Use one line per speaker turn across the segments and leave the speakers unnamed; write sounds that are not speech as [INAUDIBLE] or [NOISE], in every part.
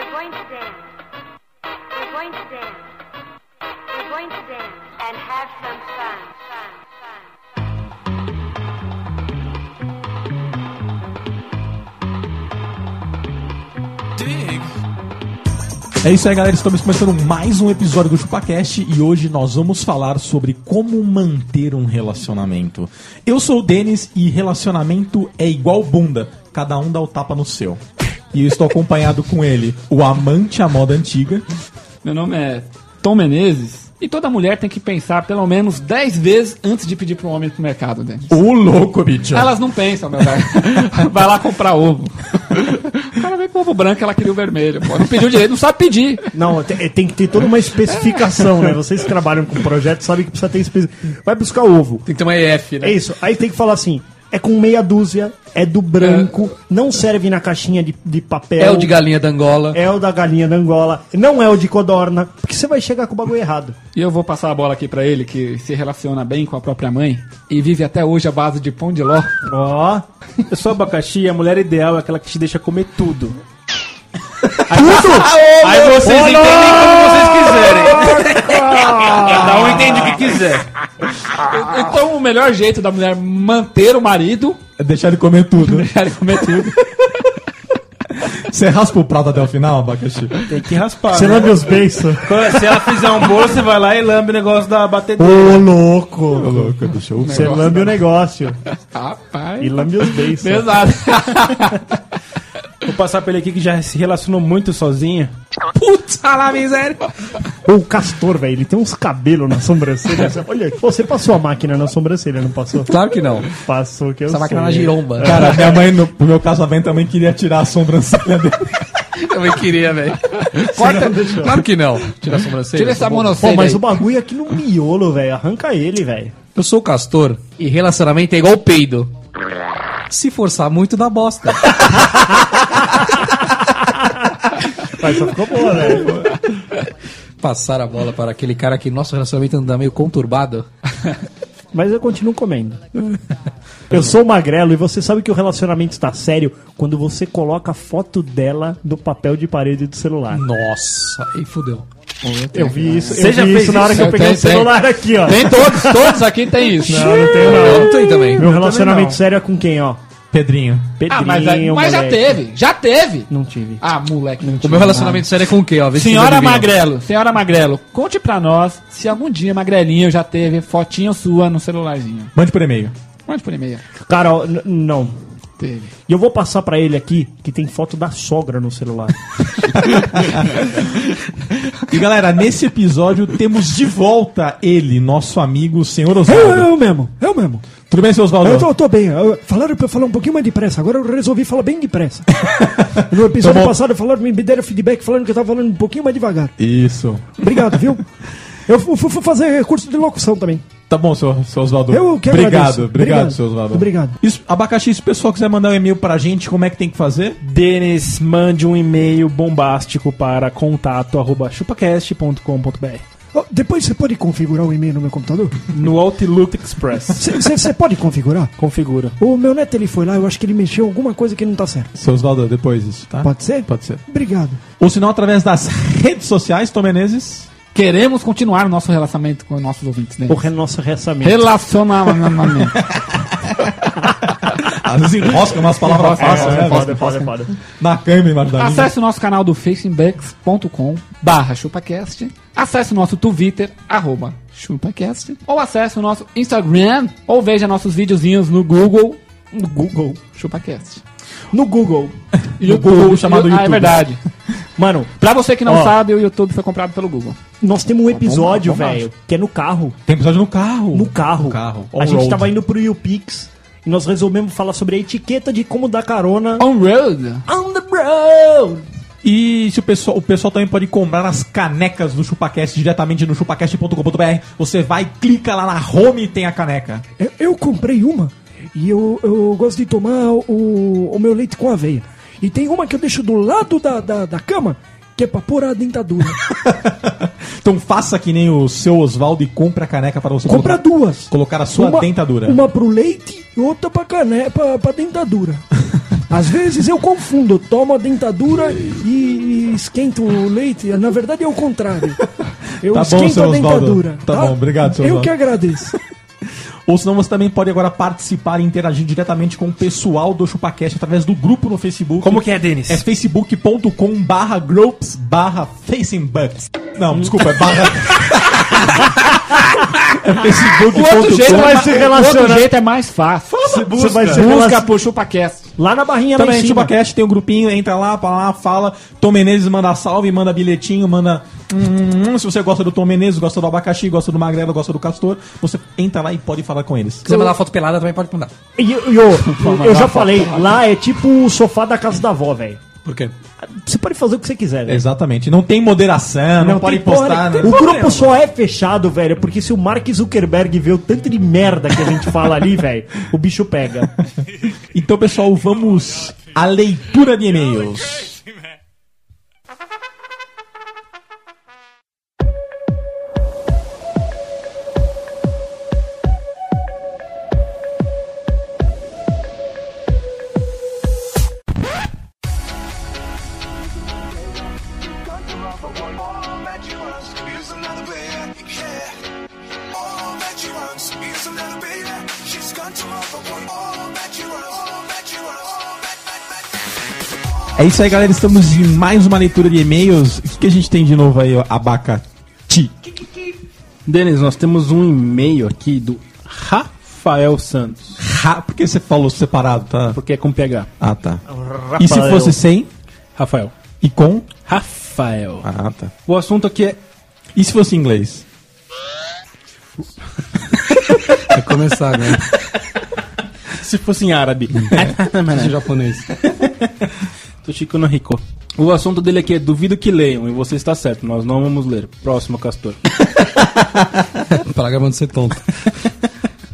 We're going to dance. We're going to dance. We're going to dance and have some fun. Fun. Fun.
É isso aí, galera. Estamos começando mais um episódio do ChupaCast e hoje nós vamos falar sobre como manter um relacionamento. Eu sou o Denis e relacionamento é igual bunda, cada um dá o tapa no seu. E eu estou acompanhado com ele, o amante à moda antiga.
Meu nome é Tom Menezes e toda mulher tem que pensar pelo menos 10 vezes antes de pedir para um homem ir pro mercado, Denis.
O louco, bicho.
Elas não pensam, meu velho. Vai lá comprar ovo. O cara veio com ovo branco, ela queria o vermelho. Pô, não pediu direito, não sabe pedir.
Não, te- tem que ter toda uma especificação, né? Vocês que trabalham com projeto sabem que precisa ter especificação. Vai buscar ovo.
Tem que ter uma EF, né?
É isso. Aí tem que falar assim: é com meia dúzia, é do branco, não serve na caixinha de, de papel.
É o de galinha da Angola.
É o da galinha da Angola, não é o de codorna, porque você vai chegar com o bagulho errado.
E eu vou passar a bola aqui para ele, que se relaciona bem com a própria mãe e vive até hoje à base de pão de ló.
Ó, eu sou abacaxi, a mulher ideal é aquela que te deixa comer tudo.
Ah, Aí vocês entendem como vocês quiserem. Cada um entende o que quiser.
Então, o melhor jeito da mulher manter o marido
É Deixar ele comer tudo.
é ele comer tudo.
Você raspa o prato até o final, abacaxi?
Tem que raspar.
Ah,
Você
né?
é.
lambe os beijos?
Quando- Se ela fizer um bolo, você vai lá e lambe o negócio da batedeira.
Ô, louco!
louco, bicho.
Você lambe o negócio
Rapaz.
e lambe os beijos.
Pesado.
Vou passar pra ele aqui que já se relacionou muito sozinho.
Putz, a lá, miséria.
Ô, O castor, velho, ele tem uns cabelos na sobrancelha. Olha, você passou a máquina na sobrancelha, não passou?
Claro que não.
Passou, que eu
Tá. Essa máquina
sei.
na giromba.
Cara, minha mãe, no, pro meu casamento, também queria tirar a sobrancelha dele.
Também queria, velho. Corta. Claro que não. Tira a sobrancelha.
Tira essa
tá bom?
monocelha.
Pô, mas
aí.
o bagulho é aqui no miolo, velho. Arranca ele, velho.
Eu sou o castor e relacionamento é igual peido. Se forçar muito, dá bosta.
Mas só ficou boa, velho.
Passar a bola para aquele cara que nosso relacionamento anda meio conturbado.
Mas eu continuo comendo. Eu sou magrelo e você sabe que o relacionamento está sério quando você coloca a foto dela no papel de parede do celular.
Nossa, aí fudeu.
Eu vi isso, eu
Você já
vi
fez
isso na hora
isso?
que eu peguei
Tem,
o celular aqui, ó.
Tem todos, todos aqui tem isso.
Não, não tem não.
Eu tenho também.
Meu relacionamento
não.
sério é com quem, ó?
Pedrinho.
Pedrinho,
Ah, mas, aí- mas já
moleque.
teve, já teve.
Não tive.
Ah, moleque.
O meu relacionamento sério é com o quê? Ó, Vê se vocês
Senhora
adivinham.
Magrelo, senhora Magrelo, conte pra nós se algum dia Magrelinho já teve fotinho sua no celularzinho.
Mande por e-mail.
Conte por e-mail.
Cara, ó, n- não.
Teve.
E eu vou passar pra ele aqui que tem foto da sogra no celular.
E galera, nesse episódio temos de volta ele, nosso amigo, senhor Oswaldo.
mesmo, eu mesmo.
Tudo bem, senhor Oswaldo?
Eu tô, tô bem. Eu- Falaram pra eu falar um pouquinho mais depressa. Agora eu resolvi falar bem [LAUGHS] depressa. No
Tá
episódio
bom.
passado falaram, me deram feedback falando que eu tava falando um pouquinho mais devagar.
Isso.
Obrigado, [LAUGHS] viu? Eu fu- fu- fui fazer curso de locução também.
Tá bom, senhor, senhor Oswaldo.
Eu que
Obrigado,
agradeço.
obrigado,
Obrigado.
senhor Oswaldo.
Obrigado.
Isso, abacaxi, se o pessoal quiser mandar um e-mail pra gente, como é que tem que fazer?
Denis, mande um e-mail bombástico para contato arroba chupacast.com.br.
Oh,
Ó, Depois você pode configurar o e-mail no meu computador?
No Outlook Express.
Você pode configurar?
Configura.
O meu neto ele foi lá, eu acho que ele mexeu alguma coisa que não tá certa.
Senhor Oswaldo, depois isso, tá?
Pode ser?
Pode ser.
Obrigado.
Ou se não, através das redes sociais, Tom Menezes.
Queremos continuar o nosso relacionamento com os nossos ouvintes, né?
O nosso ressamento.
Relacionamento.
Às vezes enrosca umas palavras fáceis, né?
foda, é foda, é foda.
Na câmera embaixo da língua.
Acesse o nosso canal do facebook.com barra chupacast. Acesse o nosso Twitter, arroba chupacast. Ou acesse o nosso Instagram, ou veja nossos videozinhos no Google. No Google. Chupacast.
No [LAUGHS] Google.
E
No
o
Google, chamado
Ah, é
YouTube.
verdade.
Mano,
Pra você que não
Ó.
sabe, o YouTube foi comprado pelo Google.
nós temos um episódio,
vamos lá.
velho, que é no carro.
Tem episódio no carro.
No carro.
carro.
A gente
On-road.
tava indo pro YouPix e nós resolvemos falar sobre a etiqueta de como dar carona
On road.
on the road.
E se o pessoal, o pessoal também pode comprar as canecas do ChupaCast diretamente no chupacast.com.br. Você vai, clica lá na home e tem a caneca.
Eu, eu comprei uma e eu, eu gosto de tomar o, o meu leite com aveia.
[LAUGHS]
E tem uma que eu deixo do lado da, da, da cama, que é pra pôr a dentadura.
Então faça que nem o seu Oswaldo e compre a caneca para você
Compra
colocar,
duas.
colocar a sua dentadura.
Uma pro leite e outra pra, cane... pra, pra
[LAUGHS]
dentadura. Às vezes eu confundo, eu tomo a dentadura e esquento o leite. Na verdade é o
[LAUGHS]
contrário. Eu
Tá bom,
esquento
seu
a
Osvaldo.
dentadura.
Tá bom, obrigado, seu
Eu
Osvaldo.
que agradeço.
Ou senão você também pode agora participar e interagir diretamente com o pessoal do ChupaCast através do grupo no Facebook.
Como que é, Denis?
É facebook.com barra groups barra facingbutts. Não,
Hum.
desculpa, é
[LAUGHS]
barra... é
O outro jeito,
facebook.com
é
vai
ma-
se
o
relacionar.
outro jeito é mais fácil.
Você busca.
vai ser-
Busca pro ChupaCast.
Lá na barrinha lá
Também,
em cima.
ChupaCast tem um grupinho, entra lá, fala, lá, fala. Tom Menezes manda salve, manda bilhetinho, manda... hum, hum, se você gosta do Tom Menezes, gosta do abacaxi, gosta do magrelo, gosta do castor, você entra lá e pode falar com eles.
Se quiser mandar foto pelada, também pode mandar.
E, e,
[LAUGHS]
ô, eu, já falei, lá é tipo o sofá da casa da avó, velho.
Por quê?
Você pode fazer o que você quiser, velho.
Exatamente. Não tem moderação, não, pode
tem porra
postar,
nenhuma.
né?
O grupo só é fechado, velho, porque se o Mark Zuckerberg vê o tanto de merda que a gente fala ali, [LAUGHS] velho, o bicho pega.
Então, pessoal, vamos à leitura de e-mails. É isso aí, galera. Estamos em mais uma leitura de e-mails. O que, que a gente tem de novo aí, ó? abacati?
Denis, nós temos um e-mail aqui do Rafael Santos,
Ra- Por que você falou separado, tá?
porque é com PH.
Ah, tá. E se fosse sem
Rafael.
e com?
Rafael.
Ah, tá.
O assunto aqui é.
E se fosse em
[LAUGHS]
inglês?
Vai
[LAUGHS]
começar, né?
Se fosse em árabe.
É.
[LAUGHS]
Esse japonês.
Toshiko no Rico. O assunto dele aqui é duvido que leiam, e você está certo, nós não vamos ler. Próximo, Castor.
Parar gravando
é
ser tonto.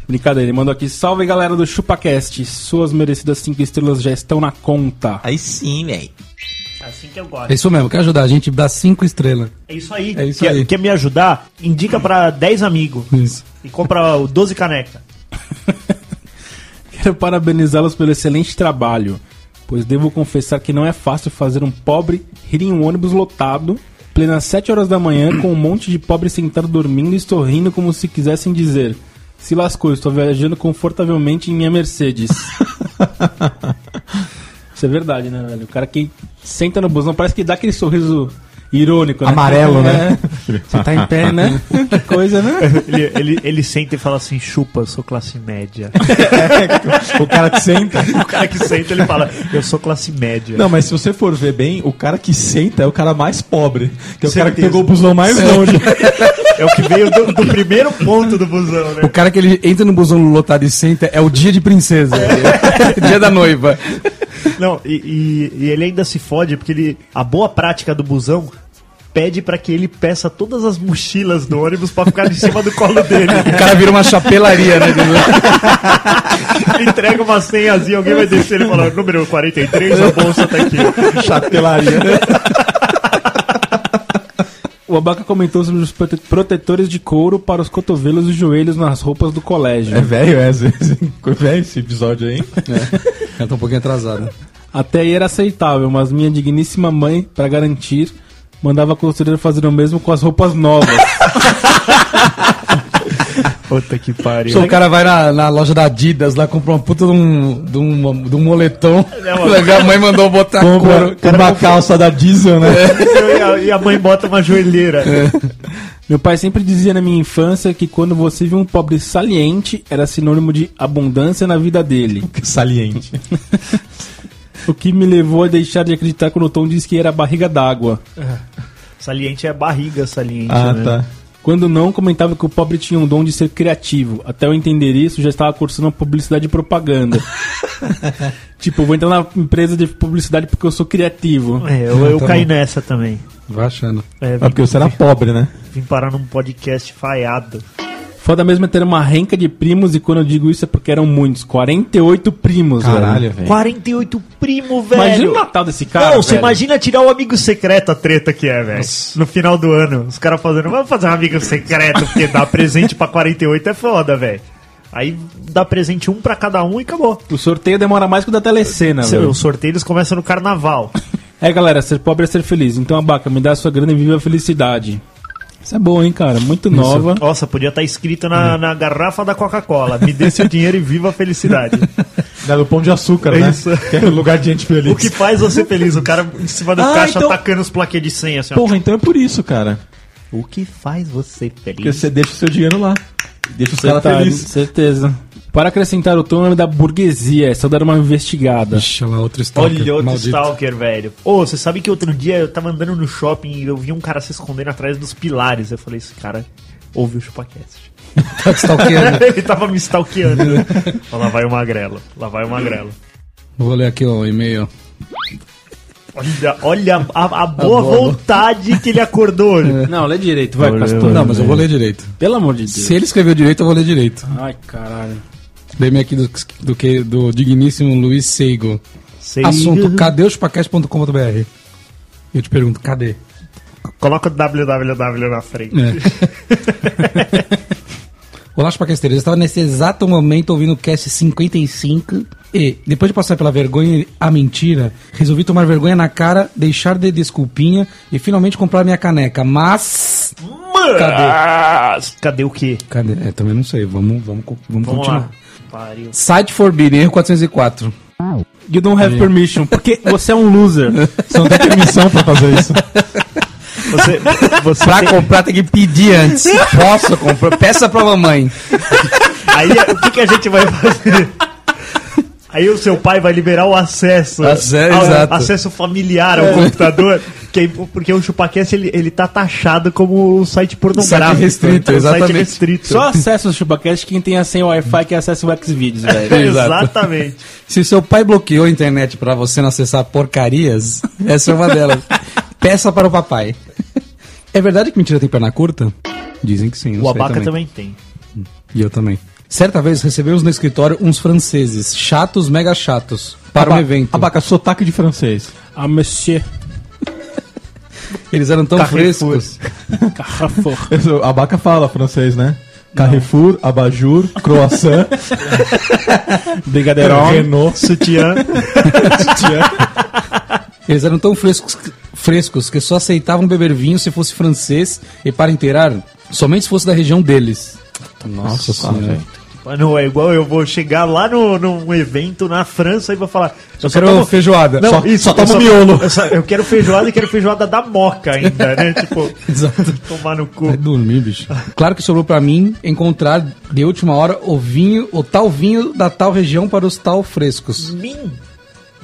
Brincadeira, ele mandou aqui. Salve galera do ChupaCast, suas merecidas 5 estrelas já estão na conta.
Aí sim, velho.
Assim que eu
É
gosto.
isso mesmo, quer ajudar a gente? Dá cinco estrelas.
É isso aí.
É isso
Quer,
aí.
quer me ajudar? Indica pra 10 amigos
Isso.
e compra o 12 canecas.
Quero parabenizá-los pelo excelente trabalho, pois devo confessar que não é fácil fazer um pobre rir em um ônibus lotado, plenas 7 horas da manhã, com um monte de pobre sentado dormindo e sorrindo como se quisessem dizer: Se lascou, estou viajando confortavelmente em
[LAUGHS]
minha Mercedes. Isso é verdade, né, velho? O cara que senta no busão parece que dá aquele sorriso irônico, né?
Amarelo, né?
É. Você tá em
[LAUGHS]
pé, né? Que coisa, né?
[LAUGHS] ele, ele, ele senta e fala assim: chupa, eu sou classe média. [LAUGHS]
O cara que senta.
o cara que senta, ele fala: eu sou classe média.
Não, mas se você for ver bem, o cara que senta é o cara mais pobre. Que é o cara que
Certeza.
pegou o busão mais longe. [LAUGHS]
É o que veio do, do primeiro ponto do busão, né?
O cara que ele entra no busão lotado e senta é o dia de princesa.
[LAUGHS]
dia da noiva.
Não, e, e- e ele ainda se fode porque ele, a boa prática do busão pede pra que ele peça todas as mochilas do ônibus pra ficar em cima do colo dele.
O cara vira uma chapelaria, né?
Ele entrega uma senhazinha, alguém vai descer ele fala: número 43, a bolsa tá aqui.
Chapelaria.
O Abaca comentou sobre os prote- protetores de couro para os cotovelos e joelhos nas roupas do colégio.
É velho, é. esse- esse- velho esse episódio aí. hein?
Eu tô um pouquinho atrasado.
Até aí era aceitável, mas minha digníssima mãe, pra garantir, mandava a costureira fazer o mesmo com as roupas novas.
Puta que pariu.
Só o cara vai na, na loja da Adidas lá, compra uma puta de um, de um, de um moletom.
É,
Vai ver, [LAUGHS] a mãe mandou botar couro.
Uma calça da Diesel, né?
É.
E a, e a mãe bota uma joelheira.
Meu pai sempre dizia na minha infância que quando você viu um pobre saliente, era sinônimo de abundância na vida dele.
Saliente.
O que me levou a deixar de acreditar quando o Tom disse que era barriga d'água.
Saliente é barriga saliente.
Ah,
né?
tá.
Quando não, comentava que o pobre tinha um dom de ser criativo. Até eu entender isso, já estava cursando publicidade e
[LAUGHS]
propaganda. tipo, vou entrar na empresa de publicidade porque eu sou criativo.
É, eu, eu
Tá
caí
bom.
nessa também.
Vai achando.
É,
Ah,
É porque você era pobre, né?
vim parar num podcast falhado.
Foda mesmo é ter uma renca de primos, e quando eu digo isso é porque eram muitos. 48 primos,
Caralho, velho.
48 primo, é, velho.
É. Imagina o Natal desse cara.
Não, você
velho.
imagina tirar o amigo secreto a treta que é, velho. No final do ano, os caras fazendo, vamos fazer um amigo secreto, porque dar presente pra 48 é foda, velho. Aí dá presente um pra cada um e acabou.
O sorteio demora mais que o da telecena,
Seu-
velho.
Os sorteios começam no carnaval.
É, galera, ser pobre é ser feliz. Então, Abaca, me dá a sua grana e viva a felicidade. Isso é bom, hein, cara? Muito nova.
Nossa, podia estar escrito na, na garrafa da Coca-Cola. Me dê seu dinheiro e viva a felicidade.
Dá do pão de açúcar,
É
né?
isso.
Que é o [LAUGHS] lugar de gente feliz.
O que faz você feliz? O cara em cima do
Ah,
caixa
então-
atacando os plaquês de senha, assim, ó.
Porra, então é por isso, cara.
O que faz você
Porque
feliz?
você deixa o seu dinheiro lá. Deixa os caras
Tá,
felizes.
certeza. Para acrescentar o tom, é o nome da burguesia. É só dar uma investigada.
Ixi, olha lá, outro stalker.
Olha outro
maldito.
stalker, velho. Ô, você sabe que outro dia eu tava andando no shopping e eu vi um cara se escondendo atrás dos pilares. Eu falei, esse cara ouve o chupacast.
Tá te
[LAUGHS]
stalkeando.
Ele tava me stalkeando. Ó, lá vai o magrelo. Lá vai o magrelo.
Vou ler aqui o e-mail.
Olha, olha a, a boa vontade que ele acordou.
Não, lê direito, vai, Castor.
Não, mas eu vou ler direito.
Pelo amor de Deus.
Se ele escreveu direito, eu vou ler direito.
Ai, caralho.
Dei-me aqui do, do, que- do digníssimo Luiz Seigo.
Sei-
Assunto, cadê os paquetes.com.br? Eu te pergunto, cadê?
Coloca o www na frente.
É.
É.
[LAUGHS] Olá, Chupacasteiros. Eu estava nesse exato momento ouvindo o cast 55 e, depois de passar pela vergonha e a mentira, resolvi tomar vergonha na cara, deixar de desculpinha e finalmente comprar minha caneca. Mas. Cadê?
Cadê o quê?
Cadê? É, também não sei. Vamos, vamos, co- vamos,
Vamos
continuar.
lá. Pariu.
Site Forbidden, erro 404.
You don't have permission, porque você é um loser. [LAUGHS]
Você não tem permissão pra fazer isso.
Você, você
Pra
tem-
comprar, tem que
[LAUGHS]
pedir antes. Posso comprar? Peça pra mamãe.
Aí o que, que a gente vai fazer? Aí o seu pai vai liberar o acesso,
Ace-
ao-
exato. É.
acesso familiar ao computador, que aí- porque o ChupaCast ele, ele tá taxado como um site pornográfico.
Site restrito,
é um
exatamente.
Site restrito.
Só acessa o Chupacast quem tem a senha Wi-Fi que acessa o Xvideos, velho.
É, Exatamente.
Se seu pai bloqueou a internet pra você não acessar porcarias, [LAUGHS] essa é uma delas. Peça para o papai. É verdade que mentira tem perna curta? Dizem que sim. não
O
sei
Abaca também. tem.
E eu também. Certa vez recebemos no escritório uns franceses, chatos, mega chatos, para um
Aba-
evento.
Abaca, sotaque de francês.
Ah, monsieur.
Eles eram tão
Carrefour.
frescos.
Carrafor.
Eu- Abaca fala francês, né? Carrefour, Abajur, Croissant,
Brigadeirão.
Renault.
Sutiã.
Eles eram tão frescos, frescos que só aceitavam beber vinho se fosse francês e para inteirar, somente se fosse da região deles. Nossa, senhora. [LAUGHS]
Mano, é igual eu vou chegar lá no, num evento na França e vou falar. Eu
quero feijoada.
Não,
Só-
isso,
só
eu
tomo miolo.
Eu, só- eu quero feijoada e quero feijoada da moca ainda, né? Tipo, [LAUGHS]
Exato.
tomar no cu.
Vai dormir, bicho. Claro que sobrou pra mim encontrar de última hora o vinho, o tal vinho da tal região para os tal frescos.
Min.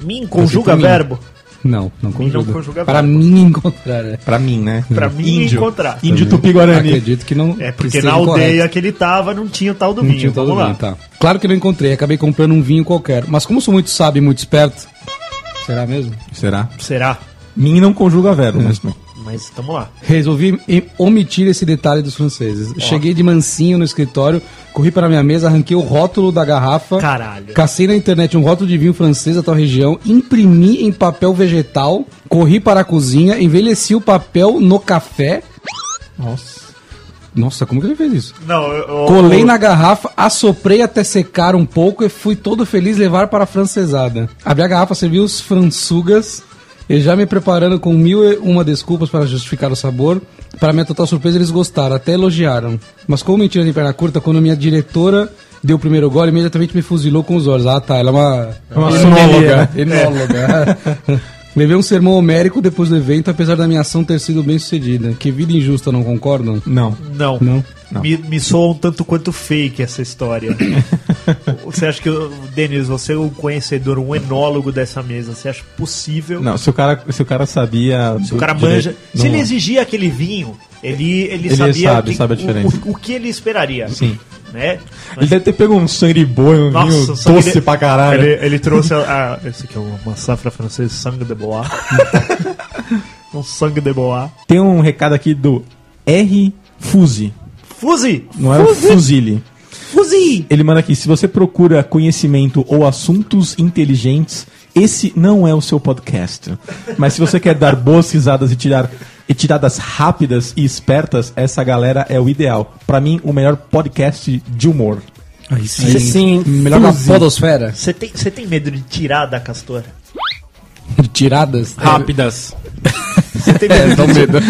Min conjuga
Você tem
verbo.
Não, não conjuga.
conjuga
para
verbo.
mim encontrar. é.
[LAUGHS] Pra mim, né?
Pra mim encontrar.
Índio Tupi-Guarani.
Acredito que não.
É
que
porque
esteja
na aldeia
correto.
que ele tava não tinha o tal do
Não
vinho.
tinha todo
Vamos lá.
vinho, tá. Claro que não encontrei, acabei comprando um vinho qualquer. Mas como sou muito sábio e muito esperto. Será mesmo?
Será?
Será?
Mim não conjuga verbo, mas não.
Mas tamo lá.
Resolvi em- omitir esse detalhe dos franceses. Cheguei de mansinho no escritório, corri para minha mesa, arranquei o rótulo da garrafa.
Caralho.
Cacei na internet um rótulo de vinho francês da tua região, imprimi em papel vegetal, corri para a cozinha, envelheci o papel no café. Nossa. Nossa, como que ele fez isso?
Não, eu, eu-
Colei
eu-
na garrafa, assoprei até secar um pouco e fui todo feliz levar para a francesada. Abri a garrafa, servi os françugas e já me preparando com mil e uma desculpas para justificar o sabor. Para minha total surpresa, eles gostaram, até elogiaram. Mas como mentira de perna curta, quando minha diretora deu o primeiro gole, imediatamente me fuzilou com os olhos. Ah, tá, ela é uma...
Uma
enóloga. [LAUGHS] Enóloga. Levei um sermão homérico depois do evento, apesar da minha ação ter sido bem sucedida. Que vida injusta, não concordam?
Não.
Não.
Não.
Me, me soa um tanto quanto fake essa história. você acha que, eu- Denis, você é um conhecedor, um enólogo dessa mesa, você acha possível?
Não, se o cara, se o cara sabia.
Se o cara manja. Se ele exigia aquele vinho, ele, ele,
Ele
sabia
sabe,
que-
sabe a
o-
diferença.
O, o que ele esperaria.
Sim.
Né?
Ele deve ter pego um sangue de boi, um vinho
o sangue
doce
de-
pra caralho.
Ele, ele trouxe a, a- Esse aqui é uma safra francesa, sangue de bois. um sangue de bois.
Tem um recado aqui do R. Fuse.
Fuzi!
Não é o fuzile.
Fuzi!
Ele manda aqui: se você procura conhecimento ou assuntos inteligentes, esse não é o seu podcast. Mas se você quer dar boas risadas e tirar e tiradas rápidas e espertas, essa galera é o ideal. Pra mim, o melhor podcast de humor.
Aí sim.
Aí sim,
Melhor na
fuzil.
podosfera.
Você tem, você tem medo de tirar da Castor?
Tiradas.
Rápidas.
Você tem medo
Dá um [LAUGHS] medo.
de...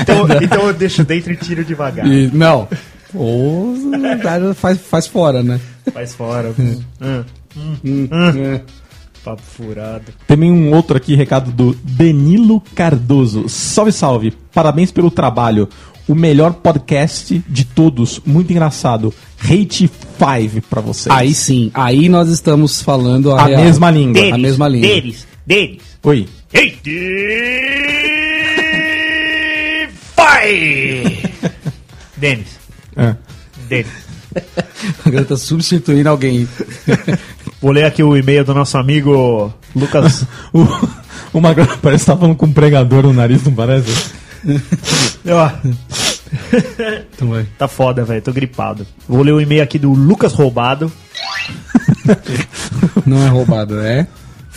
então, então eu deixo dentro e tiro devagar.
E- não. Ou faz, faz fora, né?
Faz fora. Hum, hum, hum. Papo furado.
Também um outro aqui, recado do Danilo Cardoso. Salve, salve. Parabéns pelo trabalho. O melhor podcast de todos. Muito engraçado. Hate 5 pra vocês.
Aí sim, aí nós estamos falando a,
a
real.
mesma língua.
A mesma língua.
Deles, deles.
Oi.
Ei, de... Vai! Denis,
É.
Denis.
A galera tá substituindo alguém.
Vou ler aqui o e-mail do nosso amigo
[LAUGHS]
Lucas.
O, o Magrão parece que tá falando com um pregador no nariz, não parece?
Ó,
Então vai.
tá foda, velho, tô gripado. Vou ler o e-mail aqui do Lucas Roubado.
Não é roubado, é?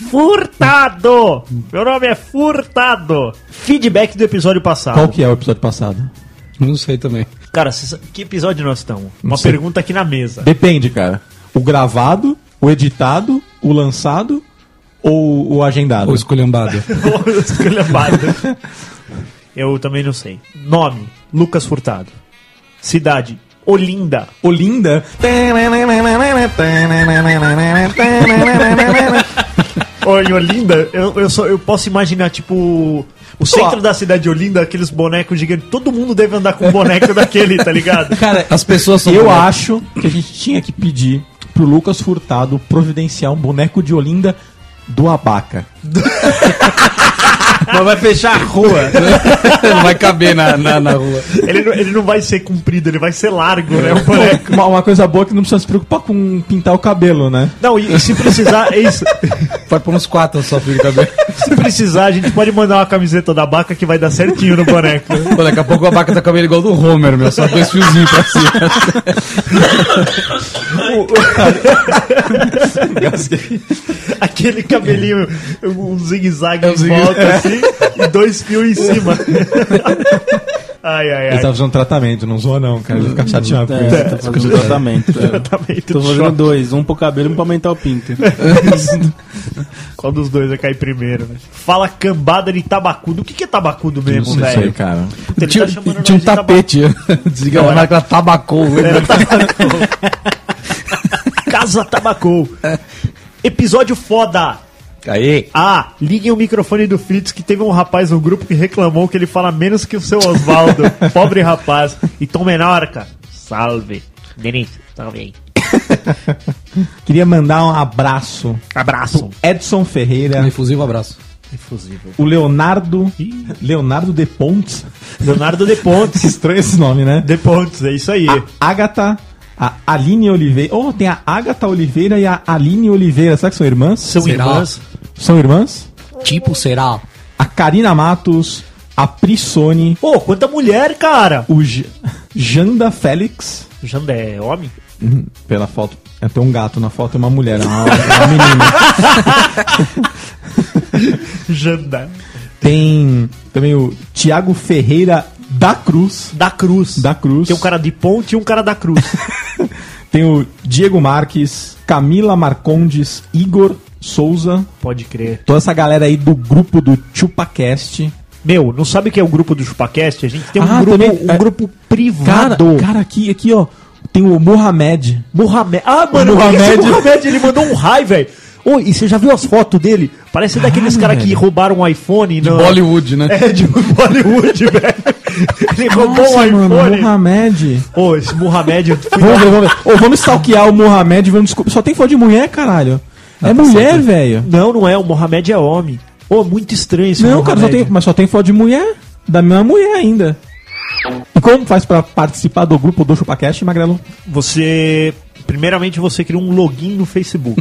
Furtado! Meu nome é Furtado. Feedback do episódio passado.
Qual que é o episódio passado?
Não sei também.
Cara, cê sa- que episódio nós estamos? Uma
sei.
pergunta aqui na mesa. [LAUGHS]
Depende, cara. O gravado, o editado, o lançado ou o agendado?
Ou esculhambado.
Esculhambado. Eu também não sei. Nome: Lucas Furtado. Cidade: Olinda.
Olinda?
Ô, em Olinda, eu, eu, só, eu posso imaginar, tipo, o centro da cidade de Olinda, aqueles bonecos gigantes. Todo mundo deve andar com um boneco [LAUGHS] daquele, tá ligado?
Cara, as pessoas são.
Eu acho que a gente tinha que pedir pro Lucas Furtado providenciar um boneco de Olinda do Abaca.
Mas vai fechar a rua.
[LAUGHS] Não vai caber na, na, na rua.
Ele, não- ele não vai ser comprido, ele vai ser largo, né? O boneco.
Uma, uma coisa boa é que não precisa se preocupar com pintar o cabelo, né?
Não, e, e se precisar, é isso.
Vai pôr uns quatro só pro cabelo.
Se precisar, a gente pode mandar uma camiseta da Baca que vai dar certinho no boneco.
Pô, daqui a pouco a vaca tá com o cabelo igual do Homer, meu. Só dois fiozinhos pra cima.
Aquele cabelinho, um zigue-zague
É um
em
zigue-
volta, assim, e dois fios em cima. [LAUGHS] Ai, ai,
Ele
ai.
tá fazendo tratamento, não zoa não, cara. Ele fica chateado com
É, tá fazendo tratamento.
[LAUGHS]
Tá meio
Tô
tudo
fazendo dois, um pro cabelo e um pra aumentar o pinto.
Qual dos dois vai cair primeiro, né? Fala cambada de tabacudo. O que, que é tabacudo mesmo,
isso aí,
velho?
cara.
Puta, ele
Tinha,
tá chamando
tinha um
nós de taba-
tapete. Desliga a marca, ela tabacou. velho.
[LAUGHS] Casa Tabacou. Episódio foda.
Aí.
Ah, liguem o microfone do Fritz que teve um rapaz no grupo que reclamou que ele fala menos que o seu Oswaldo. Pobre rapaz. E Tom Menorca. Salve. Denis, salve aí.
Queria mandar um abraço
Abraço.
Edson Ferreira,
Infusivo abraço.
o Leonardo. Leonardo De Pontes. [LAUGHS]
Leonardo De Pontes.
Que estranho esse nome, né?
De Pontes, é isso aí.
A Agatha, a Aline Oliveira. Oh, tem a Agatha Oliveira e a Aline Oliveira. Será que são irmãs?
São
Será?
irmãs.
São irmãs?
Tipo, será?
A Karina Matos, a Prissone,
Ô, quanta mulher, cara.
o J- Janda Félix.
O Jandé é homem?
Pela foto. é, Tem um gato na foto, é uma mulher, é uma, é uma menina.
Jandé.
Tem também o Tiago Ferreira da Cruz.
Da Cruz.
Da Cruz.
Tem um cara de ponte e um cara
[LAUGHS]
da Cruz.
Tem o Diego Marques, Camila Marcondes, Igor Souza.
Pode crer.
Toda essa galera aí do grupo do ChupaCast.
Meu, não sabe o que é o grupo do ChupaCast? A gente tem um
Ah,
grupo,
também-
um
é-
grupo
Cara,
privado.
cara, aqui, aqui, ó. Tem o Mohamed.
Mohamed. Ah, mano,
Mohamed-
esse Mohamed, ele mandou um raio, velho. Ô, e você já viu as fotos dele? Parece daqueles caras que
velho.
roubaram um iPhone. De
Bollywood, né?
É, de Bollywood, [LAUGHS] velho. Ele roubou um iPhone.
Mohamed.
Ô, esse Mohamed...
Vamos ver, vamos ver. Ô, vamos stalkear o Mohamed, vamos descobrir. Só tem foto de mulher, caralho. É mulher, velho.
não, não é. O Mohamed é homem. Ô, muito estranho esse
Não, cara, só
Mohamed.
tem, mas só tem foto de mulher. Da minha mulher ainda. E como faz pra participar do grupo do ChupaCast, Magrelo?
Você... Primeiramente, você cria um login no Facebook.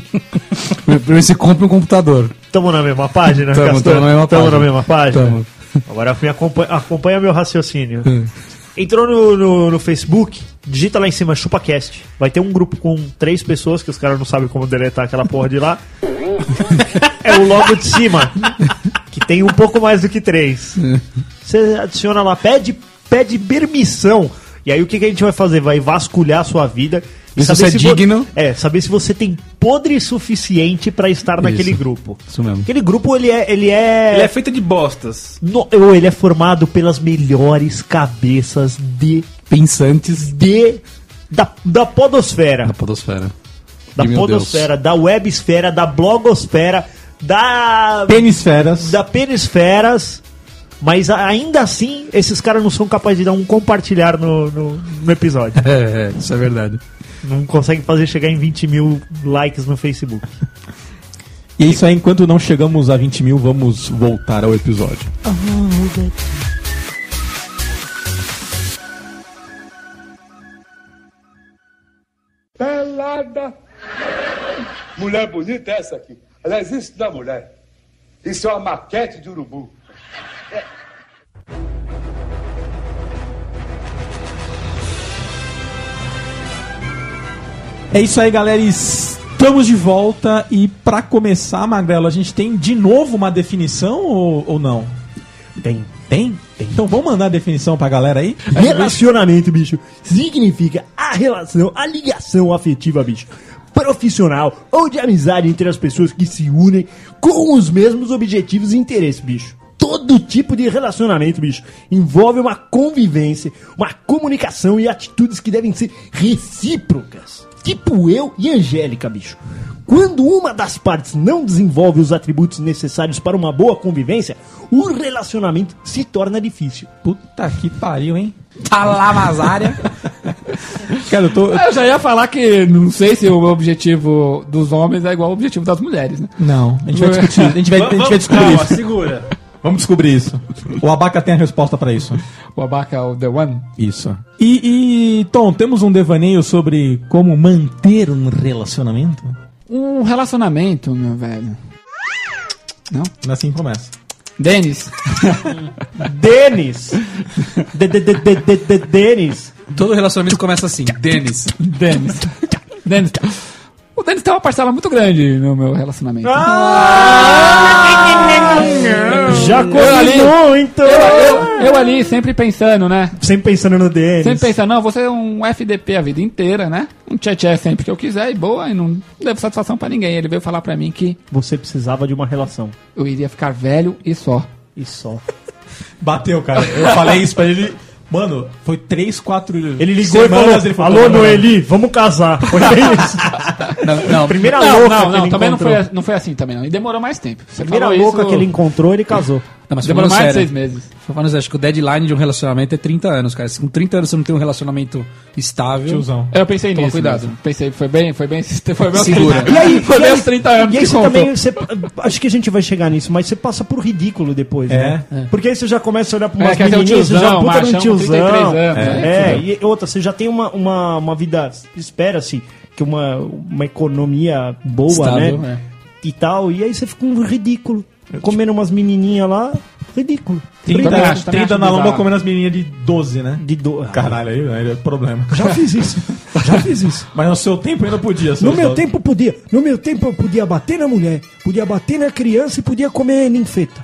Primeiro você compra um computador.
Tamo na mesma página,
Tamo,
Castor?
tamo na mesma
Tamo
página.
na mesma página?
Tamo.
Agora me acompanha, acompanha meu raciocínio.
É.
Entrou no, no, no Facebook, digita lá em cima ChupaCast. Vai ter um grupo com três pessoas que os caras não sabem como deletar aquela porra de lá. [LAUGHS] é o logo de cima, que tem um pouco mais do que três. Você adiciona lá, pede, pede permissão. E aí o que, que a gente vai fazer? Vai vasculhar a sua vida.
Ver se você é
vo-
digno.
É, saber se você tem podre suficiente pra estar naquele grupo.
Isso mesmo.
Aquele grupo, ele é... Ele é...
Ele é feito de bostas.
No- eu- ele é formado pelas melhores cabeças de,
Pensantes
de da, da podosfera,
da podosfera.
da
meu Deus.
podosfera, da websfera, da blogosfera, da
Tênis feras.
da perisferas, mas a- ainda assim esses caras não são capazes de dar um compartilhar no, no, no episódio.
[LAUGHS] É, é, isso é verdade.
não conseguem fazer chegar em 20 mil likes no Facebook.
E é isso aí, enquanto não chegamos a 20 mil, vamos voltar ao episódio.
Pelada. Mulher bonita é essa aqui. Aliás, isso não é mulher. Isso é uma maquete de urubu.
É isso aí, galera. Estamos de volta e pra começar, Magrelo, a gente tem de novo uma definição ou, ou não? Tem. Tem? Então vamos mandar a definição pra galera aí?
Relacionamento, bicho, significa a relação, a ligação afetiva, bicho, profissional ou de amizade entre as pessoas que se unem com os mesmos objetivos e interesses, bicho. Todo tipo de relacionamento, bicho, envolve uma convivência, uma comunicação e atitudes que devem ser recíprocas. Tipo eu e Angélica, bicho. Quando uma das partes não desenvolve os atributos necessários para uma boa convivência, o relacionamento se torna difícil.
Puta que pariu, hein?
Tá lá, Mazária.
Cara, eu tô. eu-
[LAUGHS] Eu já ia falar que não sei se o objetivo dos homens é igual ao objetivo das mulheres, né?
Não, a gente vai discutir. A gente vai, a gente vai descobrir
Calma,
isso.
segura.
Vamos descobrir isso. O Abaca tem a resposta pra isso.
O abaca é o The One.
Isso. E, e, Tom, temos um devaneio sobre como manter um relacionamento?
Um relacionamento, meu velho.
Assim começa.
Denis,
Denis! De- de- de- de- de- de- Denis!
Todo relacionamento começa assim, Denis.
Denis.
Tá,
Denis. tá. O Denis tem uma parcela muito grande no meu relacionamento.
Ah, Já
ali-
comi muito! é?
Eu, eu ali sempre pensando, né?
Sempre pensando no Denis.
Sempre pensando, não, você é um FDP a vida inteira, né? Um tchê sempre que eu quiser e boa, e não devo satisfação pra ninguém. Ele veio falar pra mim que
Você precisava de uma relação.
eu iria ficar velho e só.
E só.
Bateu, cara. Eu falei isso pra ele. Mano, foi 3, 4.
Ele ligou e falou: Alô, Noeli, vamos casar.
[LAUGHS]
Foi isso.
Não, não.
Primeira
não,
louca
não,
que
não,
ele
também não
encontrou.
foi, não foi assim também, não. E demorou mais tempo. Você
Primeira
falou
louca
isso,
que ele encontrou, ele casou.
Não, mas
Demorou
falando
mais de
sério.
seis meses.
Falando sério, acho que o deadline de um relacionamento é 30 anos, cara. Se com 30 anos você não tem um relacionamento estável.
Tiozão.
Eu pensei
Toma
nisso.
cuidado.
mesmo. Pensei, foi bem, foi bem, [LAUGHS] foi bem.
Segura.
E aí, foi bem os 30 anos
E
que
aí você
contou.
também. Você, acho que a gente vai chegar nisso, mas você passa por ridículo depois, né? Porque aí você já começa a olhar pra
É,
umas
que até o
menininhas, você já
tiozão,
puta
machão
num
com
tiozão.
33 anos,
é,
né?
e outra, você já tem uma, uma, uma vida. Espera-se que uma, uma economia boa,
Estável,
né?
é.
E tal. E aí você fica um ridículo. Comendo umas menininhas lá, ridículo.
30,
Também acho, também
30
acho
na lomba
bizarro.
comendo as menininhas de 12, né?
De do...
Caralho, aí velho, é problema.
Já fiz isso. Já fiz isso.
Mas no seu tempo ainda podia. seu
No meu
Gustavo.
tempo podia. No meu tempo eu podia bater na mulher, podia bater na criança e podia comer
[LAUGHS]
ninfeta.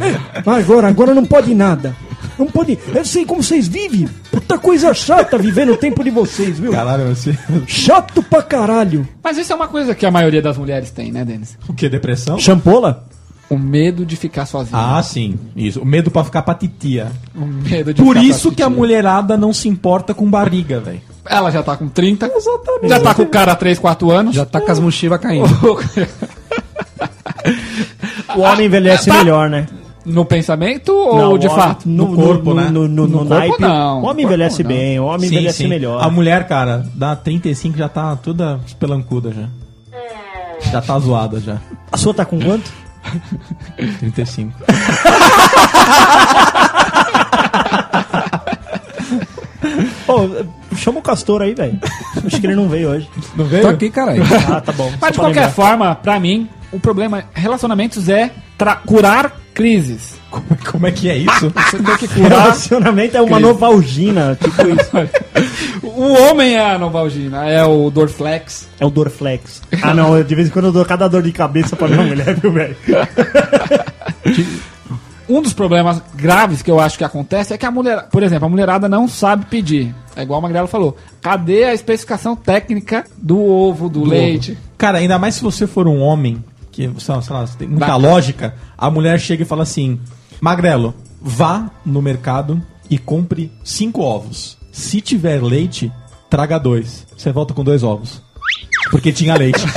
É, mas agora, agora não pode nada. Não pode. Eu sei como vocês vivem. Puta coisa chata viver no tempo de vocês, viu?
Caralho, você... [LAUGHS]
Chato pra caralho.
Mas isso é uma coisa que a maioria das mulheres tem, né, Denis?
o que? Depressão?
Champola?
O medo de ficar sozinho.
Ah, sim. Isso. O medo pra ficar pra titia.
O medo de
Por
ficar
isso que a
sozinho.
mulherada não se importa com barriga, velho.
Ela já tá com 30. Já tá com o cara há 3, 4 anos.
Já tá com as mochivas caindo.
O homem envelhece melhor, né?
[LAUGHS] No pensamento ou
Não,
de
o homem-
fato?
No, corpo, né? No, no, no
corpo,
naipe,
não.
O homem
No
envelhece
corpo, não.
bem, o homem envelhece melhor.
A mulher, cara, dá 35 já tá toda pelancuda já. Já tá zoada já.
A sua tá com quanto?
35.
Ô, chama o Castor aí, [LAUGHS] velho. Acho que ele não veio hoje.
Não veio?
Tô
[LAUGHS]
aqui, caralho.
Ah, tá bom.
Mas de qualquer forma, pra mim, o problema relacionamentos é tra- é curar crises.
Como, como é que é isso? Você tem que
Relacionamento é uma
Cris.
novalgina, tipo isso.
O homem é a Novalgina, é o Dorflex.
É o Dorflex. Ah, não, eu, de vez em quando eu dou cada dor de cabeça pra minha mulher, viu, velho?
Um dos problemas graves que eu acho que acontece é que a mulher, por exemplo, a mulherada não sabe pedir. É igual o Magrelo falou. Cadê a especificação técnica do ovo, do, leite?
Cara, ainda mais se você for um homem, que sei lá, sei lá, você tem muita
Dá-
lógica, a mulher chega e fala assim: Magrelo, vá no mercado e compre cinco ovos. Se tiver leite, traga dois. Você volta com dois ovos. Porque tinha leite. [LAUGHS]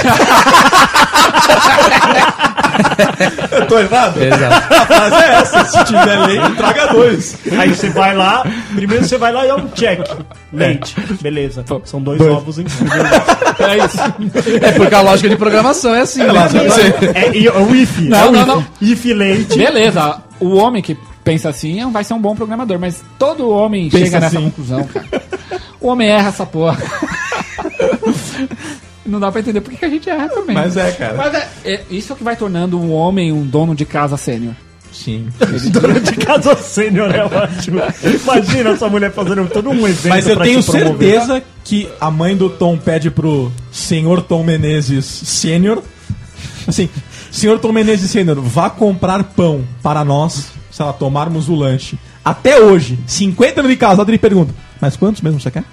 Eu tô errado?
Exato.
A frase é essa: se tiver leite, traga dois.
Aí você vai lá, primeiro você vai lá e dá um check. Leite. Beleza. São dois, ovos em um.
É isso.
É porque a lógica de programação é assim, né?
É, e- é o if.
Não,
é o
não,
if.
não.
If leite.
Beleza, o homem que pensa assim vai ser um bom programador, mas todo homem
Pensa
chega nessa
assim.
conclusão, cara. O homem erra essa porra. Não dá pra entender por que que a gente erra também.
Mas é, cara.
Mas é- é- isso é o que vai tornando um homem um dono de casa sênior.
Sim.
Dona de casa sênior é ótimo. Imagina essa mulher fazendo todo um evento
Mas eu
pra
tenho
te promover.
certeza que a mãe do Tom pede pro senhor Tom Menezes Sênior. Assim, senhor Tom Menezes Sênior, vá comprar pão para nós, se lá, tomarmos o lanche. Até hoje, 50 anos de casado, ele pergunta: Mas quantos mesmo você quer?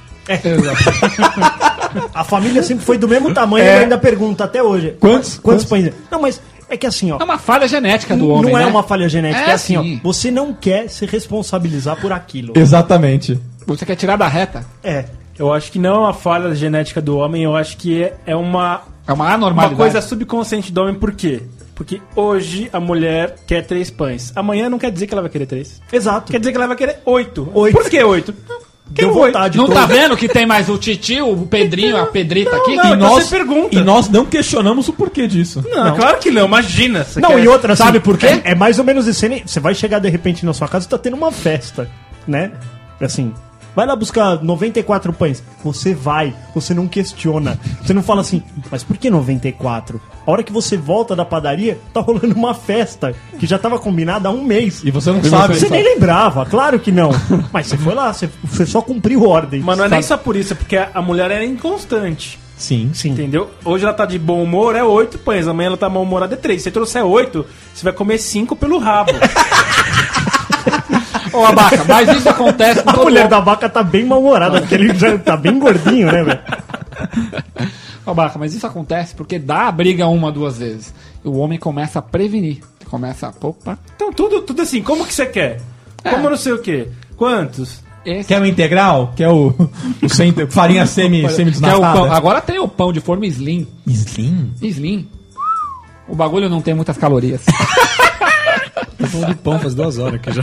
A família sempre foi do mesmo tamanho e ainda pergunta até hoje.
Quantos?
Quantos países? Não, mas é que assim, ó.
É uma falha genética do
Não
homem.
é
né?
uma falha genética, é,
É,
assim,
sim.
ó. Você não quer se responsabilizar por aquilo.
Exatamente.
Você quer tirar da reta.
É.
Eu acho que não é uma falha genética do homem, eu acho que é, é uma,
É uma
uma
anormalidade.
coisa subconsciente do homem, por quê? Porque hoje a mulher quer três pães. Amanhã não quer dizer que ela vai querer três.
Exato.
Quer dizer que ela vai querer oito.
Oito.
Por que oito?
Deu
oito.
vontade.
Não
todo.
tá vendo que tem mais o Titi, o Pedrinho, a Pedrita aqui?
não,
Que
é que
nó-
você pergunta.
E nós não questionamos o porquê disso.
Não, é claro que não, imagina. Você
Não,
quer-
e outra,
Sabe por quê?
É, é mais ou menos isso. Você vai chegar de repente na sua casa e tá tendo uma festa, né? Assim. Vai lá buscar 94 pães. Você vai, você não questiona. Você não fala assim, mas por que 94? A hora que você volta da padaria, tá rolando uma festa que já tava combinada há um mês.
E você não
Sabe,
sabe.
você nem lembrava, claro que não. Mas você foi lá, você, você só cumpriu ordem.
Mas não é nem
sabe?
só por isso, é porque a a mulher é inconstante.
Sim.
Sim.
Entendeu? Hoje ela tá de bom humor, é oito pães. Amanhã ela tá mal humorada, é três. Se você trouxer oito, você vai comer cinco pelo [LAUGHS] rabo.
Ô, abaca, mas isso acontece com
A
todo
mulher
mundo.
da vaca tá bem mal-humorada, porque ele já tá bem gordinho, né, velho?
Babaca, mas isso acontece porque dá a briga uma, duas vezes. E o homem começa a prevenir. Começa a. Opa,
Então, tudo, tudo assim, como que você quer? Como não sei o quê? Quantos?
esse.
Quer o integral? Quer o, o sem, farinha semi, semi
Quer o pão.
desnatada?
Agora tem o pão de forma slim.
Slim?
Slim. O bagulho não tem muitas calorias.
Tô falando de pão faz duas horas aqui já.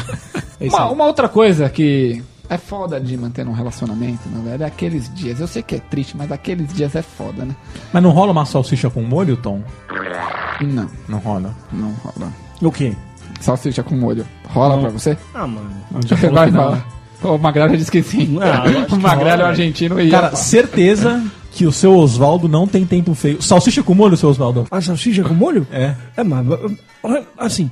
É isso
uma,
aí.
uma outra coisa que é foda de manter um relacionamento, meu velho, é aqueles dias. Eu sei que é triste, mas aqueles dias é foda, né?
Mas não rola uma salsicha com molho, Tom?
Não,
Não rola.
não rola.
O quê?
Salsicha com molho. Rola pra você?
Ah, mano.
Vai falar. O Magrelo disse que sim.
Ah, eu acho
[LAUGHS]
que
o Magrelo é
rola,
argentino e.
Cara, certeza que o seu Oswaldo não tem tempo feio. Salsicha com molho, seu Oswaldo?
A salsicha com molho?
É.
É, mas olha, assim,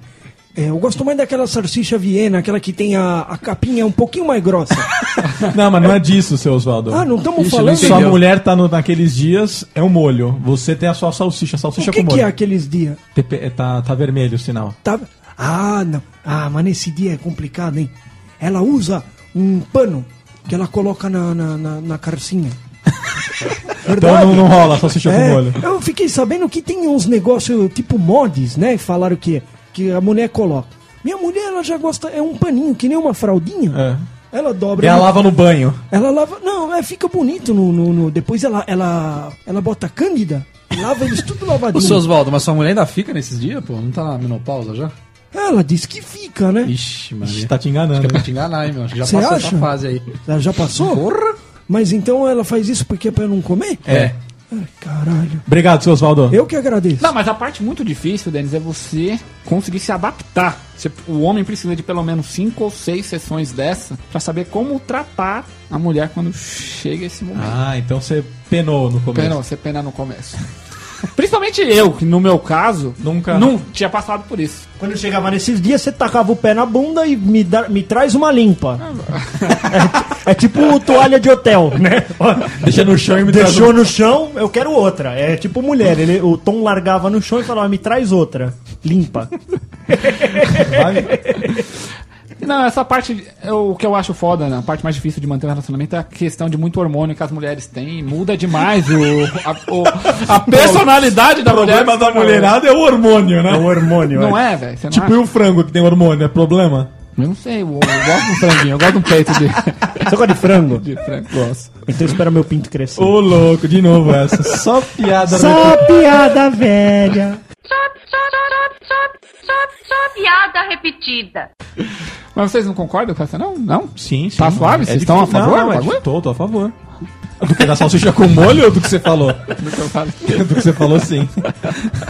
é, eu gosto mais daquela salsicha viena, aquela que tem a, a capinha um pouquinho mais grossa.
Não, mas não é disso, seu Oswaldo.
Ah, não estamos
Ixi,
falando...
não
Sua
entendeu.
mulher tá no- naqueles dias, é um molho. Você tem a sua salsicha, [LAUGHS] salsicha
O que,
com
que é
molho.
aqueles dias?
TP é, tá, tá vermelho o sinal.
Tá... Ah, não. Ah, mas nesse dia é complicado, hein? Ela usa um pano que ela coloca na, na, na, na carcinha.
[LAUGHS] Então não, não rola salsicha com
É,
molho.
eu fiquei sabendo que tem uns negócios tipo mods, né? Falaram que, que a mulher coloca. Minha mulher, ela já gosta, é um paninho, que nem uma fraldinha. Ela dobra.
E ela
ela-
É lava no banho.
Ela lava. Não, é, fica bonito no. no- no- depois ela, ela, ela bota cândida, lava eles tudo
Ô, [LAUGHS]
lavadinho.
seu Oswaldo, mas sua mulher ainda fica nesses dias, pô? Não tá na menopausa já?
Ela diz que fica, né?
Ixi, mano.
Ixi,
Acho
Tá te
que
enganando.
é pra te enganar, hein, meu? Acho que já
Você
passou
acha?
essa fase aí.
Ela já passou? Mas então ela faz isso porque é pra não comer?
É.
Ai, caralho.
Obrigado, seu Oswaldo.
Eu que agradeço.
Não, mas a parte muito difícil, Denis, é você conseguir se adaptar. Você- o homem precisa de pelo menos cinco ou seis sessões dessa pra saber como tratar a mulher quando chega esse momento.
Ah, então você penou no começo.
Pena, você pena no começo. [LAUGHS] Principalmente eu, que no meu caso,
Nunca-
não tinha passado por isso.
Quando eu chegava nesses dias, você tacava o pé na bunda e me, dá- me traz uma limpa. é, é tipo toalha de hotel, né?
Deixa no chão e me traz
Deixou no chão, eu quero outra. É tipo mulher, ele, o Tom largava no chão e falava, me traz outra, limpa.
Não, essa parte, eu- o que eu acho foda, né? a parte mais difícil de manter um relacionamento é a questão de muito hormônio que as mulheres têm. Muda demais o, a, o-
[LAUGHS]
a personalidade da
O
mulher.
problema da mulherada é o hormônio, né?
É o hormônio.
Não é, velho? Você não
Tipo, e
acha?
o frango que tem hormônio, é problema?
Eu não sei, eu, eu gosto de um franguinho, eu gosto de um peito de, [LAUGHS]
Você gosta de frango?
de frango. Gosto.
Então espera meu pinto crescer.
Ô, louco, de novo essa. Só piada.
Só piada velha.
Só, só, só, só, só, só piada repetida.
Mas vocês não concordam com essa, não? Não?
Sim, sim.
Tá suave?
É
Vocês
difícil.
estão a favor?
Não,
do
não, é
bagulho?
de- tô, tô a favor. Do que da salsicha com molho ou do que você falou?
Do que eu falo.
Do que você falou, sim.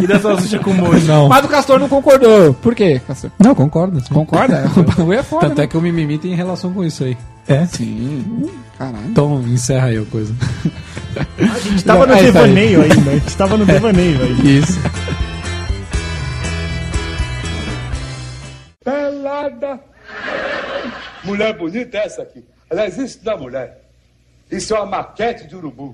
E da salsicha com molho.
Não.
[LAUGHS] Mas o Castor não concordou. Por quê, Castor?
Não, concordo.
Concorda? O bagulho é foda.
Tanto é que o mimimi tem relação com isso aí.
É?
Sim. Caralho.
Então encerra aí a coisa.
A gente tava
Não,
no
é isso aí.
devaneio ainda. A gente tava no devaneio ainda.
Isso.
Pelada. Mulher bonita é essa aqui. Ela existe da mulher. Isso é uma maquete de urubu.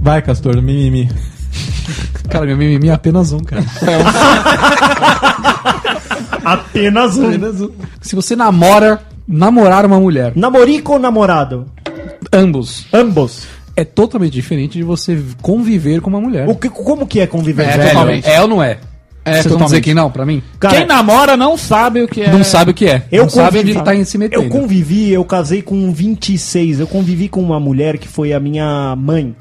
Vai, Castor, mimimi.
Cara, meu mimimi é apenas um, cara.
Apenas um.
Apenas um. Se você namora, namorar uma mulher,
Namorico ou namorado?
ambos,
Ambos.
é totalmente diferente de você conviver com uma mulher.
O que, como que é conviver?
É,
Velho,
totalmente.
É ou não é?
É,
Vocês vão dizer
totalmente.
que não, pra mim?
Cara,
Quem namora não sabe o que é.
Não sabe o que é.
Eu
não sabe onde
convivi.
tá em se metendo.
Eu convivi, eu casei com 26. Eu convivi com uma mulher que foi a minha mãe.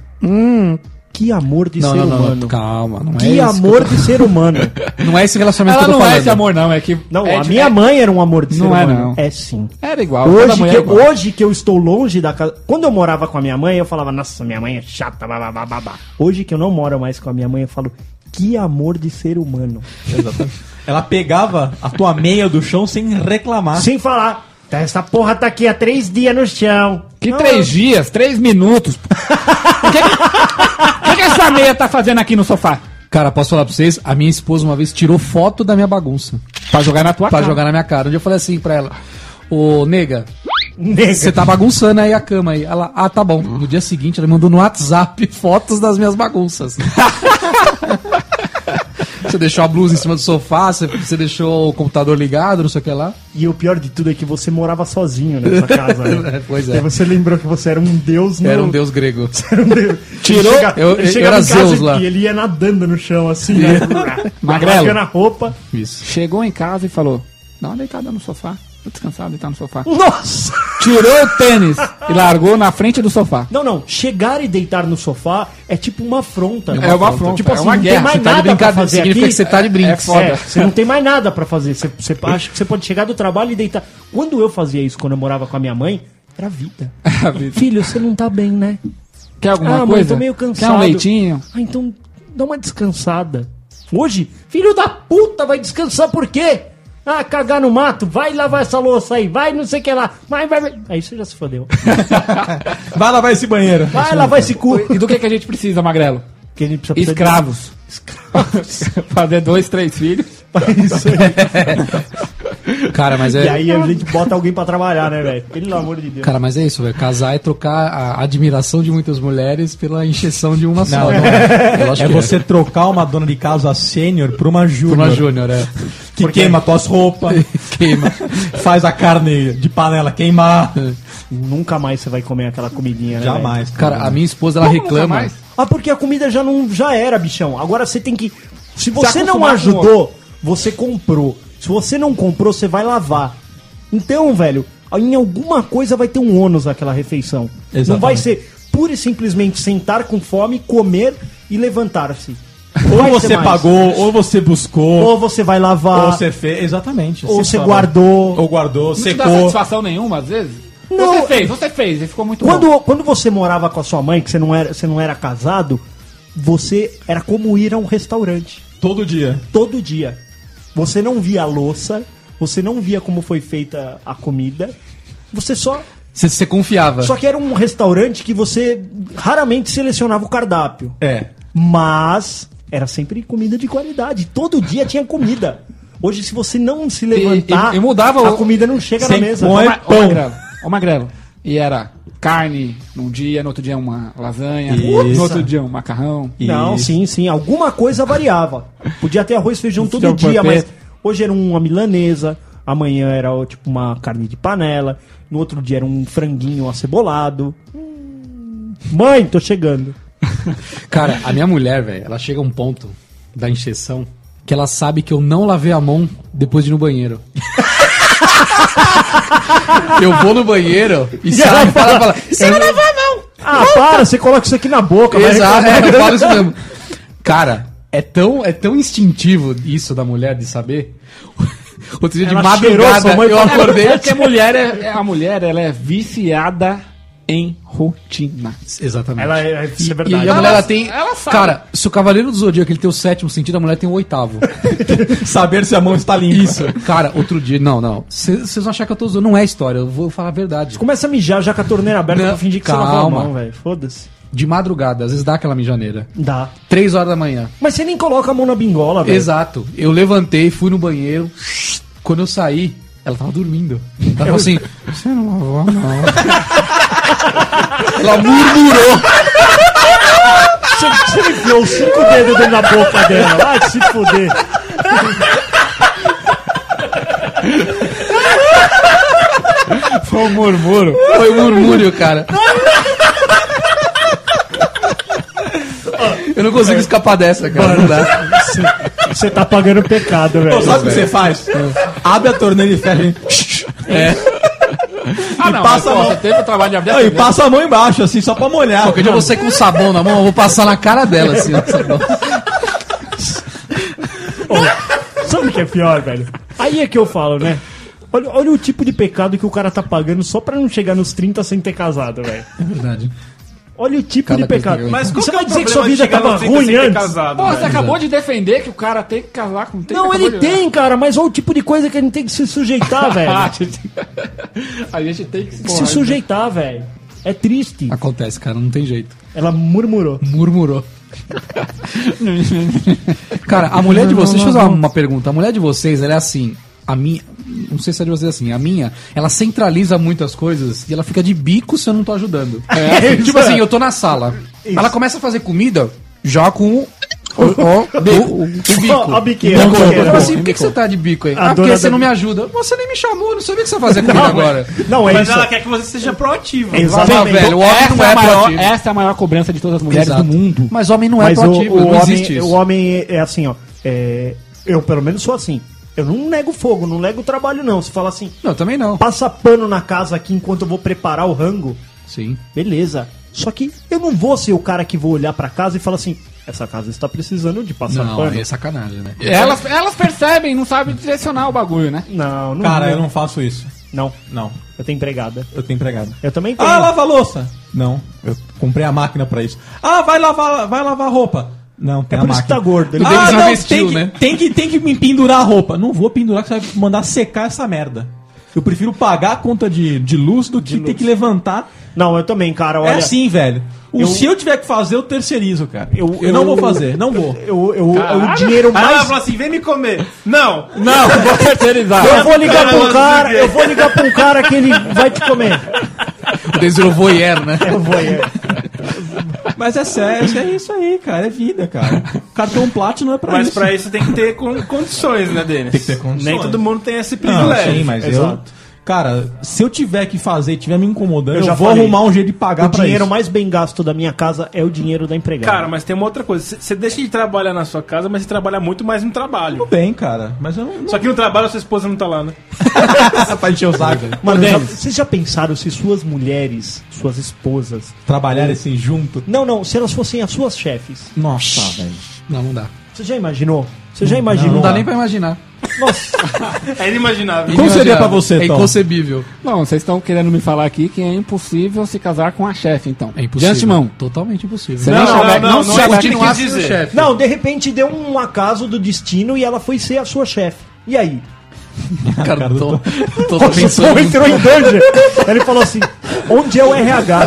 Que amor de
Não,
ser
não, não,
humano.
não, calma, não é
que
isso
amor de ser humano.
Não é esse relacionamento
Ela
que eu tô
não é
falando.
esse amor, não. É que.
Não,
é
a
de-
minha
é-
mãe era um amor de ser
Não é,
humano.
não.
É sim.
Era igual. toda
Hoje
mulher
que,
é igual.
hoje que eu estou longe da casa. Quando eu morava com a minha mãe, eu falava, nossa, minha mãe é chata, babá, babá. Hoje que eu não moro mais com a minha mãe, eu falo, que amor de ser humano.
Exatamente. Ela pegava a tua meia do chão sem
Ah.
reclamar.
Sem falar, "Tá, essa porra tá aqui há três dias no chão.
Que
Não,
três dias, três minutos. O que, que- o que essa meia tá fazendo aqui no sofá?
Cara, posso falar pra vocês? A minha esposa uma vez tirou foto da minha bagunça.
Pra jogar na tua
Pra
cara.
jogar na minha cara. Onde eu falei assim pra ela: Ô, nega,
Nega.
você tá bagunçando aí a cama aí. Ela, ah, tá bom. No dia seguinte, ela mandou no WhatsApp [LAUGHS] fotos das minhas bagunças. [LAUGHS] você deixou a blusa em cima do sofá, você, você deixou o computador ligado, não sei o que lá.
E o pior de tudo é que você morava sozinho
[LAUGHS]
nessa casa. Né?
Pois é.
Aí você lembrou que você era um deus no...
Era um deus grego.
Era um deus.
Tirou-
Ele chega-
eu-
ele
eu
chegava
era
em casa
Zeus
e-
lá.
E ele ia nadando no chão assim,
[LAUGHS]
né?
Magrelo.
Rasgando a roupa.
Chegou em casa e falou: dá uma deitada no sofá. Tô descansado, deitar no sofá.
Nossa!
Tirou o tênis e largou na frente do sofá.
Não, não. Chegar e deitar no sofá é tipo uma afronta.
É uma afronta,
Tipo
é
assim,
uma
não
guerra.
tem mais
Você
tá de
nada pra
brincadeira,
fazer
significa
aqui.
que você tá de
É,
brinks.
foda. você não tem mais nada pra fazer. Você, você acha que você pode chegar do trabalho e deitar. Quando eu fazia isso, quando eu morava com a minha mãe,
[LAUGHS]
era vida. Filho, você não tá bem, né?
Quer alguma
ah,
coisa?
mãe, tô meio cansado.
Quer um leitinho?
Ah, então dá uma descansada. Hoje, filho da puta, vai descansar por quê? Ah, cagar no mato, vai lavar essa louça aí, vai não sei o que lá, vai, vai, vai. Aí você já se
[LAUGHS]
fodeu.
Vai lavar esse banheiro.
Vai lavar esse cu.
E do que, que a gente precisa, Magrelo?
Que a gente precisa precisa de-
Escravos. [LAUGHS] Fazer dois, três filhos.
Isso aí.
Cara, mas
E
é.
aí a gente bota alguém pra trabalhar, né, velho? Pelo amor de Deus.
Cara, mas é isso, velho. Casar é trocar a admiração de muitas mulheres pela encheção de uma só.
não
é. Eu acho
É
que
você trocar uma dona de casa sênior por uma
é.
júnior.
Uma júnior, é.
Que queima tuas
[LAUGHS]
roupas,
Queima.
faz a carne de panela queimar.
Nunca mais você vai comer aquela comidinha, né?
Jamais.
Cara, a minha esposa, ela
Como nunca
reclama.
mais?
velho? Ah, porque a comida já não já era, bichão. Agora você tem que se você não
acostumar com
ajudou, você comprou. Se você não comprou, você vai lavar. Então, velho, em alguma coisa vai ter um ônus aquela refeição. Não
Exatamente.
vai ser pura e simplesmente sentar com fome, comer e levantar-se. Não
Ou
vai ser
você
mais.
pagou, ou você buscou,
ou você vai lavar,
ou você fez. Exatamente.
ou você
só-
guardou.
Ou guardou,
Não te dá
secou.
satisfação nenhuma, às vezes?
Não, é
você fez, você fez, e ficou muito bom.
Quando, quando você morava com a sua mãe, que você não, era, você não era casado, você era como ir a um restaurante
Todo dia.
todo dia. Você não via a louça, você não via como foi feita a comida, você só
Você você confiava.
Só que era um restaurante que você raramente selecionava o cardápio.
É.
Mas era sempre comida de qualidade. Todo dia tinha comida. Hoje, se você não se levantar,
e- e mudava
a
o-
comida não chega na
Sem
mesa.
pão é
Toma-
pão. Ô, magrelo, ô, magrelo. E era carne num dia, no outro dia uma lasanha,
Isso.
no outro dia um macarrão.
Não, sim, sim. Alguma coisa variava. Podia ter arroz e feijão todo
Feijão
dia, mas
porpeta.
hoje era uma milanesa, amanhã era ó, tipo uma carne de panela, no outro dia era um franguinho acebolado. Hum. Mãe, tô chegando.
Cara, a minha mulher, velho, ela chega a um ponto da injeção que ela sabe que eu não lavei a mão depois de ir no banheiro. [LAUGHS] eu vou no banheiro e sai, fala, fala. Você não lavou a mão!
Ah, para, você coloca isso aqui na boca. vai
Exato,
reclamar.
é, eu falo isso mesmo. Cara, é tão, é tão instintivo isso da mulher de saber. [LAUGHS] Outro dia de
Ela cheirou
madrugada
sua mãe
eu
pra-
acordei.
É que a mulher, é, é- a mulher ela é viciada em rotina.
[LAUGHS] Exatamente.
Ela é, isso é
E a
verdade.
mulher ela tem.
ela sabe.
Cara, se o Cavaleiro do Zodíaco ele tem o sétimo sentido, a mulher tem o oitavo.
[LAUGHS] Saber se a mão está limpa.
Isso. Cara, outro dia. Não, não. Vocês vão achar que eu tô usando. Não é história, eu vou falar a verdade.
Começa a mijar já com a torneira aberta
Não,
pra fingir que você lavou a
calma.
mão, velho. Foda-se.
De madrugada, às vezes dá aquela mijaneira.
Dá.
Três horas da manhã.
Mas você nem coloca a mão na bingola,
É.
velho.
Exato. Eu levantei, fui no banheiro. Quando eu saí, ela tava dormindo. Ela falou assim: Você não [LAUGHS] lavou, a mão?" ela murmurou.
Você, você enfiou cinco dedos dentro da boca dela. Ah, Vai se fuder.
Foi um murmúrio. Foi um murmúrio, cara. Eu não consigo escapar dessa, cara. Não dá.
Você tá pagando pecado, velho.
Sabe o que você faz? Abre a torneira e fecha. hein?
Ah, não,
passa
mas,
a
pô,
mão.
Você teve o trabalho de abrir a
Não, e
TV.
passa a mão embaixo, assim, só pra molhar.
Porque eu vou sair com um sabão na mão, eu vou passar na cara dela, assim. ó, sabão.
Sabe o que é pior, velho? Aí é que eu falo, né? Olha, olha o tipo de pecado que o cara tá pagando só pra não chegar nos 30 sem ter casado, velho.
É verdade.
Olha o tipo
Cada
de
coisa
pecado.
que eu-
Mas
Mas qual
você
que é
vai
o
dizer que
problema
sua
de
vida
chegar
tava
no 30
ruim
sem ter
antes?
casado,
Pô,
velho?
você acabou de defender que o cara tem que casar com 30
Não, ele
acabou de-
tem, cara, mas olha o tipo de coisa que a gente tem que se sujeitar,
Ah,
velho.
a gente tem que
Tem que se sujeitar, velho. É triste.
Acontece, cara, não tem jeito.
Ela murmurou.
Murmurou. cara, a mulher de vocês, deixa eu fazer uma, uma pergunta. A mulher de vocês, ela é assim. A minha. Não sei se é de vocês assim. A minha, ela centraliza muitas coisas e ela fica de bico se eu não tô ajudando.
É,
[LAUGHS] tipo assim, eu tô na sala. Ela começa a fazer comida já com o.
[LAUGHS]
O, o, o- o bico.
Ó, a biqueira, a biqueira.
Eu falo assim, por que, que você tá de bico aí?
A
ah, porque
dona
você
da-
não me ajuda. Você nem me chamou, não sabia o que você vai fazer comigo agora.
Não, é
Mas
isso.
ela quer que você seja proativo.
Fala,
Exatamente.
velho, o homem
Essa
não
é,
é
a maior,
proativo.
essa é a maior cobrança de todas as mulheres
Exato.
do mundo.
Mas homem não é
Mas o,
proativo,
o
não existe
homem,
isso.
o homem é- é assim, ó. é, eu, pelo menos, sou assim. Eu não nego fogo, não nego trabalho, não. Se fala assim,
Não, também não.
passa pano na casa aqui enquanto eu vou preparar o rango,
Sim.
beleza. Só que eu não vou ser o cara que vou olhar pra casa e falar assim, essa casa está precisando de passar
Não,
pano.
aí é sacanagem, né?
Elas, elas percebem, não sabem direcionar o bagulho, né?
Não, não.
Cara,
não,
eu não faço isso.
não.
Não,
Eu tenho empregada.
eu tenho empregado.
Eu também tenho.
Ah, lava a louça. Não, eu comprei a máquina pra isso. Ah, vai lavar, vai lavar a roupa. Não, tem
É
a
por isso que
máquina.
tá gordo. Ele
ah,
tem
que
não,
usar
tem,
vestiu,
que,
né?
tem que tem que me pendurar a roupa. Não vou pendurar que você vai mandar secar essa merda. Eu prefiro pagar a conta de, de luz do que ter que levantar.
Não, eu também, cara. Olha,
é assim, velho. O,
eu-
Se eu tiver que fazer, eu terceirizo, cara. Eu, não vou fazer, não vou.
Eu, eu, eu- o dinheiro
Aí ela
mais.
falou assim: vem me comer. Não! assim,
Não, vou
É
terceirizar.
Eu vou ligar pra um
Cara,
cara,
eu
eu vou ligar pra um cara que ele vai te comer.
[LAUGHS]
O Desrovoyer, né?
Eu vou, é.
Mas é sério, é isso aí, cara. É vida, cara. Cartão Platinum é pra
Mas
isso.
pra isso tem que ter con- condições, né, Denis?
Tem que ter condições.
Nem todo mundo tem esse
Não,
privilégio.
sim, mas
Exato.
eu... Cara, se eu tiver que fazer e tiver me incomodando,
Eu
eu,
já
vou
falei.
arrumar um jeito de pagar
O
pra
dinheiro
isso.
mais bem gasto da minha casa é o dinheiro da empregada.
Cara, mas tem uma outra coisa. Você- Você deixa de trabalhar na sua casa, mas você trabalha muito mais no trabalho.
Tudo bem, cara. Mas eu não...
Só que no trabalho sua esposa não tá lá, né?
não pra encher o
[LAUGHS]
saco.
Mano, já- vocês já pensaram se suas mulheres, suas esposas. É.
Trabalhar assim junto.
Não, não, se elas fossem as suas chefes.
Nossa, velho.
Não, não dá.
Você já imaginou? Você já
Não,
imaginou?
dá nem pra imaginar.
É inimaginável.
Como seria
Inimaginável.
pra você,
É
Tom?
inconcebível.
Bom, vocês estão querendo me falar aqui que é impossível se casar com a chefe, então.
É impossível.
De antemão.
Totalmente impossível. é
Você não,
não,
souber-
não,
não
não,
souber-
não,
se
não,
continuar
não,
sendo
não,
chefe.
Não, de repente deu um acaso do destino e ela foi ser a sua chefe.
[LAUGHS]
E aí?
Cara, tô, tô,
O Tom
pensando.
um
entrou em dungeon. Ele falou assim: Onde é o RH?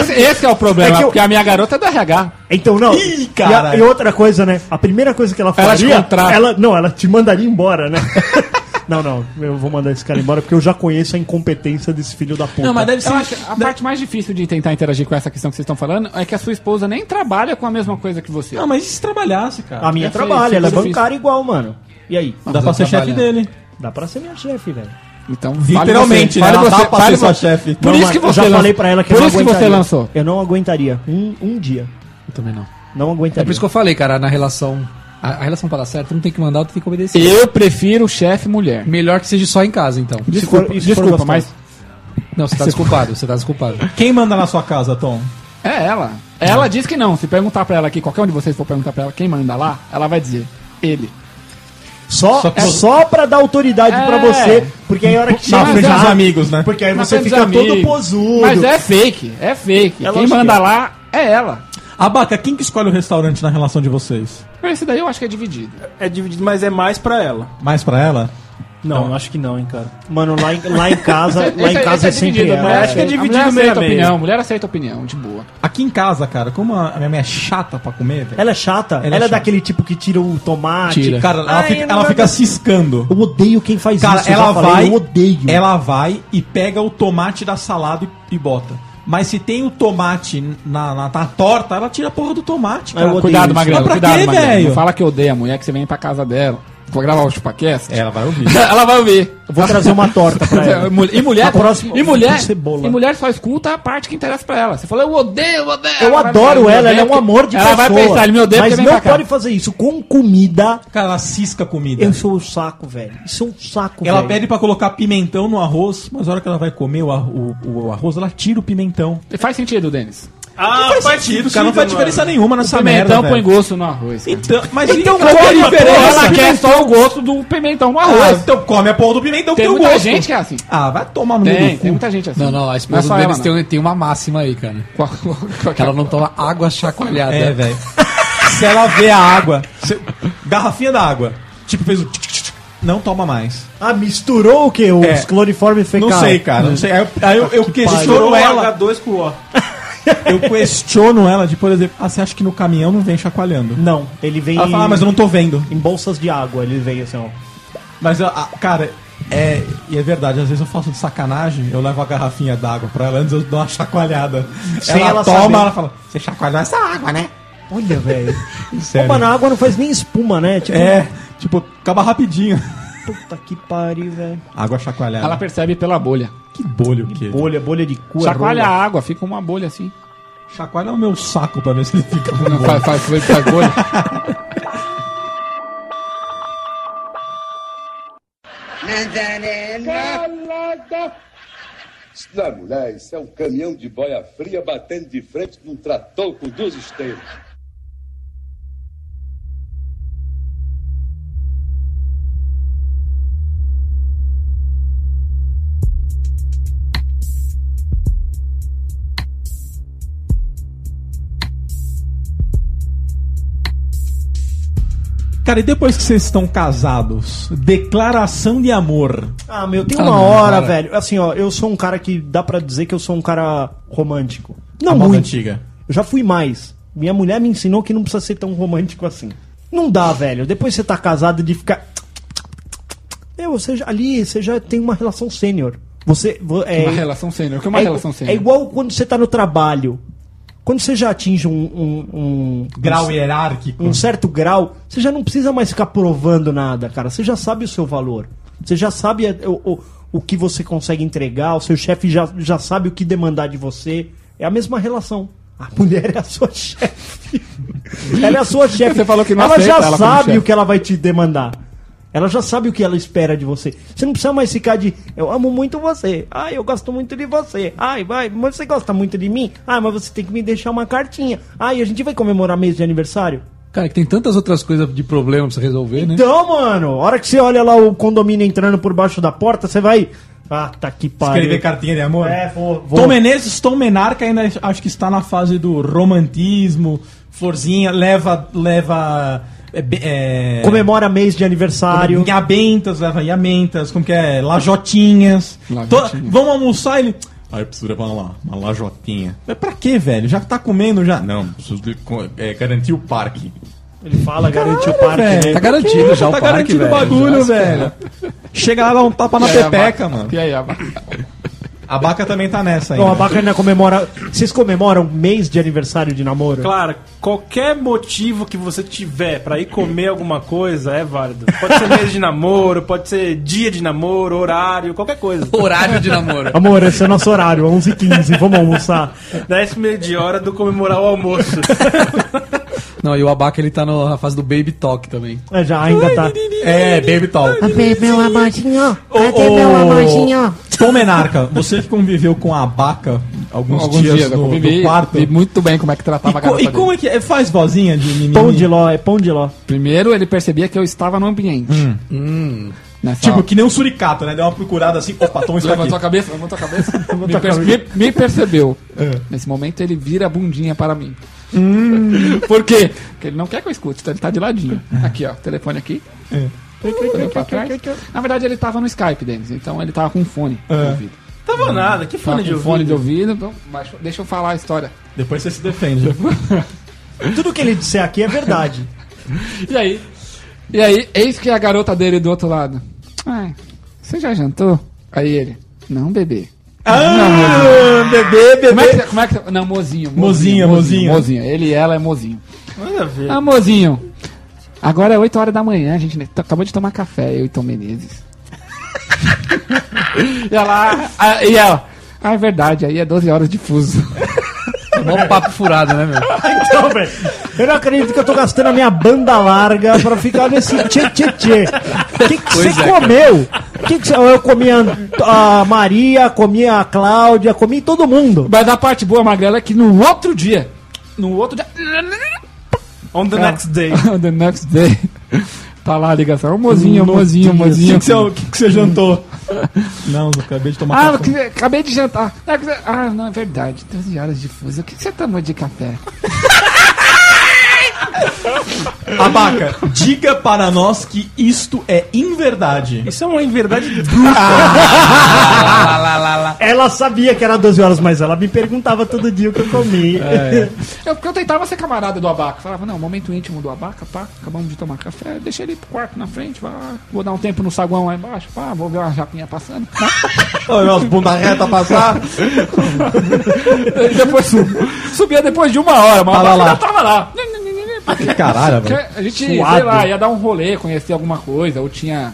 Esse, esse é o problema,
É que eu-
porque a minha garota é do RH.
Então, não.
Ih,
E a-
cara.
E, outra coisa, né? A primeira coisa que ela
Ela te
faria.
contrata.
ela- não, ela te mandaria embora, né? [LAUGHS] não, não. Eu vou mandar esse cara embora porque eu já conheço a incompetência desse filho da puta.
Não, mas deve ser. a parte mais difícil de tentar interagir com essa questão que vocês estão falando é que a sua esposa nem trabalha com a mesma coisa que você.
Não, mas é e se trabalhasse, cara?
A minha
Essa-
trabalha,
essa
ela é
difícil.
bancária igual, mano. E aí?
Dá pra ser chefe dele.
Dá pra ser minha chefe, velho.
Então,
Literalmente, né?
vale
Ela
você,
dá pra
vale
ser sua
você.
chefe.
Por isso
mas
que
eu
você
já
lançou.
falei pra ela que
Por
eu não
isso que você
aguentaria.
lançou.
Eu não aguentaria. Um, um dia.
Eu também não.
Não aguentaria.
É por isso que eu falei, cara, na relação. A, a relação para dar certo, um tem que mandar, outro tem que obedecer.
Eu prefiro chefe mulher.
Melhor que seja só em casa, então.
E se for-
Desculpa,
e se for
desculpa
gostoso?
mas
Não, você tá desculpado, você tá desculpado.
Quem manda na sua casa, Tom?
é ela. Ela diz que não. Se perguntar pra ela aqui, qualquer um de vocês for perguntar pra ela quem manda lá, ela vai dizer ele.
Só,
Só que
é
você-
só pra dar autoridade
É. Tá
pra você, porque aí a hora que
Na
chega
frente
já-
dos
amigos, né?
Porque aí
Na
você
frente
fica
dos
todo
amigos.
posudo.
Mas é fake, é fake.
É
quem
lógico
manda
que é.
lá é ela.
Abaca, quem que escolhe o restaurante na relação de vocês?
Esse daí eu acho que é dividido.
É dividido, mas é mais pra ela.
Mais pra ela?
Não, acho que não, hein, cara.
Mano, lá em, lá em casa, lá em
Esse-
casa é
esse
sempre
dividido,
ela.
a mulher
Acho que é
aceita- a
dividido
mulher aceita
meio a meio.
opinião, mulher aceita opinião, de boa.
Aqui em casa, cara, como a minha mãe é chata pra comer, velho.
Ela é chata? Ela,
é
é
chata.
daquele tipo que tira o tomate.
Tira.
Cara, ela
Ai,
fica,
não
ela
vai
fica
dar-
ciscando.
Eu odeio quem faz
Cara,
isso. eu
ela
já falei,
vai.
Eu
É.
odeio.
Ela vai e pega o tomate da salada e, e bota. Mas se tem o tomate na, na, na torta, ela tira a porra do tomate,
Eu
cara.
odeio isso.
Cuidado, Magrelo,
Mas pra
cuidado,
quê,
Magrelo.
velho?
Não fala que eu odeio a mulher que você vem pra casa dela. Vou gravar o ChupaCast.
É.
Ela vai ouvir.
[LAUGHS] ela vai ouvir.
Vou trazer uma torta
[LAUGHS]
pra ela.
E mulher,
Na próxima,
e mulher,
com cebola.
e mulher só escuta a parte que interessa pra ela. Você falou, eu odeio, eu odeio.
Eu
vai pensar,
adoro ela,
me
ela é
odeia
um amor de
Ela vai
pessoa.
pensar, ele me odeia
Mas
porque
não
vem pra
pode
cá.
fazer isso com comida.
Cara, ela cisca a comida.
Eu sou o saco, velho. Isso é um saco,
Ela
velho.
pede pra colocar pimentão no arroz, mas a hora que ela vai comer o, ar- o- o arroz, ela tira o pimentão.
Faz sentido, Denis.
Ah,
não faz sentido, cara. Não faz diferença nenhuma nessa merda.
Pimentão põe
velho.
gosto no arroz. cara.
Então, mas então
é
Qual a
diferença?
Ela quer só o gosto do pimentão no
Ah,
arroz.
então come a porra do pimentão que
Tem
eu
muita
gosto.
gente que é assim.
Ah, vai tomar no meio
Tem,
do
tem
cu.
muita gente assim.
Não, não, a
Não é
esposa
só
do Denis
ela,
tem, um, tem uma máxima aí, cara.
não. Qual- qual- qual-
Que ela não toma água chacoalhada.
É, velho. Se ela vê a água, se- garrafinha da água, tipo fez o tch, tch, tch, não toma mais.
Ah, misturou o quê? Os
É.
cloriformes fecal. Hum.
Não sei, cara, não sei. Aí eu, aí eu- eu questiono
um
Estourou
ela.
H2 com o O.
Eu questiono ela de, por exemplo, ah, você acha que no caminhão não vem chacoalhando?
Não, ele vem
Ela fala, ah, mas eu não tô vendo.
em bolsas de água. Ele veio assim, ó.
Mas, ah, ah, cara, é. E é verdade, às vezes eu faço de sacanagem, eu levo a garrafinha d'água pra ela, antes eu dou uma chacoalhada.
Sem
ela,
ela
toma,
saber.
ela fala, você chacoalhou essa água, né?
Olha, [LAUGHS] velho.
Sério.
Mano, a água não faz nem espuma, né? Tipo,
É, tipo, acaba rapidinho.
puta que pariu, velho.
Água chacoalhada.
Ela percebe pela bolha.
Que bolho que é.
Bolha, bolha de cu. é
Chacoalha a
rola.
água, fica uma bolha assim.
Chacoalha o meu saco pra ver se ele fica com
Não,
bolha.
faz, faz, faz, faz bolha.
Calada! Isso não é mulher, isso é um caminhão de boia fria batendo de frente num trator com duas esteiras.
Cara, e depois que vocês estão casados, declaração de amor.
Ah, meu, tem uma hora, velho. Assim, ó, eu sou um cara que dá pra dizer que eu sou um cara romântico. Não
a moda
muito.
antiga.
Eu já fui mais. Minha mulher me ensinou que não precisa ser tão romântico assim. Não dá, velho. Depois você tá casado de ficar. Meu, você já, ali você já tem uma relação sênior. Você. vo- É,
Uma relação sênior. O que é uma
é,
relação
igu-
sênior?
é igual quando você tá no trabalho. Quando você já atinge um. um- um-
Grau
um,
hierárquico.
um certo grau, você já não precisa mais ficar provando nada, cara. Você já sabe o seu valor. Você já sabe eh, o, o, o que você consegue entregar, o seu chefe já, já sabe o que demandar de você. É a mesma relação. A [LAUGHS] mulher é a sua chefe. ela é a sua chefe.
Você falou que não
ela
aceita
já
ela como
sabe
chefe.
o que ela vai te demandar. Ela já sabe o que ela espera de você. Você não precisa mais ficar de eu amo muito você. Ai, eu gosto muito de você. Ai, vai, mas você gosta muito de mim? Ai, mas você tem que me deixar uma cartinha. Ai, a gente vai comemorar mês de aniversário?
Cara, que tem tantas outras coisas de problema pra você resolver, né?
Então, mano, a hora que você olha lá o condomínio entrando por baixo da porta, você vai. Ah, tá que pariu.
Escrever cartinha de amor.
É, vou. vou.
Tom Menezes, Tom Menarca ainda acho que está na fase do romantismo, florzinha, leva. leva. É, be- é,
Comemora mês de aniversário.
Iabentas, leva Iabentas, como que é? Lajotinhas.
Lajotinhas.
To- Vamos almoçar ele. Aí precisa levar lá, uma lajotinha. Mas pra quê, velho? Já tá comendo já? Não, preciso de co- é, garantir o parque.
Ele fala, garante o
Caralho,
parque.
velho,
né?
tá garantido já o
Tá
parque,
garantido o
velho,
bagulho,
já,
velho.
Chega lá, dá um tapa
É.
na
E aí,
pepeca,
abaca?
mano.
E aí, abaca?
A Baca também tá nessa aí.
Não, a Baca ainda comemora. Vocês comemoram mês de aniversário de namoro?
Claro, qualquer motivo que você tiver pra ir comer alguma coisa é válido. Pode ser mês de namoro, pode ser dia de namoro, horário, qualquer coisa.
Horário de namoro.
Amor, esse é o nosso horário, 11h15, vamos almoçar.
Desce meio de hora do comemorar o almoço.
Não, e o Abaca ele tá no- na fase do Baby Talk também.
É, já ainda tá.
É, Baby Talk.
Meu amorzinho,
ô,
cadê meu amorzinho?
Tom Menarca, você que conviveu com a Abaca alguns, dias,
eu
no,
vivi,
no quarto.
vi muito bem como é que tratava a
Co-
garota
e
dele.
como é que é? Faz vozinha de mimimi.
Pão de
ló, é pão de ló.
Primeiro ele percebia que eu estava no ambiente. Nessa
Tipo,
hora.
que nem um suricato, né? Deu uma procurada assim, opa, Tom está aqui.
Levantou a cabeça, levantou a cabeça. [LAUGHS] me,
a
per-
cabeça. É.
me- me percebeu. Nesse momento ele vira a bundinha para mim.
Hum.
Por quê? Porque ele não quer que eu escute, então ele tá de ladinho.
É.
Aqui, ó, telefone aqui. Olhou pra trás. Na verdade, ele tava no Skype, Denis, então ele tava com um fone de
É.
ouvido.
Tava nada, que
Tava
fone de
com
ouvido.
fone de ouvido, então, baixou- deixa eu falar a história.
Tá Depois você se defende.
Tudo que ele disser aqui é verdade.
E aí? E aí, eis que a garota dele do outro lado. Ai, você já jantou? Aí ele, não, bebê.
Ah, bebê, bebê.
Como é que, como é que Não, mozinho.
Mozinha, mozinho.
Mozinho, ele e ela é mozinho.
Manda ver.
Ah, mozinho. Agora é 8 horas da manhã, a gente né, t- acabou de tomar café, eu e Tom Menezes. [LAUGHS] e ela, ah, e ela, ah, é verdade, aí é 12 horas de fuso.
Mó papo furado, né, meu?
Então, velho, eu não acredito que eu tô gastando a minha banda larga pra ficar nesse tchê tchê tchê. O que que você
Pois é, cara.
comeu? Que que cê- eu comi a, a Maria, comi a Cláudia, comi todo mundo.
Mas a parte boa, Magrela, é que no outro dia, [LAUGHS] no outro dia,
On the
Cara.
next day.
On the next day. Tá lá a ligação. Ô, mozinho, mozinho, mozinho.
O assim que, você- o que que você jantou? um Não, eu acabei de tomar
Ah, eu
café.
que- acabei de jantar. Ah, que- Ah, não, é verdade. 12 horas de fuso. O que você tomou de café?
Abaca, diga para nós que isto é inverdade.
Isso é uma inverdade
Ela sabia que era 12 horas, mas ela me perguntava todo dia o que eu comi.
Eu, porque eu tentava ser camarada do Abaca. Falava, não, momento íntimo do Abaca, pá. Acabamos de tomar café. Deixa ele pro quarto na frente. Vai, lá. vou dar um tempo no saguão lá embaixo. Pá, vou ver uma japinha passando. [LAUGHS]
Olha as bundas retas passar.
e depois subo. subia depois de uma hora, mas o
Tava
Abaca
lá.
ainda tava lá.
Caralho, velho.
É.
A gente, sei
Suado.
lá, ia dar um rolê, conhecer alguma coisa, ou tinha.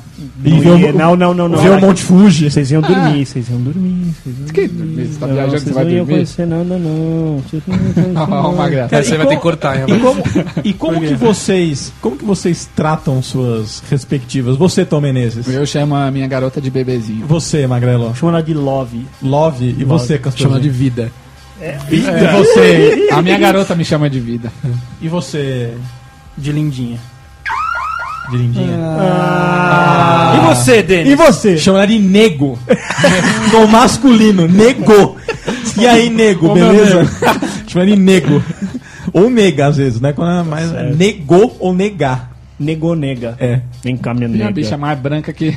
Não, não, não, não, não.
Ver o Monte Fuji.
Vocês iam dormir, vocês iam dormir, vocês iam
Que você tá
Não,
viajando, você
vocês
vai
não iam
dormir?
conhecer, É. não, não, não. Vocês não iam
Não, [LAUGHS]
conhecer, não.
Magrela.
Cara, você vai ter que cortar, hein?
E como, e como que vocês, como que vocês tratam suas respectivas? Você, Tom Menezes.
Eu chamo a minha garota de bebezinho.
Você, Magrelo.
Chama ela de love.
Love. E você,
Chama
é.
Castor.
de vida. É.
E você.
A minha garota me chama de vida.
E você,
de lindinha.
de lindinha.
E você, Denis?
E você?
Chama ela de nego. [LAUGHS] Com masculino. Nego. E aí, nego, beleza? [LAUGHS] Chama ela de nego. Ou nega, às vezes, né? Quando é mais. Negou ou negar.
Negou nega.
É.
Vem cá, minha
Minha
nega.
bicha mais branca que.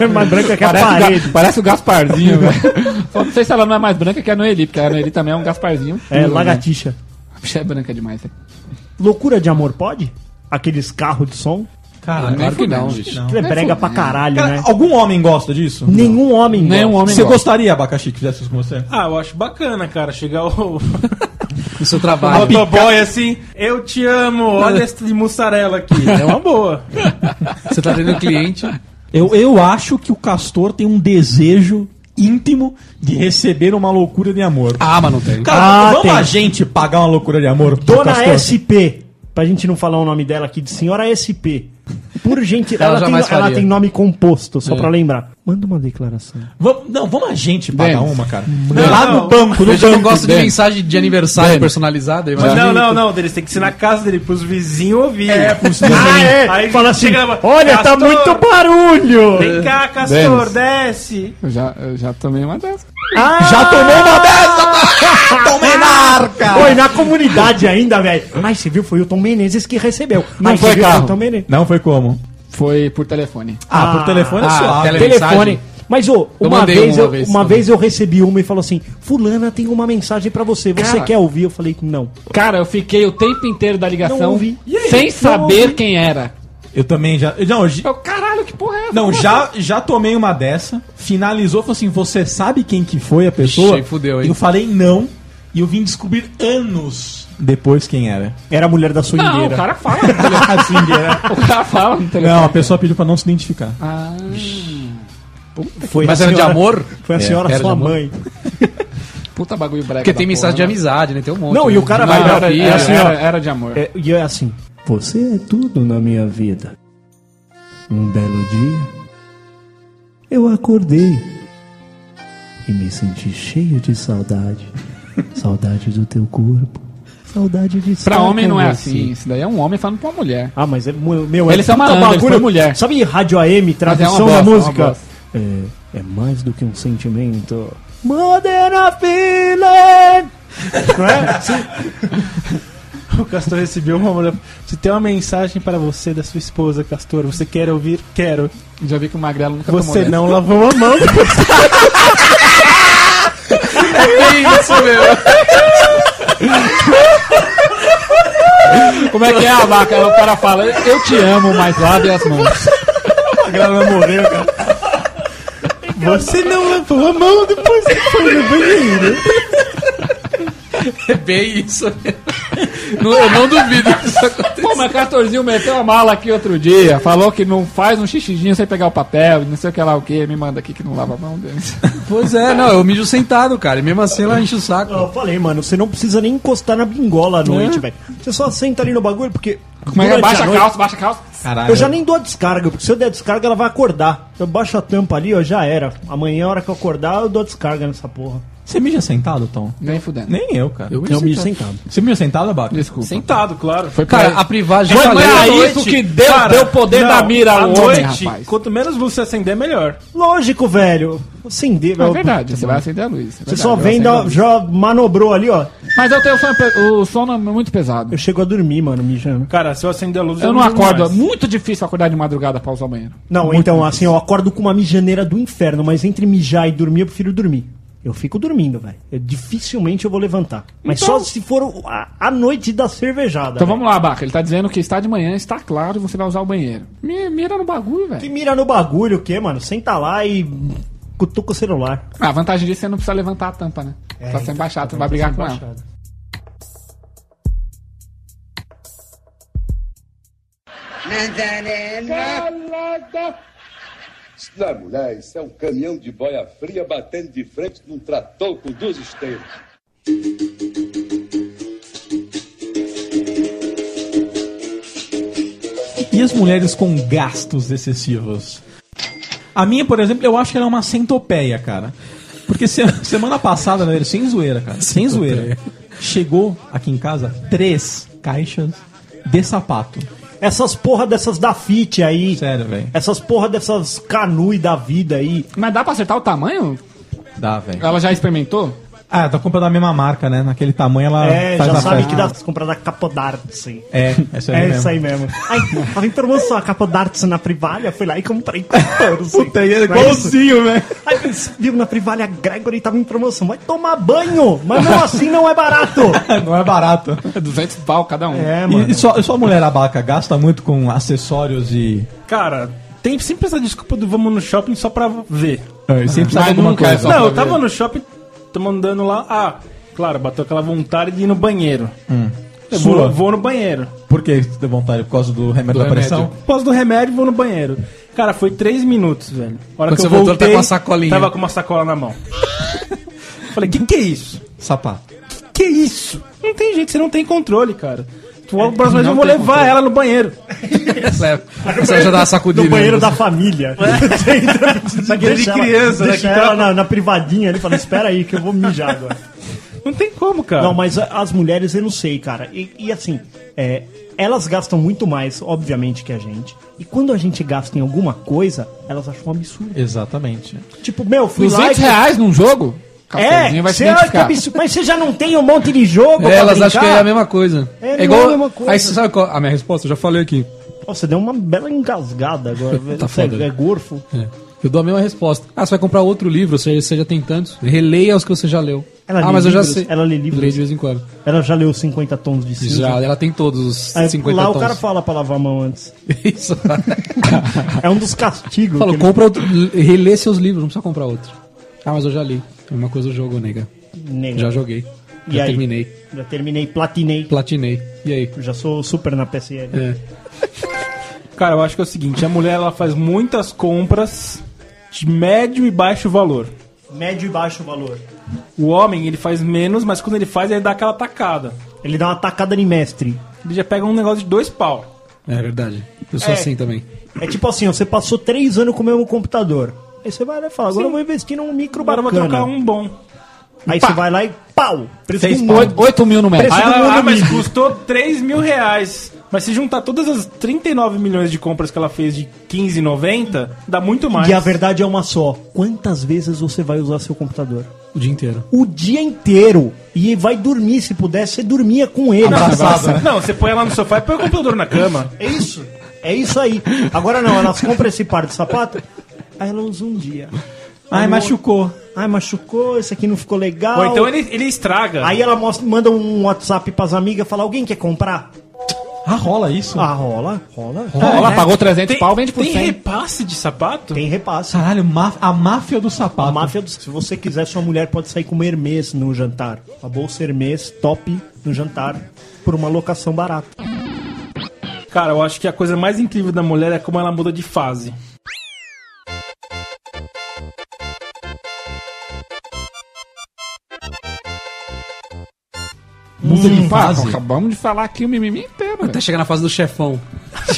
é mais branca que a
Parece, o
parede.
Ga- parece o Gasparzinho, [LAUGHS] velho. Só não sei se ela não é mais branca que a Noeli, porque a Noeli também é um Gasparzinho.
É,
Hum, [LAUGHS]
lagartixa.
né? A bicha é branca demais, velho.
Loucura de amor pode? Aqueles carros de som?
Caralho.
Claro que não,
acho que
bicho.
não.
Que é brega pra caralho,
Cara,
né?
algum homem gosta disso?
Nenhum homem
Nenhum um homem
Você
gosta.
gostaria, abacaxi, que fizesse isso com você?
Ah, eu acho bacana, cara, chegar o
No seu trabalho.
motoboy assim, eu te amo, olha esse de mussarela aqui. É uma boa.
Você tá tendo cliente.
Eu, eu acho que o Castor tem um desejo íntimo de receber uma loucura de amor.
Ah, mas não tem.
Cara,
Ah,
vamos
tem.
a gente pagar uma loucura de amor pro
Dona
Castor?
SP. Pra gente não falar o nome dela aqui, de senhora SP. Por gentileza,
Ela
ela,
jamais
tem, ela
faria.
tem nome composto, só pra lembrar. Manda uma declaração.
Vamos- não, vamos a gente pagar
Denis.
uma, cara. Lá no banco, no
Eu já não
banco.
gosto de
Dani.
mensagem de aniversário
Dani.
personalizada.
Mas
Imagina.
não, não, não, Denis, tem que ser na casa dele, pros vizinhos ouvir.
É, pros vizinhos.
Ah, é?
Aí
Fala assim,
chega lá,
olha, tá
Castor,
muito barulho!
Vem cá, Castor, desce.
Eu já, eu já tomei uma dessas.
Ah!
Já tomou uma
[LAUGHS]
dessa? Tomei na arca!
Foi na comunidade ainda, velho. Mas você viu, foi o Tom Menezes que recebeu.
Não
Ai,
foi
você viu,
carro.
o Tom Menezes.
Não foi como?
Foi por telefone.
Ah, por telefone é
Ah,
suave.
telemensagem.
Telefone. Mas, ô,
Eu
uma,
mandei
vez,
uma
eu,
vez né?
uma
também.
vez eu recebi uma e falou assim: Fulana tem uma mensagem pra você, você
Cara.
quer ouvir? Eu falei, não.
Cara, eu fiquei o tempo inteiro da
Não
ligação
ouvi. E aí?
sem
Não
saber
ouvi.
quem era.
Eu também já. Não, gi-
Caralho, que porra é essa?
não
Como
já, já tomei uma dessa, finalizou, falou assim: você sabe quem que foi a pessoa?
aí fudeu, hein?
Eu falei não, e eu vim descobrir anos depois quem [LAUGHS] era.
Era a mulher da
assim? Não, o
swingueira.
cara fala. no telefone. o cara fala no telefone.
Não, a pessoa pediu pra não se identificar.
Ah,
Foi
Mas
a
era de
senhora-
amor?
Foi a
É,
senhora
era de
sua
amor.
mãe.
puta bagulho brega.
Porque tem
da
mensagem de
porra, né?
amizade, né? Tem um monte.
Não, e
né?
o cara
De
vai-
Era,
biografia,
É
era,
assim,
né?
ó.
era, era de amor.
É, e é assim: Você é tudo na minha vida. Um belo dia, eu acordei e me senti cheio
[LAUGHS]
de saudade. saudade do teu corpo. Saudade
Pra
de estar
homem
com
não é
você.
assim. Isso daí é um homem falando pra uma mulher.
Ah, mas é, mu- meu,
Eles
é
são malandros, são mulher.
Sabe rádio AM, tradução
Mas é uma
da
bosta, é uma
música? É, é mais do que um sentimento. Modern feeling! não
[LAUGHS]
é? Sim.
O Castor recebeu uma mulher. Você tem uma mensagem para você da sua esposa, Castor. Você quer ouvir? Quero.
Já vi que o Magrelo nunca tomou né?
Você
dessa.
não lavou
[LAUGHS]
a mão.
Isso, meu.
Como é que é a vaca? O cara fala, eu te amo, mas lave as mãos.
Você não lavou a mão depois que foi no banheiro.
É bem isso. [LAUGHS] Não, eu não duvido que isso aconteça.
Pô, mas Castorzinho meteu a mala aqui outro dia, falou que não faz um xixidinho sem pegar o papel, não sei o que lá o que, me manda aqui que não lava a mão dele.
Pois é, não, eu mijo sentado, cara. E mesmo assim ela enche o saco.
Eu falei, mano, você não precisa nem encostar na bingola à noite, velho. Você só senta ali no bagulho, porque.
Como é que é?
durante
Baixa a
noite-
calça, baixa a calça.
Caralho.
Eu já nem dou a descarga, porque se eu der a descarga, ela vai acordar. Eu baixo a tampa ali, ó, já era. Amanhã, a hora que eu acordar, eu dou a descarga nessa porra.
Você mija sentado, Tom?
Nem fudendo.
Nem eu, cara.
Eu
Eu me sentado.
Você mija sentado, Abaco?
Desculpa.
Sentado, claro.
Foi
Cara,
pra-
a privagem
Foi
tá
pra
lenta.
é isso que deu, deu poder da mira
à
ao homem,
noite.
rapaz.
Quanto menos luz você acender, melhor.
Lógico, velho.
É
Acender, velho.
verdade, você vai acender a luz. é
Você
verdade,
só
vai
vem, um
acender a
da,
luz.
já manobrou ali, ó.
Mas eu tenho sono pe- o sono é muito pesado.
Eu chego a dormir, mano, mijando.
Cara, se eu acender a luz,
Eu não
durmo
acordo, é
mais.
muito difícil acordar de madrugada pra usar o banheiro.
Não, então, assim, eu acordo com uma mijaneira do inferno, mas entre mijar e dormir, eu prefiro dormir. Eu fico dormindo, velho. Eu- Dificilmente eu vou levantar. Mas só se for o- a, a noite da cervejada.
Então
velho.
vamos lá, Baca, ele tá dizendo que está de manhã, está claro, e você vai usar o banheiro. Mi- Mira no bagulho, velho.
Que mira no bagulho, o quê, mano? Senta lá e cutuca o celular.
Ah, A vantagem disso é não precisar levantar a tampa, né? Só sem baixar, tu não vai
tá
brigar com ela.
Calada! Isso não é mulher, isso é um caminhão de boia fria batendo de frente num trator com duas esteiras.
E as mulheres com gastos excessivos? A minha, por exemplo, eu acho que ela é uma centopeia, cara. Porque se- [LAUGHS] semana passada, né, sem zoeira, cara, sem zoeira, chegou aqui em casa três caixas de sapato.
Essas porra dessas da fit aí.
Sério, velho.
Essas porra dessas canui da vida aí.
Mas dá pra acertar o tamanho?
Dá, velho.
Ela já experimentou?
Ah, tá comprando a mesma marca, né? Naquele tamanho ela
é,
faz
já
a
sabe
festa.
que dá pra comprar da Capodartse.
É, essa aí
É
mesmo.
isso aí mesmo. Ai, tava em promoção a Capodartse na Privalha, fui lá e
[LAUGHS]
comprei 14.
Puta, e é
Não é isso?
igualzinho, velho.
Aí viu na Privalha Gregory tava em promoção. Vai tomar banho, mas não assim não é
[LAUGHS]
barato.
Não é barato.
200 pau cada um.
É,
E-
mano.
E, só, só a mulher abaca gasta muito com acessórios e...
Cara, tem sempre essa desculpa do vamos no shopping só pra ver.
e sempre
Mas
sabe alguma
nunca é
coisa.
só-
não,
pra
eu
ver.
tava no shopping, tô mandando lá. Ah, claro, bateu aquela vontade de ir no banheiro.
Hum.
Eu
Sua.
vou, vou no banheiro.
Por que você deu vontade? Por causa do remédio
Do
da pressão?
remédio.
Após do remédio, vou no banheiro. Cara, foi três minutos, velho. A hora
Quando você voltou, ele tá com uma sacolinha.
Tava com uma sacola na mão. [LAUGHS] Falei, que que é isso?
Sapato.
Que isso? Não tem jeito, você não tem controle, cara. Tu olha pra mas
não
eu vou
tem
levar ela no banheiro.
[LAUGHS] Leva. Você já dá uma
é
sacudida.
No banheiro
né?
da família. [LAUGHS] Você entra,
Banheiro de
deixa ela-
criança, né,
deixa
que
ela
tá-
na, na privadinha ali, fala, espera aí que eu vou mijar agora.
Não tem como, cara.
Não, mas a- as mulheres eu não sei, cara. E, e assim, é, elas gastam muito mais, obviamente, que a gente. E quando a gente gasta em alguma coisa, elas acham um absurdo.
Exatamente.
Tipo, meu, fui lá.
200
e-
reais num jogo?
É,
Castorzinho vai se
você acha que é
identificar.
absurdo, mas você já não tem um monte de jogo
É,
pra
elas
brincar?
acham que é a mesma coisa.
É, não
É igual.
é a mesma coisa.
Aí você sabe qual? A minha resposta, eu já falei aqui.
Nossa, deu uma bela engasgada agora. velho.
Tá
Você
foda.
É gorfo.
Eu dou a mesma resposta. Ah, você vai comprar outro livro, você, você já tem tantos. Releia os que você já leu.
Ela
ah,
lê
mas eu já
livros?
sei.
Ela lê livros?
Lê de vez em quando.
Ela já leu 50 tons de cinza.
Já, ela tem todos os
Aí,
50
lá o
tons.
cara fala pra lavar a mão antes.
[LAUGHS]
[LAUGHS]
Isso.
é um dos castigos.
Falou,
que ele-
compra outro, relê seus livros, não precisa comprar outro. Ah, mas eu já li. É uma coisa o jogo, nega.
Nega.
Já joguei.
E
já
aí?
terminei.
Já terminei, platinei.
Platinei. E aí?
Já sou super na PSN.
É.
Cara, eu acho que é o seguinte, a mulher ela faz muitas compras de médio e baixo valor.
Médio e baixo valor.
O homem, ele faz menos, mas quando ele faz, ele dá aquela tacada.
Ele dá uma tacada de mestre.
Ele já pega um negócio de dois pau.
É verdade. Eu sou
É.
assim também.
É tipo assim, ó, você passou três anos com o mesmo computador. Aí você vai lá e fala, agora eu vou investir num micro
Agora eu
bacana.
vou trocar um bom.
Aí você vai lá e pau! um Preço
Seis
do
Tá,
pau.
mundo.
Oito mil no metro.
Preço
Aí
do
ela,
mundo,
ah, mas
amigo.
custou 3 mil reais. Mas se juntar todas as 39 milhões de compras que ela fez de 15,90, dá muito mais.
E a verdade é uma só. Quantas vezes você vai usar seu computador?
O dia inteiro.
O dia inteiro. E vai dormir, se puder, você dormia com ele.
Não, não, você põe ela no sofá e põe o computador na cama.
É isso. É isso aí. Agora não, elas compram esse par de sapato, aí ela usa um dia.
Ai, machucou.
Ai, machucou, esse aqui não ficou legal.
Ou então ele, ele estraga.
Aí ela mostra- manda um WhatsApp pras amigas e fala, alguém quer comprar?
Ah, rola isso?
Ah, rola, rola.
Ela pagou 300 pau, vende por
é, Tem
100.
repasse de sapato?
Tem repasse.
Caralho, má- a máfia do
A
sapato.
máfia, do- se você quiser, sua mulher pode sair com uma Hermès no jantar. Uma bolsa Hermès top no jantar por uma locação barata.
Cara, eu acho que a coisa mais incrível da mulher é como ela muda de [LAUGHS] fase.
Muda de fase.
Acabamos de falar aqui o mimimi inteiro. velho.
Até chegar na fase do chefão.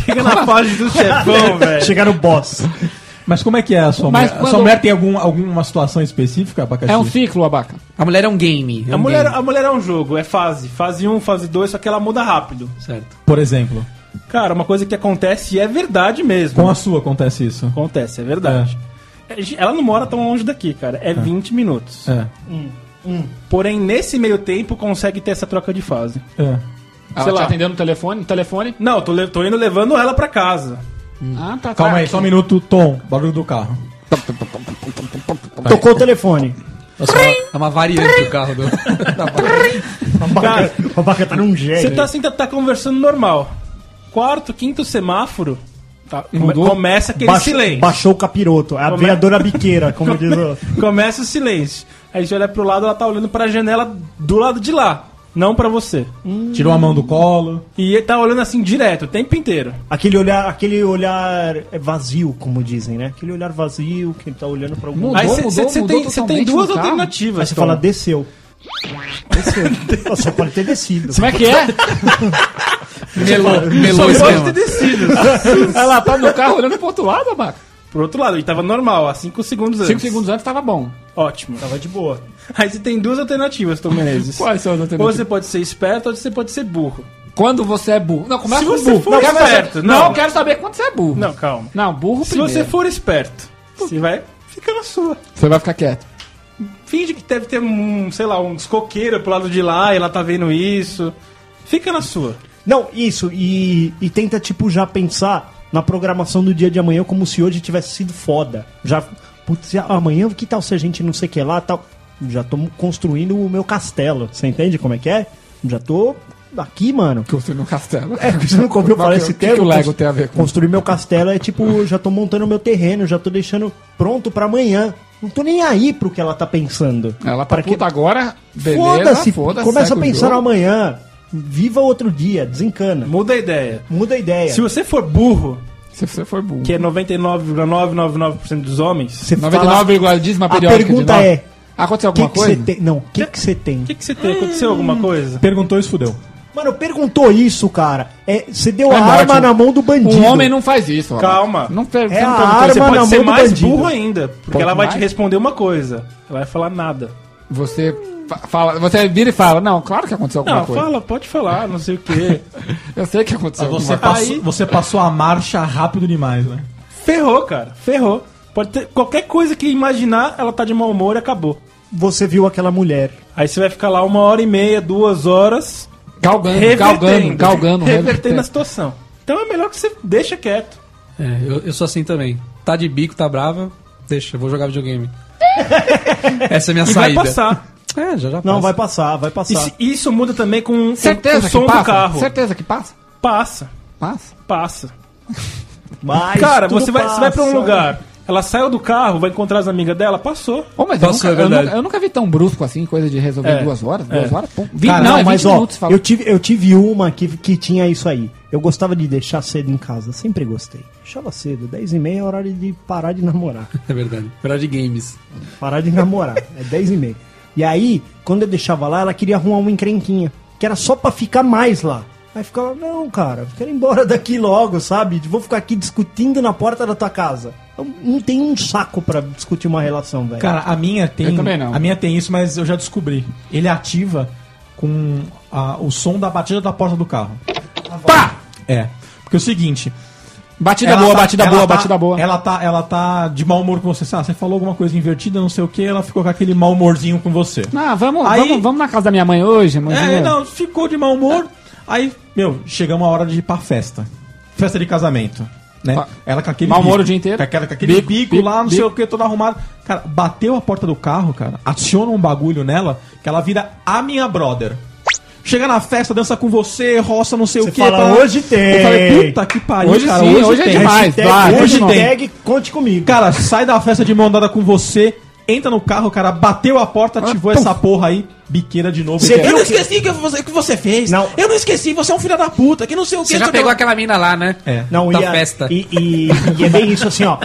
Chega na fase
[LAUGHS]
do [LAUGHS] chefão, velho.
Chegar no boss.
Mas como é que é a sua
Mas
mulher? A
quando-
sua mulher tem algum, alguma situação específica, abacaxi?
É um ciclo, abaca.
A mulher é um game. é
A
um
mulher,
game.
a mulher é um jogo, é fase. Fase 1, fase 2, só que ela muda rápido.
é-
Certo.
Por exemplo,
Cara, uma coisa que acontece e é verdade mesmo.
com a sua acontece isso.
Acontece, é verdade. É, Ela não mora tão longe daqui, cara. É 20 minutos.
É.
Porém, nesse meio tempo, consegue ter essa troca de fase.
É.
Ela
Sei
te
lá.
atendeu no telefone? No telefone?
Não, tô, le- tô indo levando ela pra casa.
Ah, tá.
Calma
tá
aí,
aqui.
só um minuto, Tom. Barulho do carro.
Tocou o telefone.
Nossa, é uma- é uma variante do carro
[LAUGHS]
do.
A vaca, a vaca tá num jeito.
Você tá assim, tá, tá conversando normal. Quarto, quinto semáforo, tá, come-
Mudou?
começa aquele
Baixou-
silêncio.
Baixou o capiroto. É a
Como é?
vereadora biqueira, como diz o...
[LAUGHS] Começa o silêncio. Aí você olha pro lado, ela tá olhando pra janela do lado de lá, não pra você.
Tirou a mão do colo.
E tá olhando assim direto, o tempo inteiro.
Aquele olhar, aquele olhar é vazio, como dizem, né? Aquele olhar vazio que ele tá olhando pra algum
Mudou,
Aí você-
mudou,
você
mudou
tem, você tem
totalmente
duas
no carro.
alternativas.
Aí você
Tom.
fala, desceu.
[LAUGHS]
Desceu. Só pode ter descido.
Como é que é?
Melou, melou
Só
o
pode ter
esquema.
descido.
Ela tá no carro olhando pro outro lado, abaca.
Pro outro lado, ele tava normal, há 5 segundos antes.
Cinco segundos antes tava bom.
Ótimo.
Tava de boa.
Aí você tem duas alternativas, Tom
[LAUGHS]
Menezes.
Quais são as
Ou
alternativas?
você pode ser esperto ou você pode ser burro.
Quando você é burro. Não, começa
Se
com
você
burro.
for
não, quero
esperto,
saber-
não.
não, quero saber quando você é burro.
Não, calma.
Não, burro
Se
primeiro.
você for esperto, você vai ficar na sua.
Você vai ficar quieto.
Finge que deve ter um, sei lá, um escoqueiro pro lado de lá e ela tá vendo isso. Fica na sua.
Não, isso. E, e tenta, tipo, já pensar na programação do dia de amanhã como se hoje tivesse sido foda. Já, putz, ah, amanhã que tal se a gente não sei o que lá, tal. Já tô construindo o meu castelo. Você entende como é que é? Já tô aqui, mano.
Construir um castelo.
É, porque você não comprou falar
Mas
esse
o que
termo.
que o Lego tem a ver com-
Construir meu castelo é
[LAUGHS]
tipo, já tô montando meu terreno, já tô deixando pronto pra amanhã. Não tô nem aí pro que ela tá pensando.
Ela tá
Pra
puta agora. Beleza,
Foda-se,
foda-se,
começa a
segue o
pensar no
jogo.
amanhã. Viva outro dia, desencana.
Muda a ideia.
Muda a ideia.
Se você for burro,
Se você for burro.
que é 99,999% dos homens,
você
99, dízima
A
periódica
pergunta
de nove.
é,
Aconteceu
o que
alguma
que você
coisa?
tem? Não, o que que você tem?
o que, que você tem? Aconteceu
Hum.
alguma coisa?
Perguntou e fudeu.
Mano, perguntou isso, cara. É, Você deu
É
a
morte,
arma
um-
na mão do bandido.
O homem não faz isso. Roberto.
Calma.
Não per-
É
você Ah, não
a
perguntou
Então Você
arma na
pode ser
mão do
mais
bandido.
burro ainda, porque
Pouco
ela vai te
mais?
responder uma coisa. Ela vai falar nada.
Você fa- fala, você vira e fala, não, claro que aconteceu alguma
Não,
coisa.
fala, pode falar, não sei o quê. [LAUGHS]
Eu sei que aconteceu
Você
alguma
tá
coisa.
passou, você passou a marcha rápido demais, né?
Ferrou, cara, ferrou. Pode ter qualquer coisa que imaginar, ela tá de mau humor e acabou.
Você viu aquela mulher.
Aí você vai ficar lá uma hora e meia, duas horas,
Galgando, galgando,
revertendo,
galgando. né?
revertendo a é situação. Então é melhor que você deixa quieto.
É, eu, eu sou assim também. Tá de bico, tá brava. Playstation, eu vou jogar
[LAUGHS]
videogame. Essa é a minha
E vai
saída.
passar.
É, já já
Não, vai
passar.
passar, vai
E
passar.
se- isso muda também com o-
Certeza
o som
que passa?
do carro.
Certeza que passa?
Passa.
Passa?
Passa.
Mas
Cara,
tudo
você vai, você vai pra um
passa.
lugar, ela saiu do carro, vai encontrar as amigas dela, passou.
Ô, mas
Passou,
eu,
é
nunca, eu,
verdade.
nunca, eu nunca vi tão brusco assim, coisa de resolver
É,
duas horas,
é.
duas horas. Pô, vi-
Cara, não,
é 20
mas ó,
minutos falando.
eu tive, eu tive uma que, que tinha isso aí. Eu gostava de deixar cedo em casa, sempre gostei. Deixava cedo, 10 e meia é horário de parar de namorar.
É verdade. Virar de games.
Parar de namorar, é 10 e meia. E aí, quando eu deixava lá, ela queria arrumar uma encrenquinha, que era só pra ficar mais lá. Aí ficava, não, cara, quero ir embora daqui logo, sabe? Vou ficar aqui discutindo na porta da tua casa. Eu não tem um saco pra discutir uma relação, velho.
Cara, a minha tem.
Eu também não.
A minha tem isso, mas eu já descobri. Ele ativa com a- o som da batida da porta do carro.
Pá!
É. Porque é o seguinte.
Batida
ela
boa,
tá-
batida
ela
boa,
tá-
batida boa.
Ela tá, ela tá de mau humor com você. Ah, você falou alguma coisa invertida, não sei o que, ela ficou com aquele mau humorzinho com você.
Não, vamos,
Aí-
vamos, vamos na casa da minha mãe hoje, mãezinha.
É, não, ficou de mau humor. É. Aí, meu, chegamos a hora de ir pra festa. Festa de casamento. Né?
Ah,
Ela com aquele
mau humor
bico,
o dia inteiro?
Com, aquela, com aquele
Bico,
bico,
bico,
lá, não
bico.
sei o que, todo arrumado. Cara, bateu a porta do carro, cara, aciona um bagulho nela, que ela vira a minha brother. Chega na festa, dança com você, roça não sei
Você
o que. é
fala, "Hoje tem."
Eu falei, puta que pariu,
Hoje
cara.
sim, hoje é
tem.
demais.
Hashtag-
vai,
hoje tem.
hashtag conte comigo.
Cara, sai da festa de mão dada com você, entra no carro, cara, bateu a porta, ativou essa porra aí, biqueira de novo.
Você
Eu
viu
não
que-
esqueci que você, que você fez.
Não.
Eu não esqueci, você é um filho da puta, que não sei o que.
Você já
não sei o
pegou
que.
aquela mina lá, né?
É.
Não,
Da
e, a-
festa.
E, e- e é bem isso assim, ó.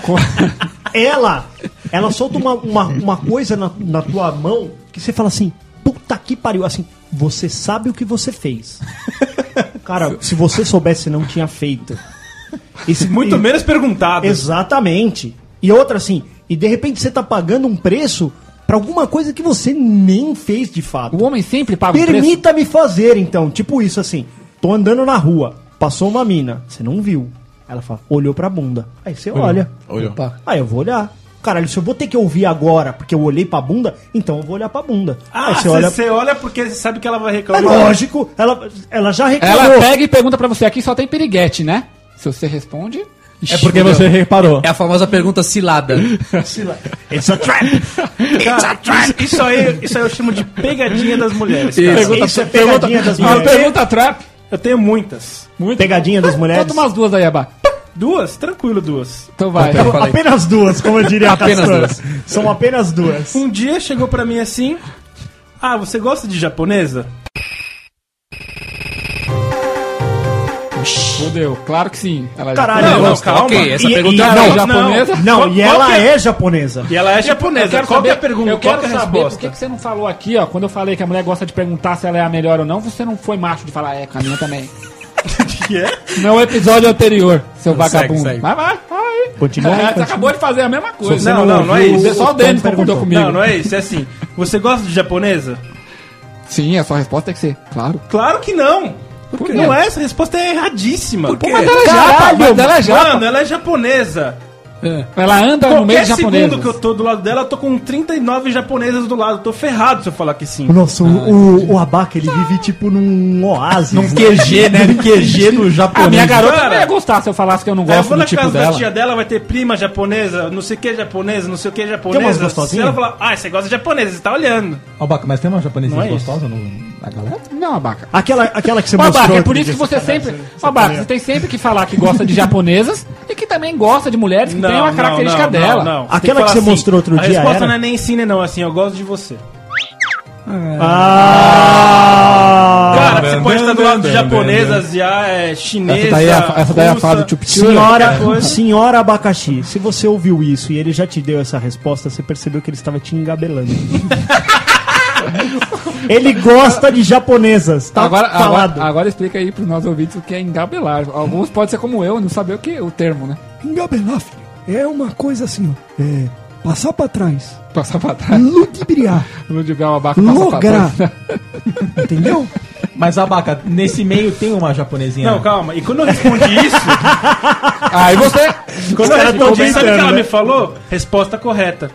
ela, ela solta uma, uma, uma coisa na, na tua mão que você fala assim, puta que pariu. Assim, você sabe o que você fez. Cara, se você soubesse, você não tinha feito. Esse,
Muito menos perguntado.
Exatamente. E outra assim, e de repente você tá pagando um preço pra alguma coisa que você nem fez de fato.
O homem sempre paga Ah, o preço.
Permita-me fazer, então. Tipo isso, assim. Tô andando na rua. Passou uma mina. Você não viu. Ela fala, olhou pra bunda. Aí você olha.
Olhou.
Opa. Aí eu vou olhar. Caralho, se eu vou ter que ouvir agora porque eu olhei pra bunda, então eu vou olhar pra bunda.
Ah,
Aí
você olha... porque você sabe que ela vai
É
reclamar.
lógico. Ela, ela já reclamou.
Ela pega e pergunta pra você, aqui só tem piriguete, né? Se você responde...
É porque você reparou.
É a famosa pergunta cilada.
It's a trap.
Isso- Isso aí, isso aí eu chamo de pegadinha das mulheres. cara.
Pergunta,
Isso é
pergunta,
pegadinha
Ah,
das
uma
mulheres.
pergunta trap.
Eu tenho muitas.
Pegadinha das mulheres.
Solta umas duas aí, Abá.
Duas? Tranquilo, duas.
Então vai.
Então, fala aí.
Apenas duas, como eu diria
Apenas
Castanho.
duas.
São apenas duas.
Um dia chegou pra mim assim: Ah, você gosta de japonesa?
Fudeu, claro que sim. Ela já-
Caralho,
Não,
eu
não,
gosto.
calma. Ok, essa
E-
pergunta
e-
é
não,
uma
japonesa?
Não,
Qual-
e ela
qual que
é japonesa.
E ela é japonesa. Qual que é a pergunta?
Eu
Qual
quero
que é a
saber por
resposta?
que que você não falou aqui, ó. Quando eu falei que a mulher gosta de perguntar se ela é a melhor ou não, você não foi macho de falar, é, com a minha também.
Que é?
[LAUGHS] Não episódio anterior, seu vagabundo.
segue.
Vai, vai, vai.
Continua
É,
aí,
Você
continua.
acabou de fazer a mesma coisa.
você não é ouviu,
isso.
o
Só o Denis concordou
perguntou.
comigo.
Não, não é isso. É assim: Você gosta de japonesa?
Sim, a sua resposta tem que ser, claro.
Claro que não.
quê?
Não é essa. A resposta é erradíssima. Por
Mas ela é japa, mas ela é japa. É.
Mano, ela é japonesa.
Ela anda no meio
Qualquer
de
segundo
japoneses.
que eu tô do lado dela, eu tô com 39 japonesas do lado. Eu tô ferrado se eu falar que sim.
Nossa, o, o, o Abaca, ele vive tipo num oásis. Num
QG, né? QG do
A
japonês.
minha garota
Cara.
não ia gostar se eu falasse que eu não
Aí eu
gosto
vou
do
na
tipo
casa
dela.
da tia dela, vai ter prima japonesa, não sei o que japonesa, não sei o que
Tem umas
japonesa. Se
gostosinhas?
ela falar, ah, você gosta de japonesa, você tá olhando.
Ó, Baca, mas tem uma japonesa
Não é
gostosa no, na galera?
Não, abaca.
Aquela, aquela que você mostrou.
Abaca, é por
outro
isso é. que
dia.
você sempre. Abaca, você tem sempre que falar que gosta de japonesas [LAUGHS] e que também gosta de mulheres que têm uma característica
não,
dela.
não, não.
Aquela
tem falar
que você mostrou outro
A
dia
resposta
era?
não é nem sim, nem não, assim, eu gosto de você.
Ah!
Cara, você pode estar do lado de japonesas, já é chinesa.
Essa daí é a- essa daí é a fada É. do
chup
Senhora, senhora abacaxi, se você ouviu isso e ele já te deu essa resposta, você percebeu que ele estava te engabelando. ele gosta de japonesas, tá
agora,
falado.
agora, agora explica aí pros nossos ouvintes o que é engabelar. Alguns podem ser como eu, não saber o que o termo, né?
Engabelar, filho. É uma coisa assim, ó. É passar pra trás,
Passar pra trás. [LAUGHS] é
ludibriar,
Não diga o abaca passar pra
lograr.
trás. [LAUGHS]
Entendeu?
Mas, Abaca, nesse meio tem uma japonesinha.
Não, calma. E quando eu respondi
[LAUGHS]
isso,
Aí Ah, você.
quando eu
caras tão
respondi, sabe o que
tentando,
ela
né?
me falou? Resposta correta.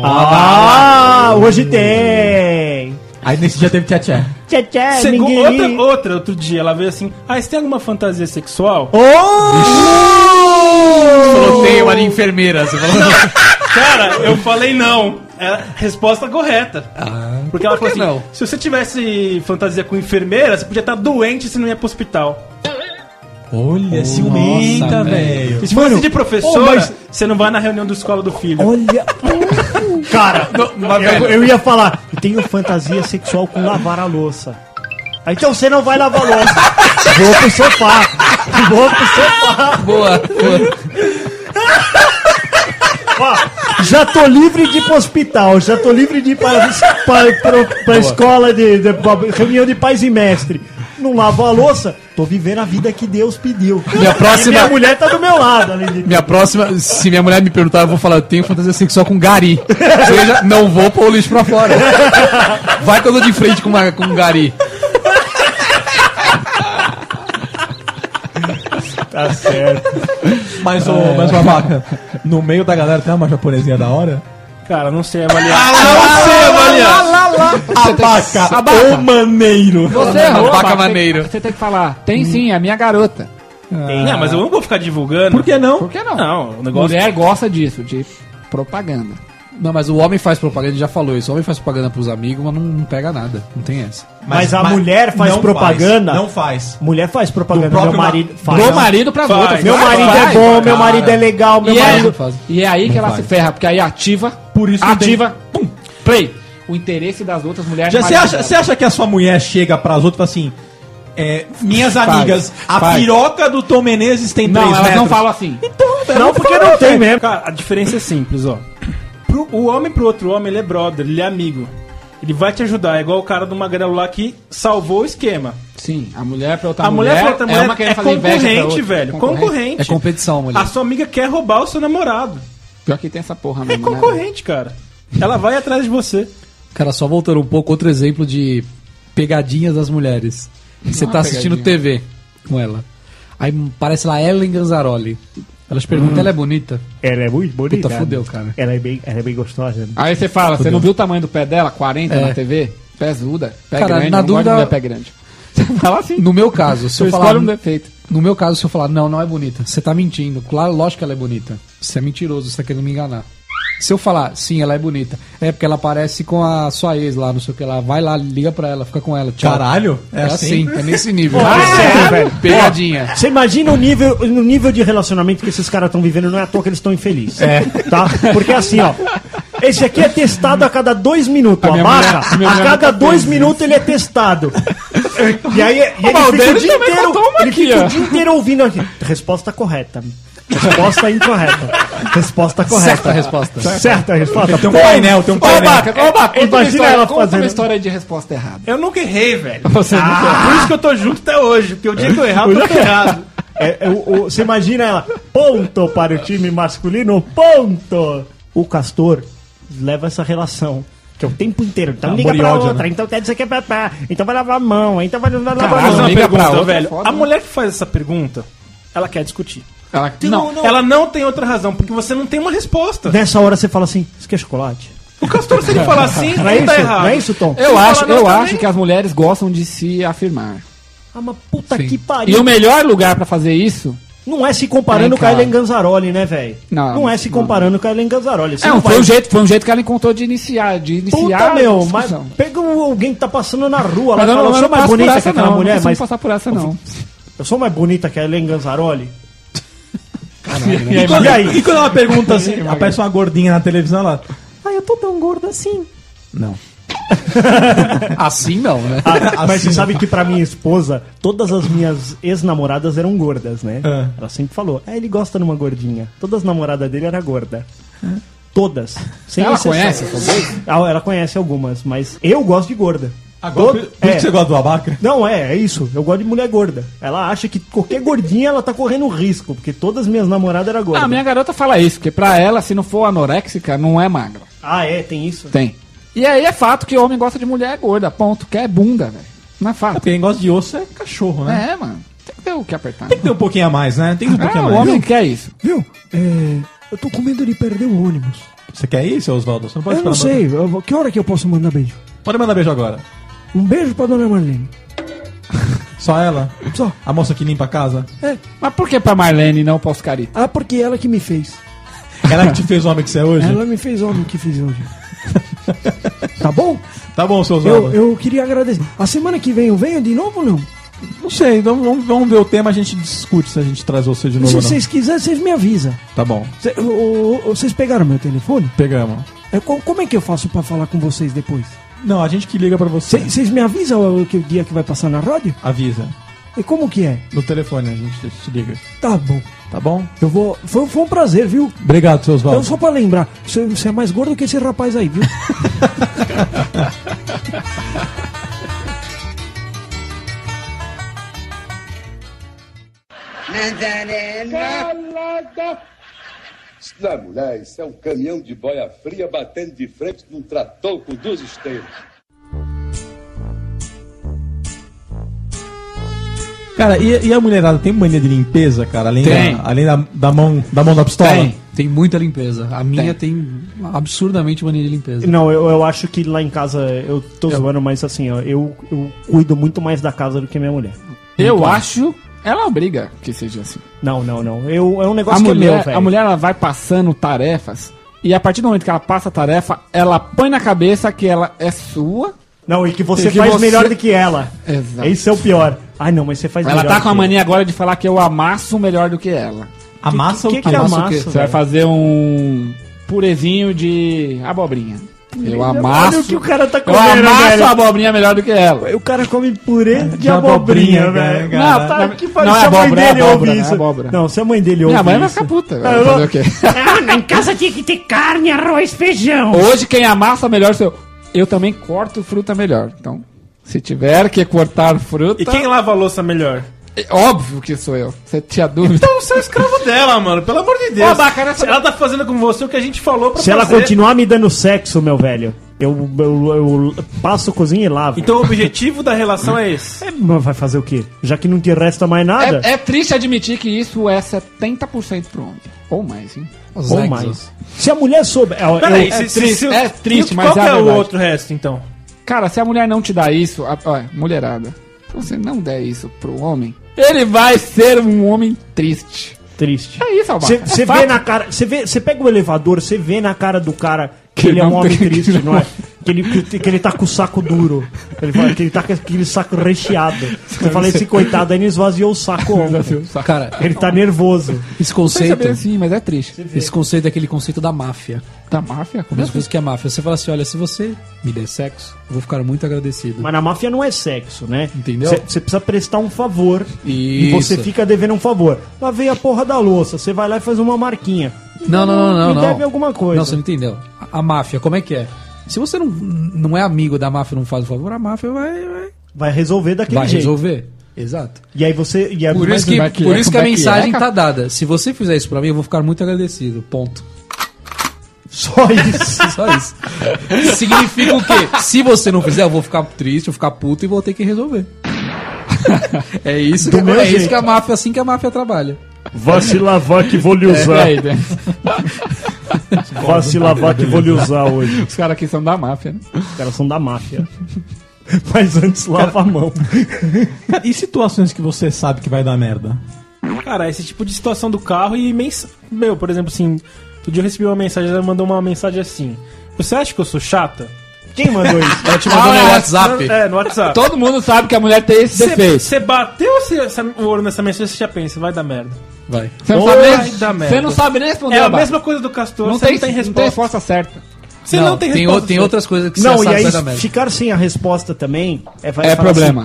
Ah, hoje Ah, tem.
Aí nesse dia teve tchê-tchê.
Tchê, tchê,
Segu-
É, ninguém-
outra, outra, outro dia, ela veio assim, ah, você tem alguma fantasia sexual?
Oh!
Falou, tem [LAUGHS] uma enfermeira. Você falou,
Cara, eu falei não. É a resposta correta.
Ah,
Porque ela
por que
falou assim, se você tivesse fantasia com enfermeira, você podia estar doente e você não ia pro hospital.
Olha, ciumenta, velho.
E se
Mano,
fosse de professora,
oh, mas-
você não vai na reunião da escola do filho.
Olha. Cara, eu, eu ia falar, eu tenho fantasia sexual com lavar a louça. Ah, Então você não vai lavar a louça. Vou pro sofá. Vou pro sofá.
Boa, boa.
Ó, já tô livre de ir pro hospital, já tô livre de ir para, para, para, para escola, de, de- pra reunião de pais e mestre. Não lavo a louça, tô vivendo a vida que Deus pediu.
Minha
E
próxima-
minha mulher tá do meu lado, além de
Minha próxima, se minha mulher me perguntar, eu vou falar, eu tenho fantasia sexual com gari. Ou seja, não vou pôr o lixo pra
[LAUGHS]
fora. Vai que eu tô de frente com, uma, com um gari.
Tá certo.
Mas, ô, mas uma vaca, no meio da galera tem uma japonesinha da hora?
Cara, não sei avaliar.
A vaca, a vaca.
maneiro.
Você errou,
Abaca
Abaca,
maneiro.
Você tem que falar. Tem sim, é a minha garota.
Não, mas eu não vou ficar divulgando.
Por que não?
Por que não?
Não, o negócio...
Mulher gosta disso, de propaganda.
Não, mas o homem faz propaganda, já falou isso. O homem faz propaganda pros amigos, mas não, não pega nada. Não tem essa.
Mas a mulher faz
não
propaganda?
Faz, não faz.
Mulher faz propaganda,
Do próprio
meu marido
ma-
faz.
Do marido pras
Faz.
outras.
Meu
Claro,
marido
faz.
é bom,
Cara.
meu marido é legal, meu
E é,
marido.
e é aí que ela se ferra, porque aí ativa. Por
isso que
ativa. Pum, play. O interesse das outras
é
mulheres.
Já,
no
você,
marido
acha,
dela.
você acha que a sua mulher chega pras outras e fala assim... é, minhas amigas, a
faz.
piroca do Tom Menezes tem
Não,
três
elas
metros.
não falam assim.
Então, velho,
Não, porque não tem mesmo.
Cara, a diferença é simples, ó. Pro, o homem pro outro homem, ele é brother, ele é amigo. Ele vai te ajudar, é igual o cara do Magrelo lá que salvou o esquema.
Sim, a mulher
Tá,
pra outra
a mulher,
mulher.
falou pra mulher,
é uma querendo
é
fazer inveja pra
concorrente,
outra.
velho. Concorrente.
Concorrente.
É competição, mulher.
A sua amiga quer roubar o seu namorado.
Pior que tem essa porra
É
mesmo. né, velho?
concorrente, cara. Ela vai atrás de você.
Cara, só voltando um pouco, outro exemplo de pegadinhas das mulheres. Você tá assistindo TV com ela. Aí parece lá Ellen Ganzaroli. Elas perguntam, ela é bonita?
Ela é muito bonita.
Puta, fodeu, cara.
Ela é bem, ela é bem gostosa.
Aí você fala, você não viu o tamanho do pé dela? 40 na TV? Pesuda? Pé
Cara,
grande?
na
não gosto de
dúvida-
mulher pé grande. [LAUGHS] Você fala assim.
No meu caso, se
Você
eu falar.
escolhe um defeito.
No meu caso, se eu falar, não, não é bonita, você tá mentindo. Claro, lógico que ela é bonita. Você é mentiroso, você tá querendo me enganar. Se eu falar, sim, ela é bonita, é porque ela aparece com a sua ex lá, não sei o que lá. Vai lá, liga pra ela, fica com ela. Tchau.
Caralho,
é assim, é nesse nível.
é, velho.
Pegadinha.
Você imagina o nível, o nível de relacionamento que esses caras estão vivendo, não é à toa que eles estão infelizes. É. Tá? Porque assim, ó. Esse aqui é testado a cada dois minutos. A,
minha mulher-
marca,
a minha
a
mulher tá nunca
cada dois minutos ele é testado. E aí e ele fica o
Valdênio
dia
também
inteiro.
botou uma
Ele
aqui,
fica
ó.
o dia inteiro ouvindo aqui. Resposta correta. Resposta incorreta. Resposta correta.
Certa é resposta.
Certa resposta.
Então,
Tem um painel, tem um
Ô,
painel.
Baca, ô, Baca, conta uma
Imagina
história,
ela
conta uma
fazendo.
história de resposta errada.
Eu nunca errei, velho. Ah, Por isso que eu tô junto até hoje. Porque o dia que eu errar, eu tô errado.
É, é, o- o- você imagina ela, ponto para o time masculino, ponto! O Castor leva essa relação. Que é o tempo inteiro. Então liga pra
moriódia,
né?
outra, então quer dizer que é pra, pra, então vai lavar a mão, então vai, vai lavar
Fazer
a
uma
mão.
liga pra
pergunta,
outra,
velho.
foda,
a
né?
mulher que faz essa pergunta, ela quer discutir.
Ela, não,
Ela não tem outra razão, porque você não tem uma resposta.
Nessa hora você fala assim, isso que é chocolate?
O Castor, se ele falar assim,
Não é
não
isso?
tá errado.
Não é isso, Tom?
eu
fala
acho,
não
eu
também.
acho que as mulheres gostam de se afirmar.
Ah, mas puta que
E
pariu.
o melhor lugar pra fazer isso
Não é se comparando
Vem
com a
cá.
Ellen Ganzaroli, né, velho?
Não,
Não, é se comparando com a Ellen Ganzaroli. Você
não,
não
foi
vai-
um jeito, foi um jeito que ela encontrou de iniciar, de iniciar
Puta,
a
meu, mas
discussão.
pega um- alguém que tá passando na rua lá
Mas
e
eu não,
fala, eu
eu
sou
não
mais
passo por
bonita que
essa
aquela
não, eu
mulher,
não
mas
passar por essa não.
eu sou mais bonita que a Ellen Ganzaroli?
E, quando, [LAUGHS]
E aí?
e quando ela
[LAUGHS]
pergunta assim, aparece uma gordinha na televisão, ela. Ai, eu tô tão gorda assim.
Assim não, né?
Ah, mas
Assim,
você sabe que pra minha esposa, todas as minhas ex-namoradas eram gordas, né?
Ah.
Ela sempre falou, ah, ele gosta de uma gordinha. Todas as namoradas dele eram gorda. Todas. Sem
Ela
exceção.
conhece essas
Ah, Ela conhece algumas, mas eu gosto de gorda.
Agora, por
Todo-
isso
é.
que você gosta do abaca?
Não, é, é isso. Eu gosto de mulher gorda. Ela acha que qualquer gordinha ela tá correndo risco, porque todas as minhas namoradas eram gordas.
Ah, minha garota fala isso, porque pra ela, se não for anoréxica, não é magra.
Ah, é, tem isso?
Tem. E aí é fato que homem gosta de mulher gorda, ponto. Quer bunda, velho. Não é
É
fato.
porque quem gosta de osso é cachorro, né?
É, mano. Tem que ter o que apertar.
É.
Tem que ter um pouquinho a mais, né? Tem que ter um
Ah,
pouquinho a
o
mais.
homem quer isso.
Viu? É, eu tô com medo de perder o ônibus.
Você quer ir, seu Oswaldo? Você não pode
eu não
esperar
sei. eu vou- que hora que eu posso mandar beijo?
Pode mandar beijo agora.
Um beijo pra dona Marlene.
[LAUGHS] Só ela?
Só.
A moça que limpa a casa?
É.
Mas por que pra Marlene e não pra Oscarito?
Ah, porque ela que me fez.
Ela que te fez o homem que você é hoje?
Ela me fez homem que fiz hoje. tá bom?
Tá bom, seu
Eu,
Oswaldo.
eu queria agradecer. A semana que vem eu venho de novo ou não?
Não sei, então vamos, vamos ver o tema, a gente discute se a gente traz você de novo
Se
ou não.
vocês quiserem, vocês me avisam.
Tá bom,
Cê- o- o- o- Vocês pegaram meu telefone?
pegamos.
É, co- Como é que eu faço pra falar com vocês depois?
Não, a gente que liga pra você.
Cê- Vocês me avisam o, que- o dia que vai passar na rádio?
Avisa.
E como que é?
No telefone a gente te liga.
Tá bom.
Tá bom?
Eu vou. Foi, foi um prazer, viu?
Obrigado, seu
Então,
Oswaldo.
só pra lembrar, você, você é mais gordo que esse rapaz aí, viu?
Calada! Isso não é mulher, isso é um caminhão de boia fria batendo de frente num trator com duas esteiras.
Cara, e, e a mulherada tem mania de limpeza, cara? Além,
Tem.
Da, além da, da mão, da mão da pistola?
Tem muita limpeza. A minha tem, absurdamente mania de limpeza.
[LAUGHS] Não, eu, eu acho que lá em casa eu
É.
tô zoando, mas assim, ó, eu, eu cuido muito mais da casa do que minha mulher.
Eu acho. Ela obriga que seja assim.
Não, não, não. Eu, é um
A
negócio que é meu,
mulher,
velho.
a mulher ela vai passando tarefas. E a partir do momento que ela passa a tarefa, ela põe na cabeça que ela é sua.
Não, e que você
E que
faz
você-
melhor do que ela.
Exato.
Esse é o pior. Ai, não, mas você faz
Ela
É melhor.
tá com a
do que
mania agora de falar que eu amasso melhor do que ela.
Amassa
Que-
o
que- que
quê?
é
Amassa o
amasso,
quê?
velho?
Você vai fazer um purezinho de abobrinha. Eu
é Olha o que
amasso.
o cara tá
Eu
comendo,
amasso
velho.
a abobrinha melhor do que ela.
O cara come
É,
purê de,
De
abobrinha,
abobrinha,
velho.
cara,
Não,
né, cara.
tá, que pariu.
Não,
Se
é
a mãe
abóbora, é
dele
abóbora,
ouve
é
isso.
abóbora.
Não, se a mãe dele ouve
Minha mãe vai
isso-
ficar puta.
Ah,
Vai
eu
fazer
vou-
o quê?
Ah, Em casa tinha que ter carne, arroz, feijão.
Hoje quem amassa melhor sou eu. Eu também corto fruta melhor. Então, se tiver que cortar fruta,
E quem lava a louça melhor?
é óbvio que sou eu. Você tinha dúvida?
Então você é escravo dela, mano. Pelo amor de Deus.
Ô, bacana, essa-
Ela tá fazendo com você o que a gente falou pra
Se ela
fazer.
continuar me dando sexo, meu velho, eu, eu, eu passo cozinha e lavo.
Então o objetivo da relação é esse.
É, mas vai fazer o quê? Já que não te resta mais nada,
É, é triste admitir que isso é 70% pro homem. Ou mais, hein?
ou mais. Se a mulher souber... Eu,
Peraí,
eu-
se, se,
triste,
se,
é triste,
e
mas
qual
é a
que é o
verdade.
outro resto, então?
Cara, se a mulher não te dá isso, a, ó, mulherada, se você não der isso pro homem, ele vai ser um homem triste.
Triste.
É isso, Alba.
Você vê na cara, você vê, você pega o elevador, você vê na cara do cara que,
Que
ele é um
não
homem
tem-
triste,
que
não é? Que ele, que, que ele tá com o saco duro. Ele fala que ele tá com aquele saco recheado. Eu falei, esse coitado aí não esvaziou o saco ontem.
Cara,
Ele tá nervoso.
esse
Você
conceito.
sabe assim, mas é triste.
Esse conceito é aquele conceito da máfia.
Da máfia?
Uma
Como
das
assim?
coisas que é a máfia. Você fala assim: olha, se você me der sexo, eu vou ficar muito agradecido.
Mas na máfia não é sexo, né?
Entendeu?
Você precisa prestar um favor e
Isso.
você fica devendo um favor. Lá veio a porra da louça, você vai lá e faz uma marquinha.
Não, não, não, não.
Me
não.
deve alguma coisa.
Não, você não entendeu. A, a máfia, como é que é? Se você não, não é amigo da máfia, não faz o favor, a máfia vai, vai,
Vai resolver daquele
vai
jeito.
resolver. Exato.
E aí você. E aí
Por
mas-
isso que,
como é que
por
é?
isso que
Como
a
é que
mensagem
é,
tá dada. Se você fizer isso pra mim, eu vou ficar muito agradecido. Ponto.
Só isso.
Só isso. Significa o quê? Se você não fizer, eu vou ficar triste, eu vou ficar puto e vou ter que
[LAUGHS]
resolver. é isso, que,
meu
é
jeito.
isso que a máfia, assim que a máfia trabalha.
Vá se lavar que vou lhe
É,
usar.
aí, né?
Vá se lavar que vou lhe usar hoje.
Os caras aqui são da máfia, né?
Os caras são da máfia. Mas antes lava a mão.
Cara, e situações que você sabe que vai dar merda?
Cara, esse tipo de situação do carro e mens... Meu, por exemplo, assim, outro dia eu recebi uma mensagem, ela mandou uma mensagem assim. Você acha que eu sou chata?
Quem mandou isso?
Ela te mandou
Ah,
no
é.
WhatsApp.
É, no WhatsApp.
Todo mundo sabe que a mulher tem esse defeito.
Você bateu essa- essa- o olho nessa mensagem, você já pensa, vai dar merda.
Vai.
Você não,
Vai
sabe
dar
nem,
merda.
você não sabe nem responder.
É a
Alba.
mesma coisa do Castor,
não
você
tem,
não tem
não tem
resposta.
resposta certa.
Você não, tem
tem,
resposta.
o- tem outras coisas que
Não,
você
e
sabe
aí
que vai dar merda.
ficar sem a resposta também é, vai
É
falar
problema.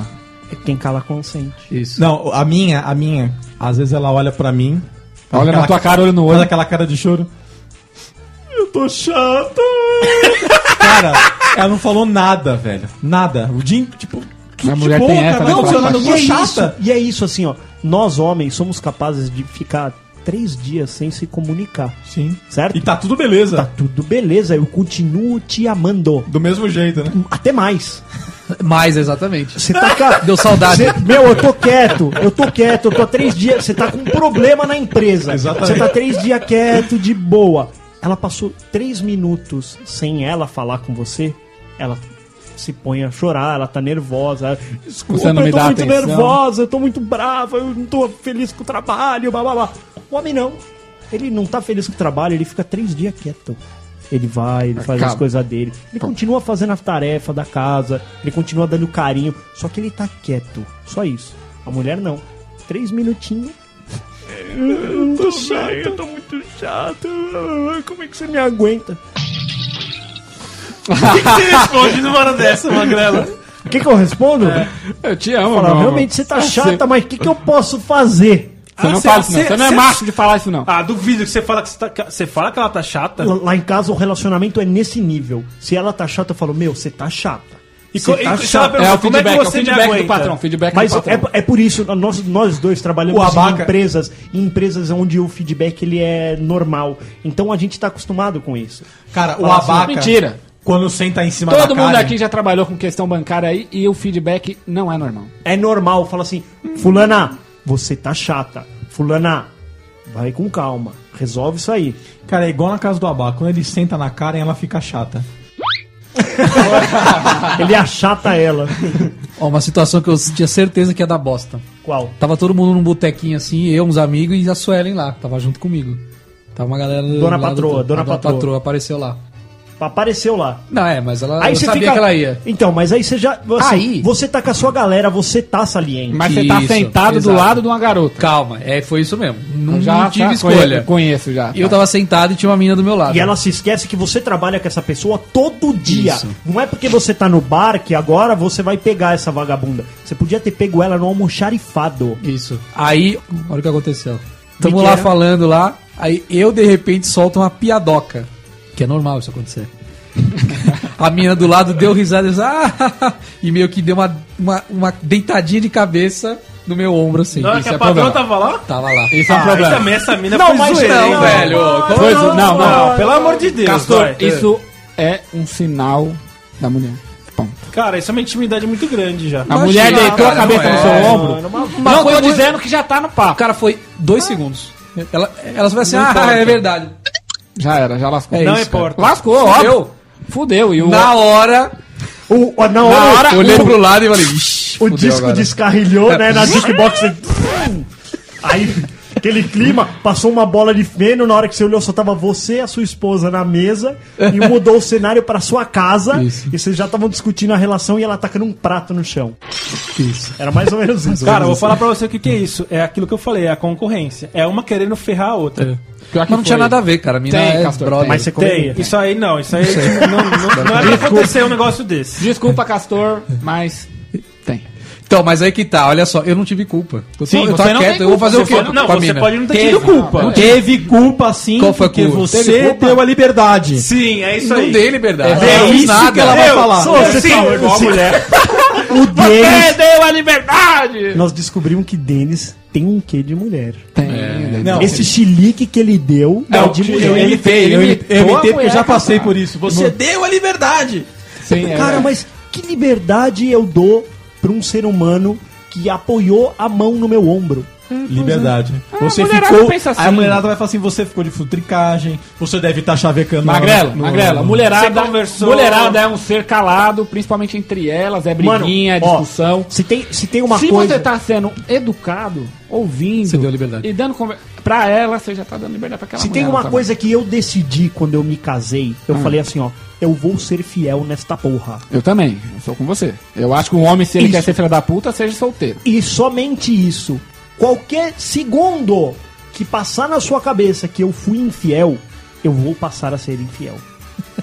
assim, quem cala consente.
Isso.
Não, a minha, a minha, às vezes ela olha pra mim. faz
Olha
aquela-
na tua cara, olho no
Faz
olho.
aquela cara de choro. Eu tô [LAUGHS] chato. cara, ela não falou nada, velho. Nada. O Jim, tipo. que
Mas
de
mulher tem essa,
cara,
né?
não,
Fala,
eu não
E
sou
é,
chata.
isso, e é isso, assim, ó. Nós homens somos capazes de ficar três dias sem se comunicar,
Sim.
certo?
E tá tudo beleza.
Tá tudo beleza, eu continuo te amando.
Do mesmo jeito, né?
Até mais.
Mais, exatamente.
Você tá ca-
Deu saudade.
Cê- meu, eu tô quieto, eu tô quieto, eu tô há três dias. Você tá com um problema na empresa.
Exatamente.
Você tá três dias quieto, de boa. Ela passou três minutos sem ela falar com você. Ela se põe a chorar, ela tá nervosa. Desculpa,
Você não
eu
me
tô
dá
muito
atenção."
nervosa, eu tô muito brava, eu não tô feliz com o trabalho, blá blá blá. O homem não. Ele não tá feliz com o trabalho, ele fica três dias quieto. Ele vai, ele faz as
Acaba.
coisas dele. Ele continua fazendo a tarefa da casa, ele continua dando carinho. Só que ele tá quieto. Só isso. A mulher não. Três minutinhos. Eu tô chato, eu tô muito chato. Como é que você me aguenta?
O que, que você responde numa
[LAUGHS]
hora dessa, Magrela?
O que, que eu respondo?
Eu te amo,
Falar,
meu Ah,
realmente você tá chata, mas o que, que eu posso fazer?
Você não fala isso, não. Você não é macho de falar isso, não.
Ah, duvido que você fala que você, tá- você fala que ela tá chata.
Lá lá em casa o relacionamento é nesse nível. Se ela tá chata, eu falo, meu, você tá chata.
E
Você
co- e
tá
se ela
chata.
pergunta, É o como é que feedback, é o você me feedback do aguenta?
patrão, feedback do
Mas
patrão.
É, é por isso, nós, nós dois trabalhamos
O abaca-
em empresas, em empresas onde o feedback ele é normal. Então a gente tá acostumado com isso.
Cara, o
Fala assim,
abaca.
mentira.
Quando senta em cima da
Todo mundo
Karen-
aqui já trabalhou com questão bancária aí e o feedback não é normal.
É normal, fala assim, fulana, você tá chata. Fulana, vai com calma, resolve isso aí.
Cara, é igual na casa do Abaca. Quando ele senta na Karen, ela fica chata.
Ele achata ela.
Ó, uma situação que eu tinha certeza que ia dar bosta.
Qual?
Tava todo mundo num botequinho assim, eu, uns amigos e a Suelen lá, que tava junto comigo. Tava uma galera. lá
Dona
do-
Patroa,
a
Dona Patroa.
apareceu lá.
Apareceu lá.
Não, é, mas
Ah,
ela eu sabia que ela ia.
Então, mas aí você já. Você,
Aí-
você tá com a sua galera, você tá saliente.
Mas você tá
Isso,
sentado do
exato.
lado de uma garota.
Calma, é, foi isso mesmo. Não,
Eu já-
não tive
já
escolha.
conhe- Conheço já. tá.
E eu tava sentado e tinha uma menina do meu lado.
tá- E ela se esquece que você trabalha com essa pessoa todo dia.
Isso.
Não é porque você tá no bar que agora você vai pegar essa vagabunda. Você podia ter pego ela no almoxarifado.
Isso. Aí, olha o que aconteceu. Tamo
Mentira.
lá falando lá, aí eu de repente solto uma piadoca. Que é normal isso acontecer. [LAUGHS] A menina do lado deu risada e disse, "Ah!" [LAUGHS] e meio que deu uma, uma, uma deitadinha de cabeça no meu ombro, assim.
Na hora que a patroa tava lá?
Tava lá.
é Isso é um
Ah,
problema.
aí também essa mina
não,
foi
mas
zoeira,
não,
hein,
velho.
mano?
Foi zo- não, não,
Pelo amor de Deus,
Castor,
vai.
isso é um sinal da mulher.
Cara, isso é uma intimidade muito grande já.
A mulher deitou a cabeça
é.
no seu ombro.
Não,
não tô
tô
dizendo que já tá no
O
papo.
cara foi dois segundos. Ela, ela só vai assim,
Não
ah,
importa.
é verdade.
Já era, já lascou.
É
Não
isso,
importa.
Lascou, ó.
Fudeu.
Fudeu. E o...
Na hora,
O, o- na hora,
Na hora,
eu olhei pro lado e falei, "Ixi,
o
fudeu
disco
agora."
descarrilhou, né? Na jukebox. você- Aí, aquele clima, passou uma bola de feno. Na hora que você olhou, só tava você e a sua esposa na mesa. E mudou o cenário pra sua casa.
Isso.
E vocês já estavam discutindo a relação e ela tacando um prato no chão.
Isso.
Era mais ou menos isso.
Cara, eu vou falar pra você o que, que é isso. É aquilo que eu falei, é a concorrência. É uma querendo ferrar a outra.
Mas não tinha nada a ver, cara. A mina
Tem,
é
Castor,
brother.
Mas você
Tem,
comeria.
isso aí não, isso aí tipo, não, não, não é pra acontecer um negócio desse.
Desculpa, Castor, mas tem.
Então, mas aí que tá, olha só, eu não tive culpa. Eu tô,
Sim,
eu tô
você não
quieto,
tem
eu vou
culpa,
fazer o
Você
quê?
pode- não,
com a
você
mina?
pode não ter
Teve,
tido culpa.
não, é.
Teve culpa sim,
Qual foi a
porque
culpa?
você
Teve culpa?
deu a liberdade.
Sim, é isso
Não
aí.
dei liberdade.
É
Não fiz
isso que ela vai
Eu
falar.
sou- você tá igual a mulher. [LAUGHS] O
É,
Denis.
Perdeu a liberdade!
Nós descobrimos que Denis tem um quê de mulher.
Tem.
É.
Não,
Esse chilique que ele deu é,
Não,
o de
eu
mulher.
ele-
eu
ele
imitei, eu
imitou a
imitei porque eu
mulher,
já
cara.
passei por isso. Você deu a liberdade.
Sim, é.
Cara, mas que liberdade eu dou pra um ser humano que apoiou a mão no meu ombro?
Liberdade. Você
a mulherada
ficou.
pensa assim.
Ah, A mulherada vai falar assim: você ficou de futricagem, você deve estar chavecando. na-
Magrela,
no-
magrela,
no-
mulherada,
Você conversou-
mulherada é um ser calado, principalmente entre elas, é briguinha, é
ó,
discussão.
se tem, se tem uma
se
coisa.
você tá sendo educado, ouvindo
Você deu liberdade.
e dando conversa pra ela, você já tá dando liberdade pra aquela
Se tem
mulher,
uma
tá bom.
coisa que eu decidi quando eu me casei, eu
Hum.
falei assim, ó, eu vou ser fiel nesta porra.
Eu também, eu sou com você. Eu acho que um homem, se ele
Isso.
quer ser filho da puta, seja solteiro.
E somente isso. Qualquer segundo que passar na sua cabeça que eu fui infiel, eu vou passar a ser infiel.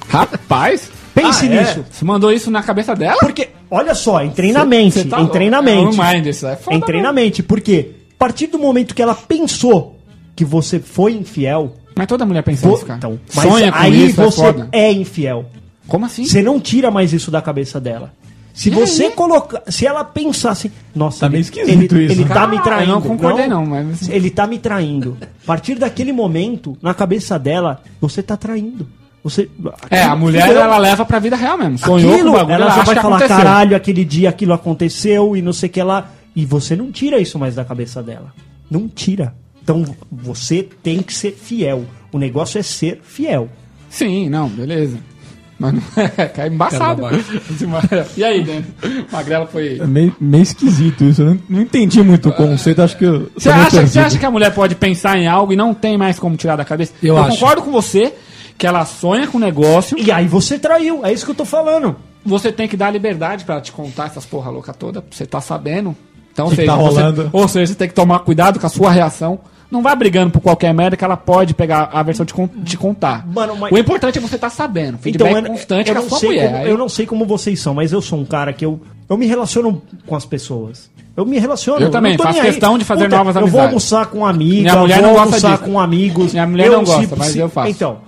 Rapaz,
Pense
ah, é?
nisso.
Você mandou isso na cabeça dela?
Porque, olha só, em treinamento,
Você tá
em
louco.
treinamento.
É um mind, isso é foda
em treinamento, porque a partir do momento que ela pensou que você foi infiel,
mesmo. Mas toda mulher pensa
vo-
nisso, cara.
então, mas
Sonha com
aí
isso, é
você
foda.
é, infiel.
Como assim?
Você não tira mais isso da cabeça dela. Se você colocar, se ela pensasse, nossa,
Tá meio esquisito
ele,
isso,
ele
né?
tá
Cara, Ah,
me
eu
traindo.
não concordei não, mas- assim.
ele tá me traindo. A partir daquele momento, na cabeça dela, você tá traindo. Você
É, a mulher
Fudeu.
ela leva pra vida real mesmo. Sonhou
aquilo,
com o bagulho,
ela só
acha
vai
que
falar,
aconteceu.
caralho, aquele dia aquilo aconteceu e não sei o que lá. E você não tira isso mais da cabeça dela. Não tira. Então você tem que ser fiel. O negócio é ser fiel.
Sim, não, [LAUGHS] beleza. Mas não é, cai embaçado.
Cara
[LAUGHS] e aí, Dan? Magrela foi.
É meio, meio esquisito isso. Eu não, não entendi muito o conceito. Acho que eu.
Você
tô meio
acha, você
perdido.
acha que a mulher pode pensar em algo e não tem mais como tirar da cabeça?
Eu acho.
concordo com você que ela sonha com o negócio.
E aí você traiu, é isso que eu tô falando.
Você tem que dar liberdade pra te contar essas porra louca toda, pra você tá sabendo. Então,
Que
ou seja,
tá
você-
rolando.
ou seja, você tem que tomar cuidado com a sua reação. Não vai brigando por qualquer merda que ela pode pegar a versão de, con- de contar.
Mano, mas-
O importante é você tá sabendo.
Então,
Feedback
eu,
constante
eu,
com a
não
sua
sei
mulher.
como,
Aí-
eu não sei como vocês são, mas eu sou um cara que eu, eu me relaciono com as pessoas. Eu me relaciono.
Eu também,
tô
faço
nem aí.
questão de fazer novas
Eu vou
amizades.
almoçar com uma amiga,
Minha mulher
eu
não
vou
gosta
almoçar
disso.
com amigos.
Minha mulher não gosta, mas eu faço.
Então,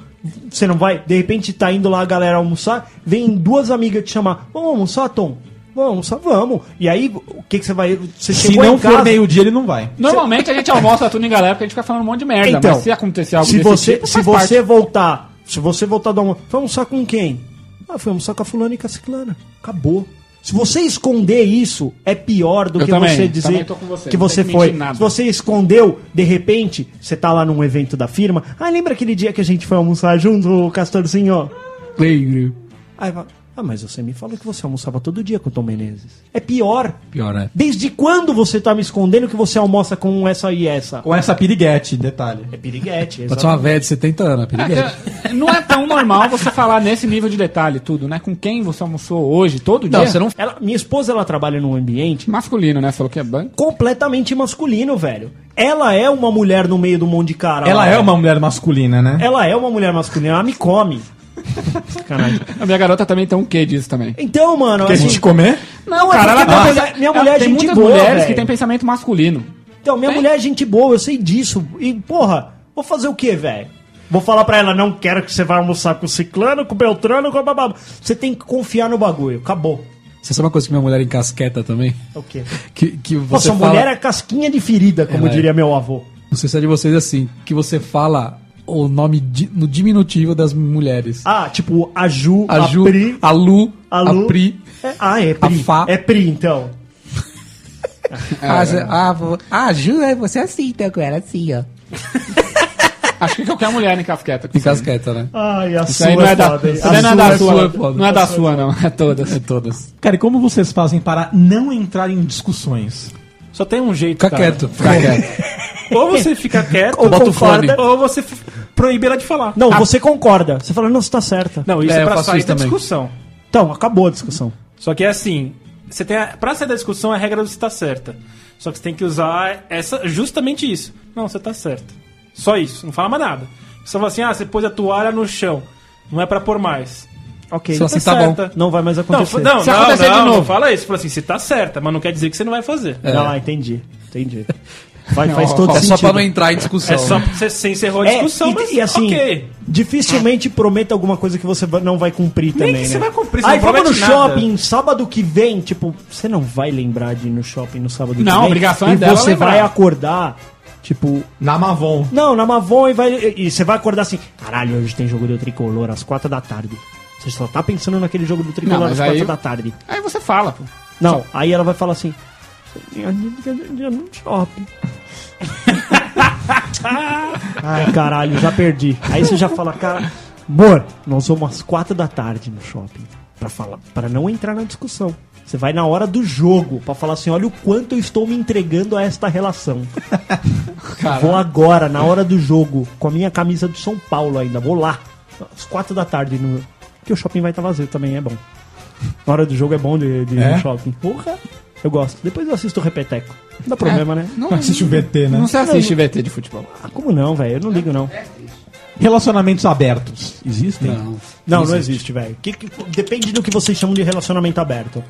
você não vai... De repente tá indo lá a galera almoçar, vem duas amigas te chamar. Vamos almoçar, Tom? Vamos almoçar? Vamos. E aí, o que, que você vai... Você
Se não for meio-dia, ele não vai.
Normalmente a gente almoça tudo em galera porque a gente fica falando um monte de merda.
Então,
mas se acontecer algo
se
desse
você,
tipo,
se
faz
você
parte.
voltar, se você voltar do almoço, foi almoçar com quem? Ah, foi almoçar com a fulana e com a ciclana. Acabou. Se você esconder isso, é pior do
Eu
que
também,
você
também
dizer
tô com você,
que
não
você
tem que
foi.
mentir nada.
Se você escondeu, de repente, você tá lá num evento da firma. Ah, lembra aquele dia que a gente foi almoçar junto, Castorzinho?
Lembro.
Aí fala, ah, mas você me falou que você almoçava todo dia com o Tom Menezes. É pior.
Pior, né?
Desde quando você tá me escondendo que você almoça com essa e essa?
Com essa piriguete, detalhe.
É piriguete,
Pode ser uma velha de 70 anos, perigo.
É, Não é tão normal você falar nesse nível de detalhe tudo, né? Com quem você almoçou hoje, todo
Não,
dia.
você não
Ela- minha esposa ela trabalha num ambiente
Masculino, né? Falou que é banco.
completamente masculino, velho. Ela é uma mulher no meio do monte de cara.
Ela
lá,
é
velho.
uma mulher masculina, né?
Ela é uma mulher masculina, ela me come. Sacanagem.
A minha garota também tem um quê disso também.
Então, mano,
Quer a
assim,
gente comer?
não, é
Cara,
porque
ela tem-
minha mulher, [LAUGHS] minha
ela-
mulher é
tem
gente
muitas
boa,
mulheres
velho.
que têm pensamento masculino.
Então, minha mulher é gente boa, eu sei disso. E, porra, vou fazer o quê, velho? Vou falar pra ela, não quero que você vá almoçar com o ciclano, com o beltrano, com o bababá. Você tem que confiar no bagulho, acabou.
Você sabe uma coisa que minha mulher encasqueta também?
É o quê?
Que, que você
Nossa, a
fala...
mulher é casquinha de ferida, como
Ela é.
diria meu avô.
Não sei se é de vocês assim, que você fala o nome di- no diminutivo das mulheres.
Ah, tipo, a Ju,
A Ju,
Pri,
a Lu,
A
a,
Lu.
Pri.
É- ah, é
A
Pri.
Fá.
É Pri, então.
Ah, você- ah, vo- ah, a Ju, é você assim, então com ela assim, ó.
Acho que qualquer mulher em casqueta.
E casqueta, né?
Ai, a
Isso
sua
aí não é
é
da,
foda, hein?
isso aí não é da
sua é
sua.
foda.
Não é da sua, não. É todas.
É todas.
Cara, e como vocês fazem para não entrar em discussões?
Só tem um jeito,
Fica
É,
cara.
quieto, fica quieto.
Ou você fica
[LAUGHS]
quieto,
Ou bota o
concorda,
fone.
ou você f- proíbe ela de falar.
Não, você concorda. Você fala, não, você tá certa.
Não, isso
É,
é,
eu
pra
faço
sair
isso
da
também.
discussão.
Então, acabou a discussão.
Só que é assim, você tem a, pra sair da discussão é a regra do você tá certa. Só que você tem que usar essa, justamente isso. Não, você tá certa. Só isso, não fala mais nada. Você fala assim, ah, você pôs a toalha no chão. Não é pra pôr mais.
Ok.
Só
Você
assim, tá bom.
certa. Não vai mais
Não,
acontecer.
fa- não,
Se
não,
acontecer
não,
de novo.
não fala isso. Fala assim, você tá certa, mas não quer dizer que você não vai fazer.
É. Ah, entendi. Entendi. Vai- faz
Não,
todo
É
sentido.
só pra não entrar em discussão.
É só
né?
porque você, você encerrou a
É,
discussão,
e,
mas
e assim,
ok.
dificilmente prometa alguma coisa que você va- não vai cumprir também.
que
né?
você vai cumprir, você
Aí
não
vamos no
promete nada.
shopping, sábado que vem, tipo, você não vai lembrar de ir no shopping no sábado que vem.
Não, a obrigação
e
é dela
Você
lembrar.
vai acordar, tipo,
Na Mavon.
Não, na Mavon e vai. E e você vai acordar assim, caralho, hoje tem jogo do tricolor às quatro da tarde. Você só tá pensando naquele jogo do tricolor
Não, mas
às quatro
aí-
da tarde.
Aí você fala, pô.
Não, aí ela vai falar assim. "Eu ia- eu ia no shopping." Ai, caralho, já perdi. Aí você já fala, cara, amor, nós vamos às quatro da tarde no shopping Pra falar, para não entrar na discussão. Você vai na hora do jogo pra falar assim, olha o quanto eu estou me entregando a esta relação. Vou agora, na hora do jogo, com a minha camisa do São Paulo ainda. Vou lá. Às quatro da tarde. No... Porque o shopping vai estar vazio também, é bom. Na hora do jogo é bom de, de ir no shopping. Porra! Eu gosto. Depois eu assisto o Repeteco. Não dá problema, né?
Não,
Assiste o VT, né?
não se assiste VT de futebol.
Ah, como não, velho? Eu não ligo, não.
Relacionamentos abertos. Existem? Não.
Não, não existe, velho. Que- que- Depende do que vocês chamam de relacionamento aberto.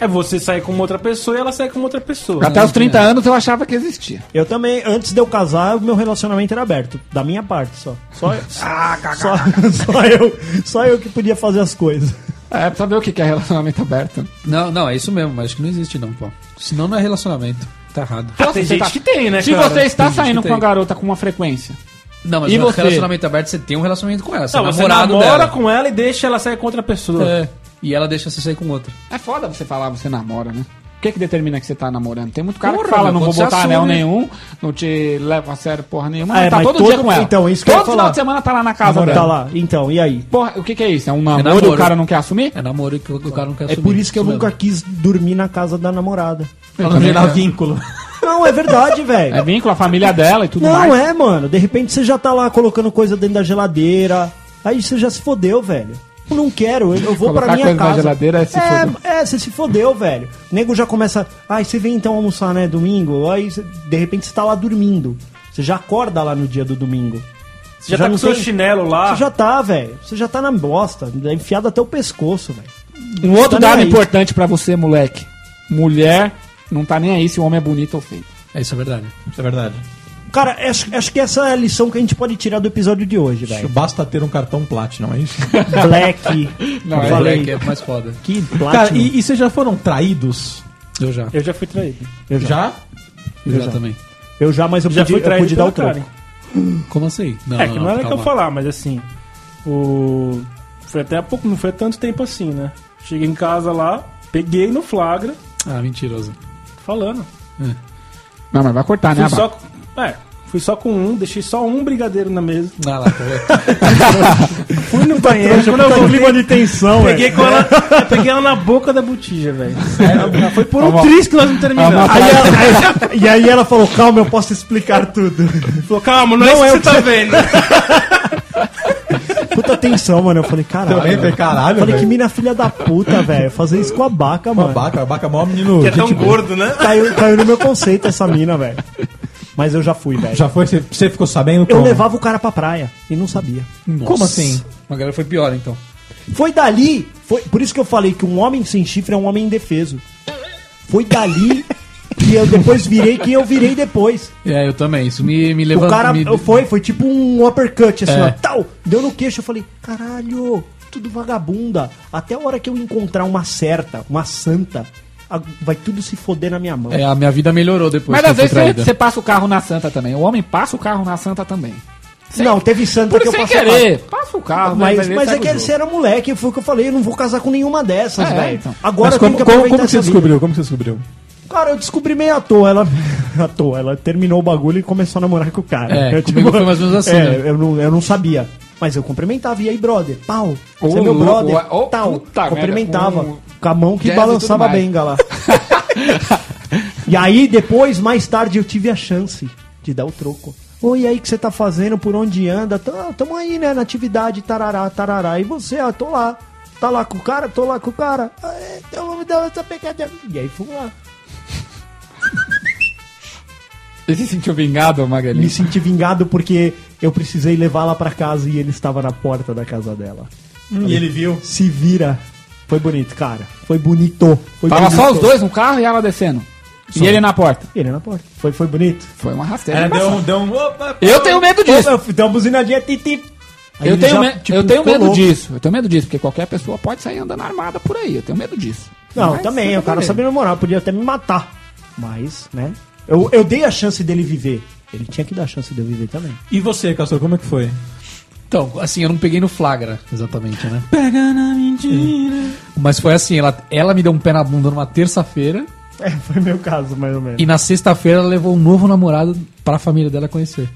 É você sair com outra pessoa e ela sai com outra pessoa.
Até os 30 anos eu achava que existia.
Eu também, antes de eu casar, o meu relacionamento era aberto. Da minha parte, só. Só, [LAUGHS] só, [LAUGHS] só, eu, só eu que podia fazer as coisas.
É, pra saber o que que é relacionamento aberto.
Não, não, é isso mesmo, mas acho que não existe não, pô. Senão não é relacionamento. Tá errado.
Ah, tem gente que tem, né,
Se
cara?
você está saindo
tem.
com a garota com uma frequência,
Não, mas
um
E
no
você?
relacionamento aberto você tem um relacionamento com ela. Você
Não,
é
você
namorado
namora
dela.
com ela e
É,
deixa ela sair com outra pessoa.
É, e ela deixa você sair com outra.
é foda você falar, você namora, né? que que determina que você tá namorando? Tem muito cara
Porra,
que fala,
meu,
não vou
quando você
botar anel
assume.
nenhum, não te leva a sério porra nenhuma.
Ah, é,
mas tá
mas
todo,
todo-
dia com ela.
então, isso que eu ia
todo final
falar.
de semana tá lá na casa dela.
Tá lá. Então, e aí?
Porra, o que que é isso? É um
É
namoro, e
namoro.
o cara não quer assumir?
É namoro que o cara não quer
É por isso que eu nunca quis dormir na casa da namorada.
Pra não gerar
vínculo.
[LAUGHS] Não, é verdade, velho.
É vínculo, a família dela e tudo
não
mais.
é, mano. De repente você já tá lá colocando coisa dentro da geladeira. Aí você já se fodeu, velho. Eu não quero, eu, eu vou
Colocar
pra minha
coisa na
casa.
geladeira é se fodeu.
é, você se fodeu, velho. O nego já começa. Ai, você vem então almoçar, né? Domingo. Aí cê- de repente você tá lá dormindo. Você já acorda lá no dia do domingo. Você
Já tá
não
com seu chinelo lá.
Você já tá, velho. Você já tá na bosta. Enfiado até o pescoço, velho.
Um outro
Tá nem
dado
aí.
importante pra você, moleque. Mulher não tá nem aí se o homem é bonito ou feio.
É isso, é verdade.
Isso é verdade.
Cara, acho, acho que essa é a lição que a gente pode tirar do episódio de hoje, velho.
Basta ter um cartão Platinum, é isso?
Black.
Não, é
Falei.
moleque, é mais foda.
Que Platinum.
Cara, e, e vocês já foram traídos?
Eu já.
Eu já fui traído.
Eu já.
Já?
Eu já também.
Eu já, mas eu
Já
pude,
fui
eu
traído
pude dar o
pela
troco.
Como assim?
é, que não, era que eu
calma.
falar, mas assim. O... Foi até há pouco, não foi há tanto tempo assim, né? Cheguei em casa lá, peguei no flagra,
Ah, mentiroso.
falando.
Não, mas vai cortar, né?
Fui
Abá?
só, com- é, fui só com um, deixei só um brigadeiro na mesa.
Vai lá, pô.
Fui no banheiro, quando eu voltei,
clima de
então.
tensão,
peguei com [LAUGHS] ela, eu peguei ela na boca da botija, velho. Foi por um triz que nós não terminamos.
Aí ela- aí- e aí ela falou, calma, eu posso explicar tudo.
Falou, calma, não, é isso que você tá vendo.
Puta tensão, mano. Eu falei, caralho.
Também,
velho.
falei, caralho,
Falei, que
velho.
mina filha da puta, velho. Fazer isso com a baca, mano.
Baca, baca maior menino.
[LAUGHS]
tipo,
Que é tão
gente boa.
gordo, né?
Caiu, caiu no meu conceito essa mina, velho. Mas eu já fui, velho.
Já foi? Você- Você ficou sabendo?
Eu
como?
levava o cara pra praia e não sabia.
Como assim?
Mas galera foi pior, então.
Foi dali, foi por isso que eu falei que um homem sem chifre é um homem indefeso.
[LAUGHS]
Foi dali que eu depois virei quem eu virei depois.
É, eu também. Isso me, me
O
levantou.
cara
me...
eu- foi, foi tipo um uppercut, assim,
É.
ó, tal, deu no queixo, eu falei, caralho, tudo vagabunda. Até a hora que eu encontrar uma certa, uma santa, a- vai tudo se foder na minha mão.
É, a minha vida melhorou depois.
Mas
que eu
às
fui
vezes
traído.
você, você passa o carro na santa também. O homem passa o carro na santa também.
Não, teve santa
Por
que eu
sem
passei
querer. Ah, Passa o carro. né?
Mas,
vai ver,
mas
segue
é que
o
você
jogo.
era moleque, foi o que eu falei, eu não vou casar com nenhuma dessas,
É,
velho.
então.
Agora
Mas
eu
como,
tenho que
como,
aproveitar
como que você
essa vida.
descobriu? Como que você descobriu?
Cara, eu descobri meio à toa. Ela. [LAUGHS] À toa, ela terminou o bagulho e começou a namorar com o cara.
É,
[LAUGHS] eu,
comigo foi mais ou menos assim,
é,
né?
eu, não, eu não sabia. Mas eu cumprimentava, e aí, brother? Pau.
Ô,
Você é meu
louco,
brother?
ué, ô,
tal.
puta
cumprimentava.
merda,
Com a mão que
jazz e
balançava a
tudo mais.
benga lá. e aí, depois, mais tarde, eu tive a chance de dar o troco. Oi, e aí, o que você tá fazendo? Por onde anda? Tá- Tamo aí, né? Na atividade, tarará, tarará. E você, ah, tô lá. Tá lá com o cara? Tô lá com o cara. Ah, é, Então vamos dar essa pecadinha. E aí, fomos lá.
Você se sentiu vingado,
Me
Magali?
senti vingado porque eu precisei levá-la pra casa e ele estava na porta da casa dela.
Hum, e ele viu.
Se vira. Foi bonito, cara. Foi bonito. Foi
Tava
bonito.
só os dois no carro e ela descendo. E ele na porta.
Ele na porta. Foi, foi bonito.
Foi uma rasteira.
É,
embaçada.
deu um. Deu um opa,
Eu tenho medo disso.
Opa, deu uma buzinadinha. Ti, ti. Aí
eu
ele
tenho,
já,
me-
tipo,
eu tenho medo
colou.
disso. Eu tenho medo disso, porque qualquer pessoa pode sair andando armada por aí. Eu tenho medo disso.
Não,
Mas
também.
tudo
O cara
bem.
sabia namorar. Podia até me matar. Mas, né? Eu, eu dei a chance dele viver. Ele tinha que dar a chance de eu viver também. [LAUGHS]
E você, Castor, como é que foi?
Então, assim, eu não peguei no flagra, exatamente, né? Pega na mentira. Mas foi assim, ela, ela me deu um pé na bunda numa terça-feira
É, foi meu caso, mais ou menos.
e na sexta-feira ela levou um novo namorado pra família dela conhecer.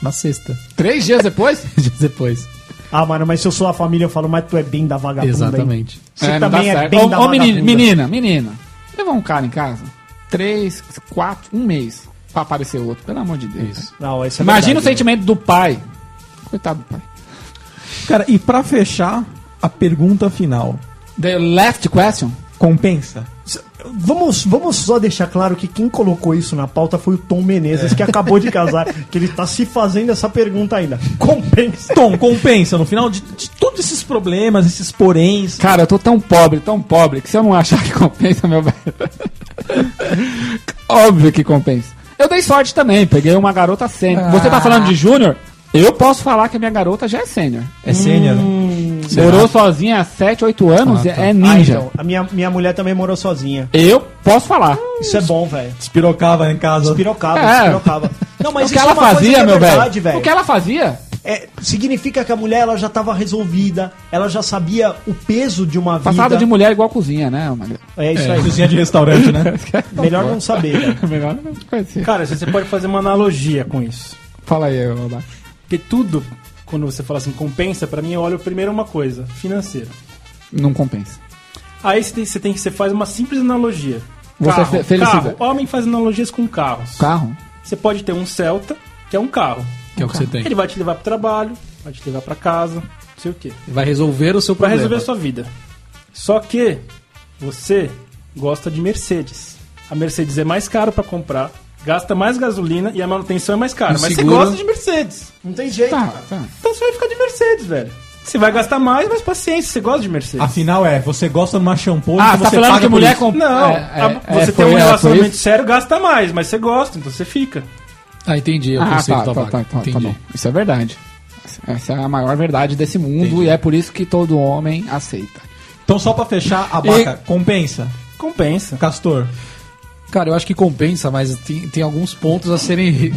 Na
[LAUGHS]
sexta,
Três dias depois?
dias depois.
Ah, mano, mas se eu sou a família, eu falo, mas tu é bem da vagabunda. hein?
Exatamente.
[LAUGHS] Você
É, não
também
dá
é
certo.
bem
Ô,
da
ô, menina,
vagabunda.
menina, menina. Levou um cara em casa. Três, quatro, um mês. Pra aparecer outro, pelo amor de Deus.
Isso.
Não, esse é
Imagina o
verdade.
sentimento do pai. Coitado do pai.
Cara, e pra fechar, a pergunta final.
The left question?
Compensa?
Vamos, vamos só deixar claro que quem colocou isso na pauta foi o Tom Menezes, que acabou de casar, que ele tá se fazendo essa pergunta ainda. Compensa.
Tom, compensa. No final de, de todos esses problemas, esses poréns.
Cara, eu tô tão pobre, tão pobre, que se eu não achar que compensa, meu velho. [LAUGHS] Óbvio que compensa. Eu dei sorte também, peguei uma garota sênior. Você tá falando de júnior? Eu posso falar que a minha garota já é sênior.
É sênior?
Morou sozinha há 7, 8 anos, é
Ah,
ninja.
então, a minha, minha mulher também morou sozinha.
Eu posso falar.
Isso é bom, velho.
Despirocava em casa.
Despirocava,
É.
despirocava. Não,
o que ela
é uma coisa
fazia,
é
meu
verdade,
velho. O que ela fazia
é, significa que a mulher ela já estava resolvida, ela já sabia o peso de uma
Passada
vida.
de mulher é igual cozinha, né? Magro?
É isso aí.
Cozinha de restaurante, né?
[LAUGHS] Melhor não saber. né?
Melhor não conhecer.
Cara, você você pode fazer uma analogia com isso.
Fala aí, Rodak.
Porque tudo, quando você fala assim, compensa, pra mim eu olho primeiro uma coisa, financeira.
Não compensa.
Aí você tem, você tem que você faz uma simples analogia.
Você fe- felicidade.
carro. Homem faz analogias com carros.
Carro?
Você pode ter um Celta, que é um carro.
Que é o que você tem.
Ele vai te levar pro trabalho, vai te levar pra casa, não sei o quê.
Vai resolver o seu
Pra
problema.
resolver a sua vida. Só que você gosta de Mercedes. A Mercedes é mais caro pra comprar, gasta mais gasolina e a manutenção é mais cara.
E
Mas
segura.
você gosta de Mercedes.
Não tem jeito.
Tá, tá.
Então você vai ficar de Mercedes, velho. Você vai gastar mais, mas paciência, você gosta de Mercedes.
Afinal é, você gosta de uma shampoo
Ah,
e você
você tá falando
paga
que
por
mulher
isso.
com-
Não,
É, é,
a-
é,
você
foi-
tem um
é, foi
relacionamento
isso?
sério, gasta mais, mas você gosta, então você fica.
Ah, entendi. Eu
Ah,
consigo
tá, tá, tá, tá, tá bom. Isso é verdade. Essa é a maior verdade desse mundo e é por isso que todo homem aceita.
Então só pra fechar, a vaca compensa.
Compensa.
Castor.
Cara, eu acho que compensa, mas tem, tem alguns pontos a serem.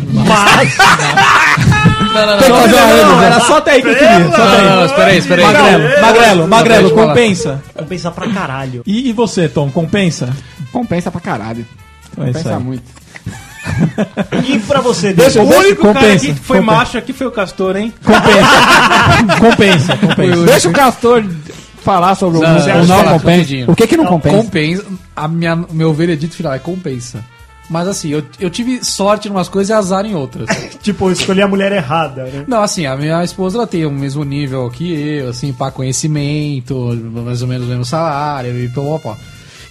Não, era só até aí que eu queria. Só até aí.
espera aí, espera
Magrelo, magrelo, magrelo, compensa.
Compensa pra caralho.
E, e você, Tom, compensa?
Compensa pra caralho.
Então é isso
Compensa
aí.
muito.
E pra você,
Deixa-
Deus?
O único cara
Compensa,
que foi
compensa.
macho aqui foi o Castor, hein?
Compensa, compensa.
Deixa o Castor falar sobre o
Não,
o
não
não
compensa.
compensa. O que que não compensa?
Compensa. A minha, meu veredito final é compensa. Mas assim, eu, eu tive sorte em umas coisas e azar em outras.
Tipo, eu escolhi a mulher errada, né?
Não, assim, a minha esposa ela tem o mesmo nível que eu, assim, para conhecimento, mais ou menos o mesmo salário e pô, pô, pô.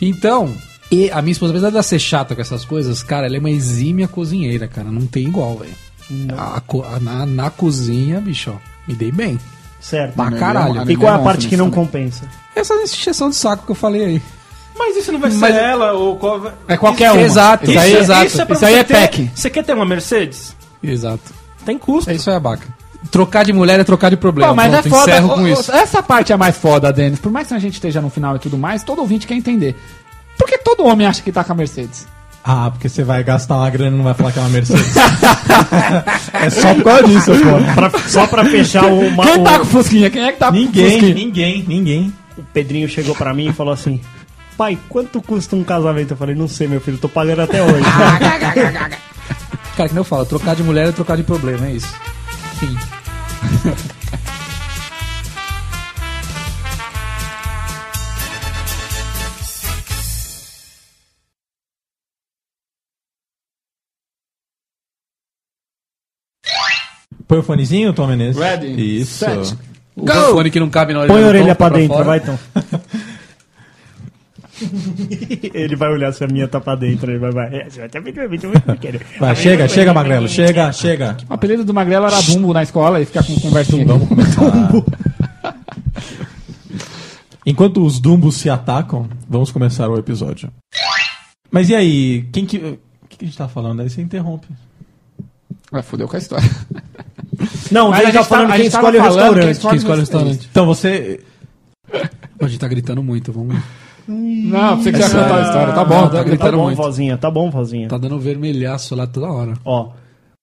Então, e a minha esposa, apesar dela ser chata com essas coisas, cara, ela é uma exímia cozinheira, cara. Não tem igual, velho. A co- a- Na, na cozinha, bicho, ó, me dei bem.
Certo.
Pra
é
caralho.
bom,
E qual é a
Não,
parte que não
também.
compensa?
Essa extinção de saco que eu falei aí.
Mas isso não vai ser
Mas-
ela ou qual...
É qualquer
Isso,
um.
exato,
Isso aí,
Isso-
exato.
Isso é, pra
Isso aí
você
é
ter-
pack.
Você quer ter uma Mercedes?
Exato.
Tem custo.
É isso aí, abaca. Trocar de mulher é trocar de problema.
Pô, mas é
Pronto,
foda.
encerro
o-
com
o-
isso.
Essa parte é mais foda, Denis. Por mais que a gente esteja no final e tudo mais, todo ouvinte quer entender. Por que todo homem acha que tá com a Mercedes?
Ah, porque você vai gastar uma grana e não vai falar que é uma Mercedes. [LAUGHS] é só por causa disso, pô.
[LAUGHS] Pra- só pra fechar o, ma-
Quem
o-
tá com o Fusquinha? Quem é que tá com o
Ninguém,
Fusquinha?
ninguém, ninguém.
O Pedrinho chegou pra mim e falou assim: Pai, quanto custa um casamento? Eu falei: Não sei, meu filho, tô pagando até hoje.
Cara, que nem eu falo, trocar de mulher é trocar de problema, é isso. Fim.
Põe o fonezinho, Tom Menezes.
Ready,
Isso.
set,
O fone que não cabe na orelha.
Põe a
do
orelha
Tom,
pra dentro,
então fora.
vai então. [LAUGHS] ele vai olhar se a minha tá pra dentro. Ele vai, vai. É, você vai até muito, muito, muito pequeno.
Vai, chega,
um
chega, Magrelo. Chega, chega.
O apelido do Magrelo era Dumbo na escola e fica com conversinha. aqui.
Enquanto os dumbos se atacam, vamos começar o episódio. Mas e aí, quem que. O que que a gente tá falando? Aí você interrompe.
Ah, fudeu com a história.
Não,
Mas a
ele tá
gente
falando
tá- a
quem
gente tava
escolhe o
falando quem
restaurante.
Quem escolhe o é restaurante?
Então você.
A gente tá gritando muito, vamos.
Não, você que já contar a história. Tá bom,
tá
tá
gritando
Tá bom,
muito.
vozinha, tá bom, vozinha.
Tá dando vermelhaço lá toda hora.
Ó,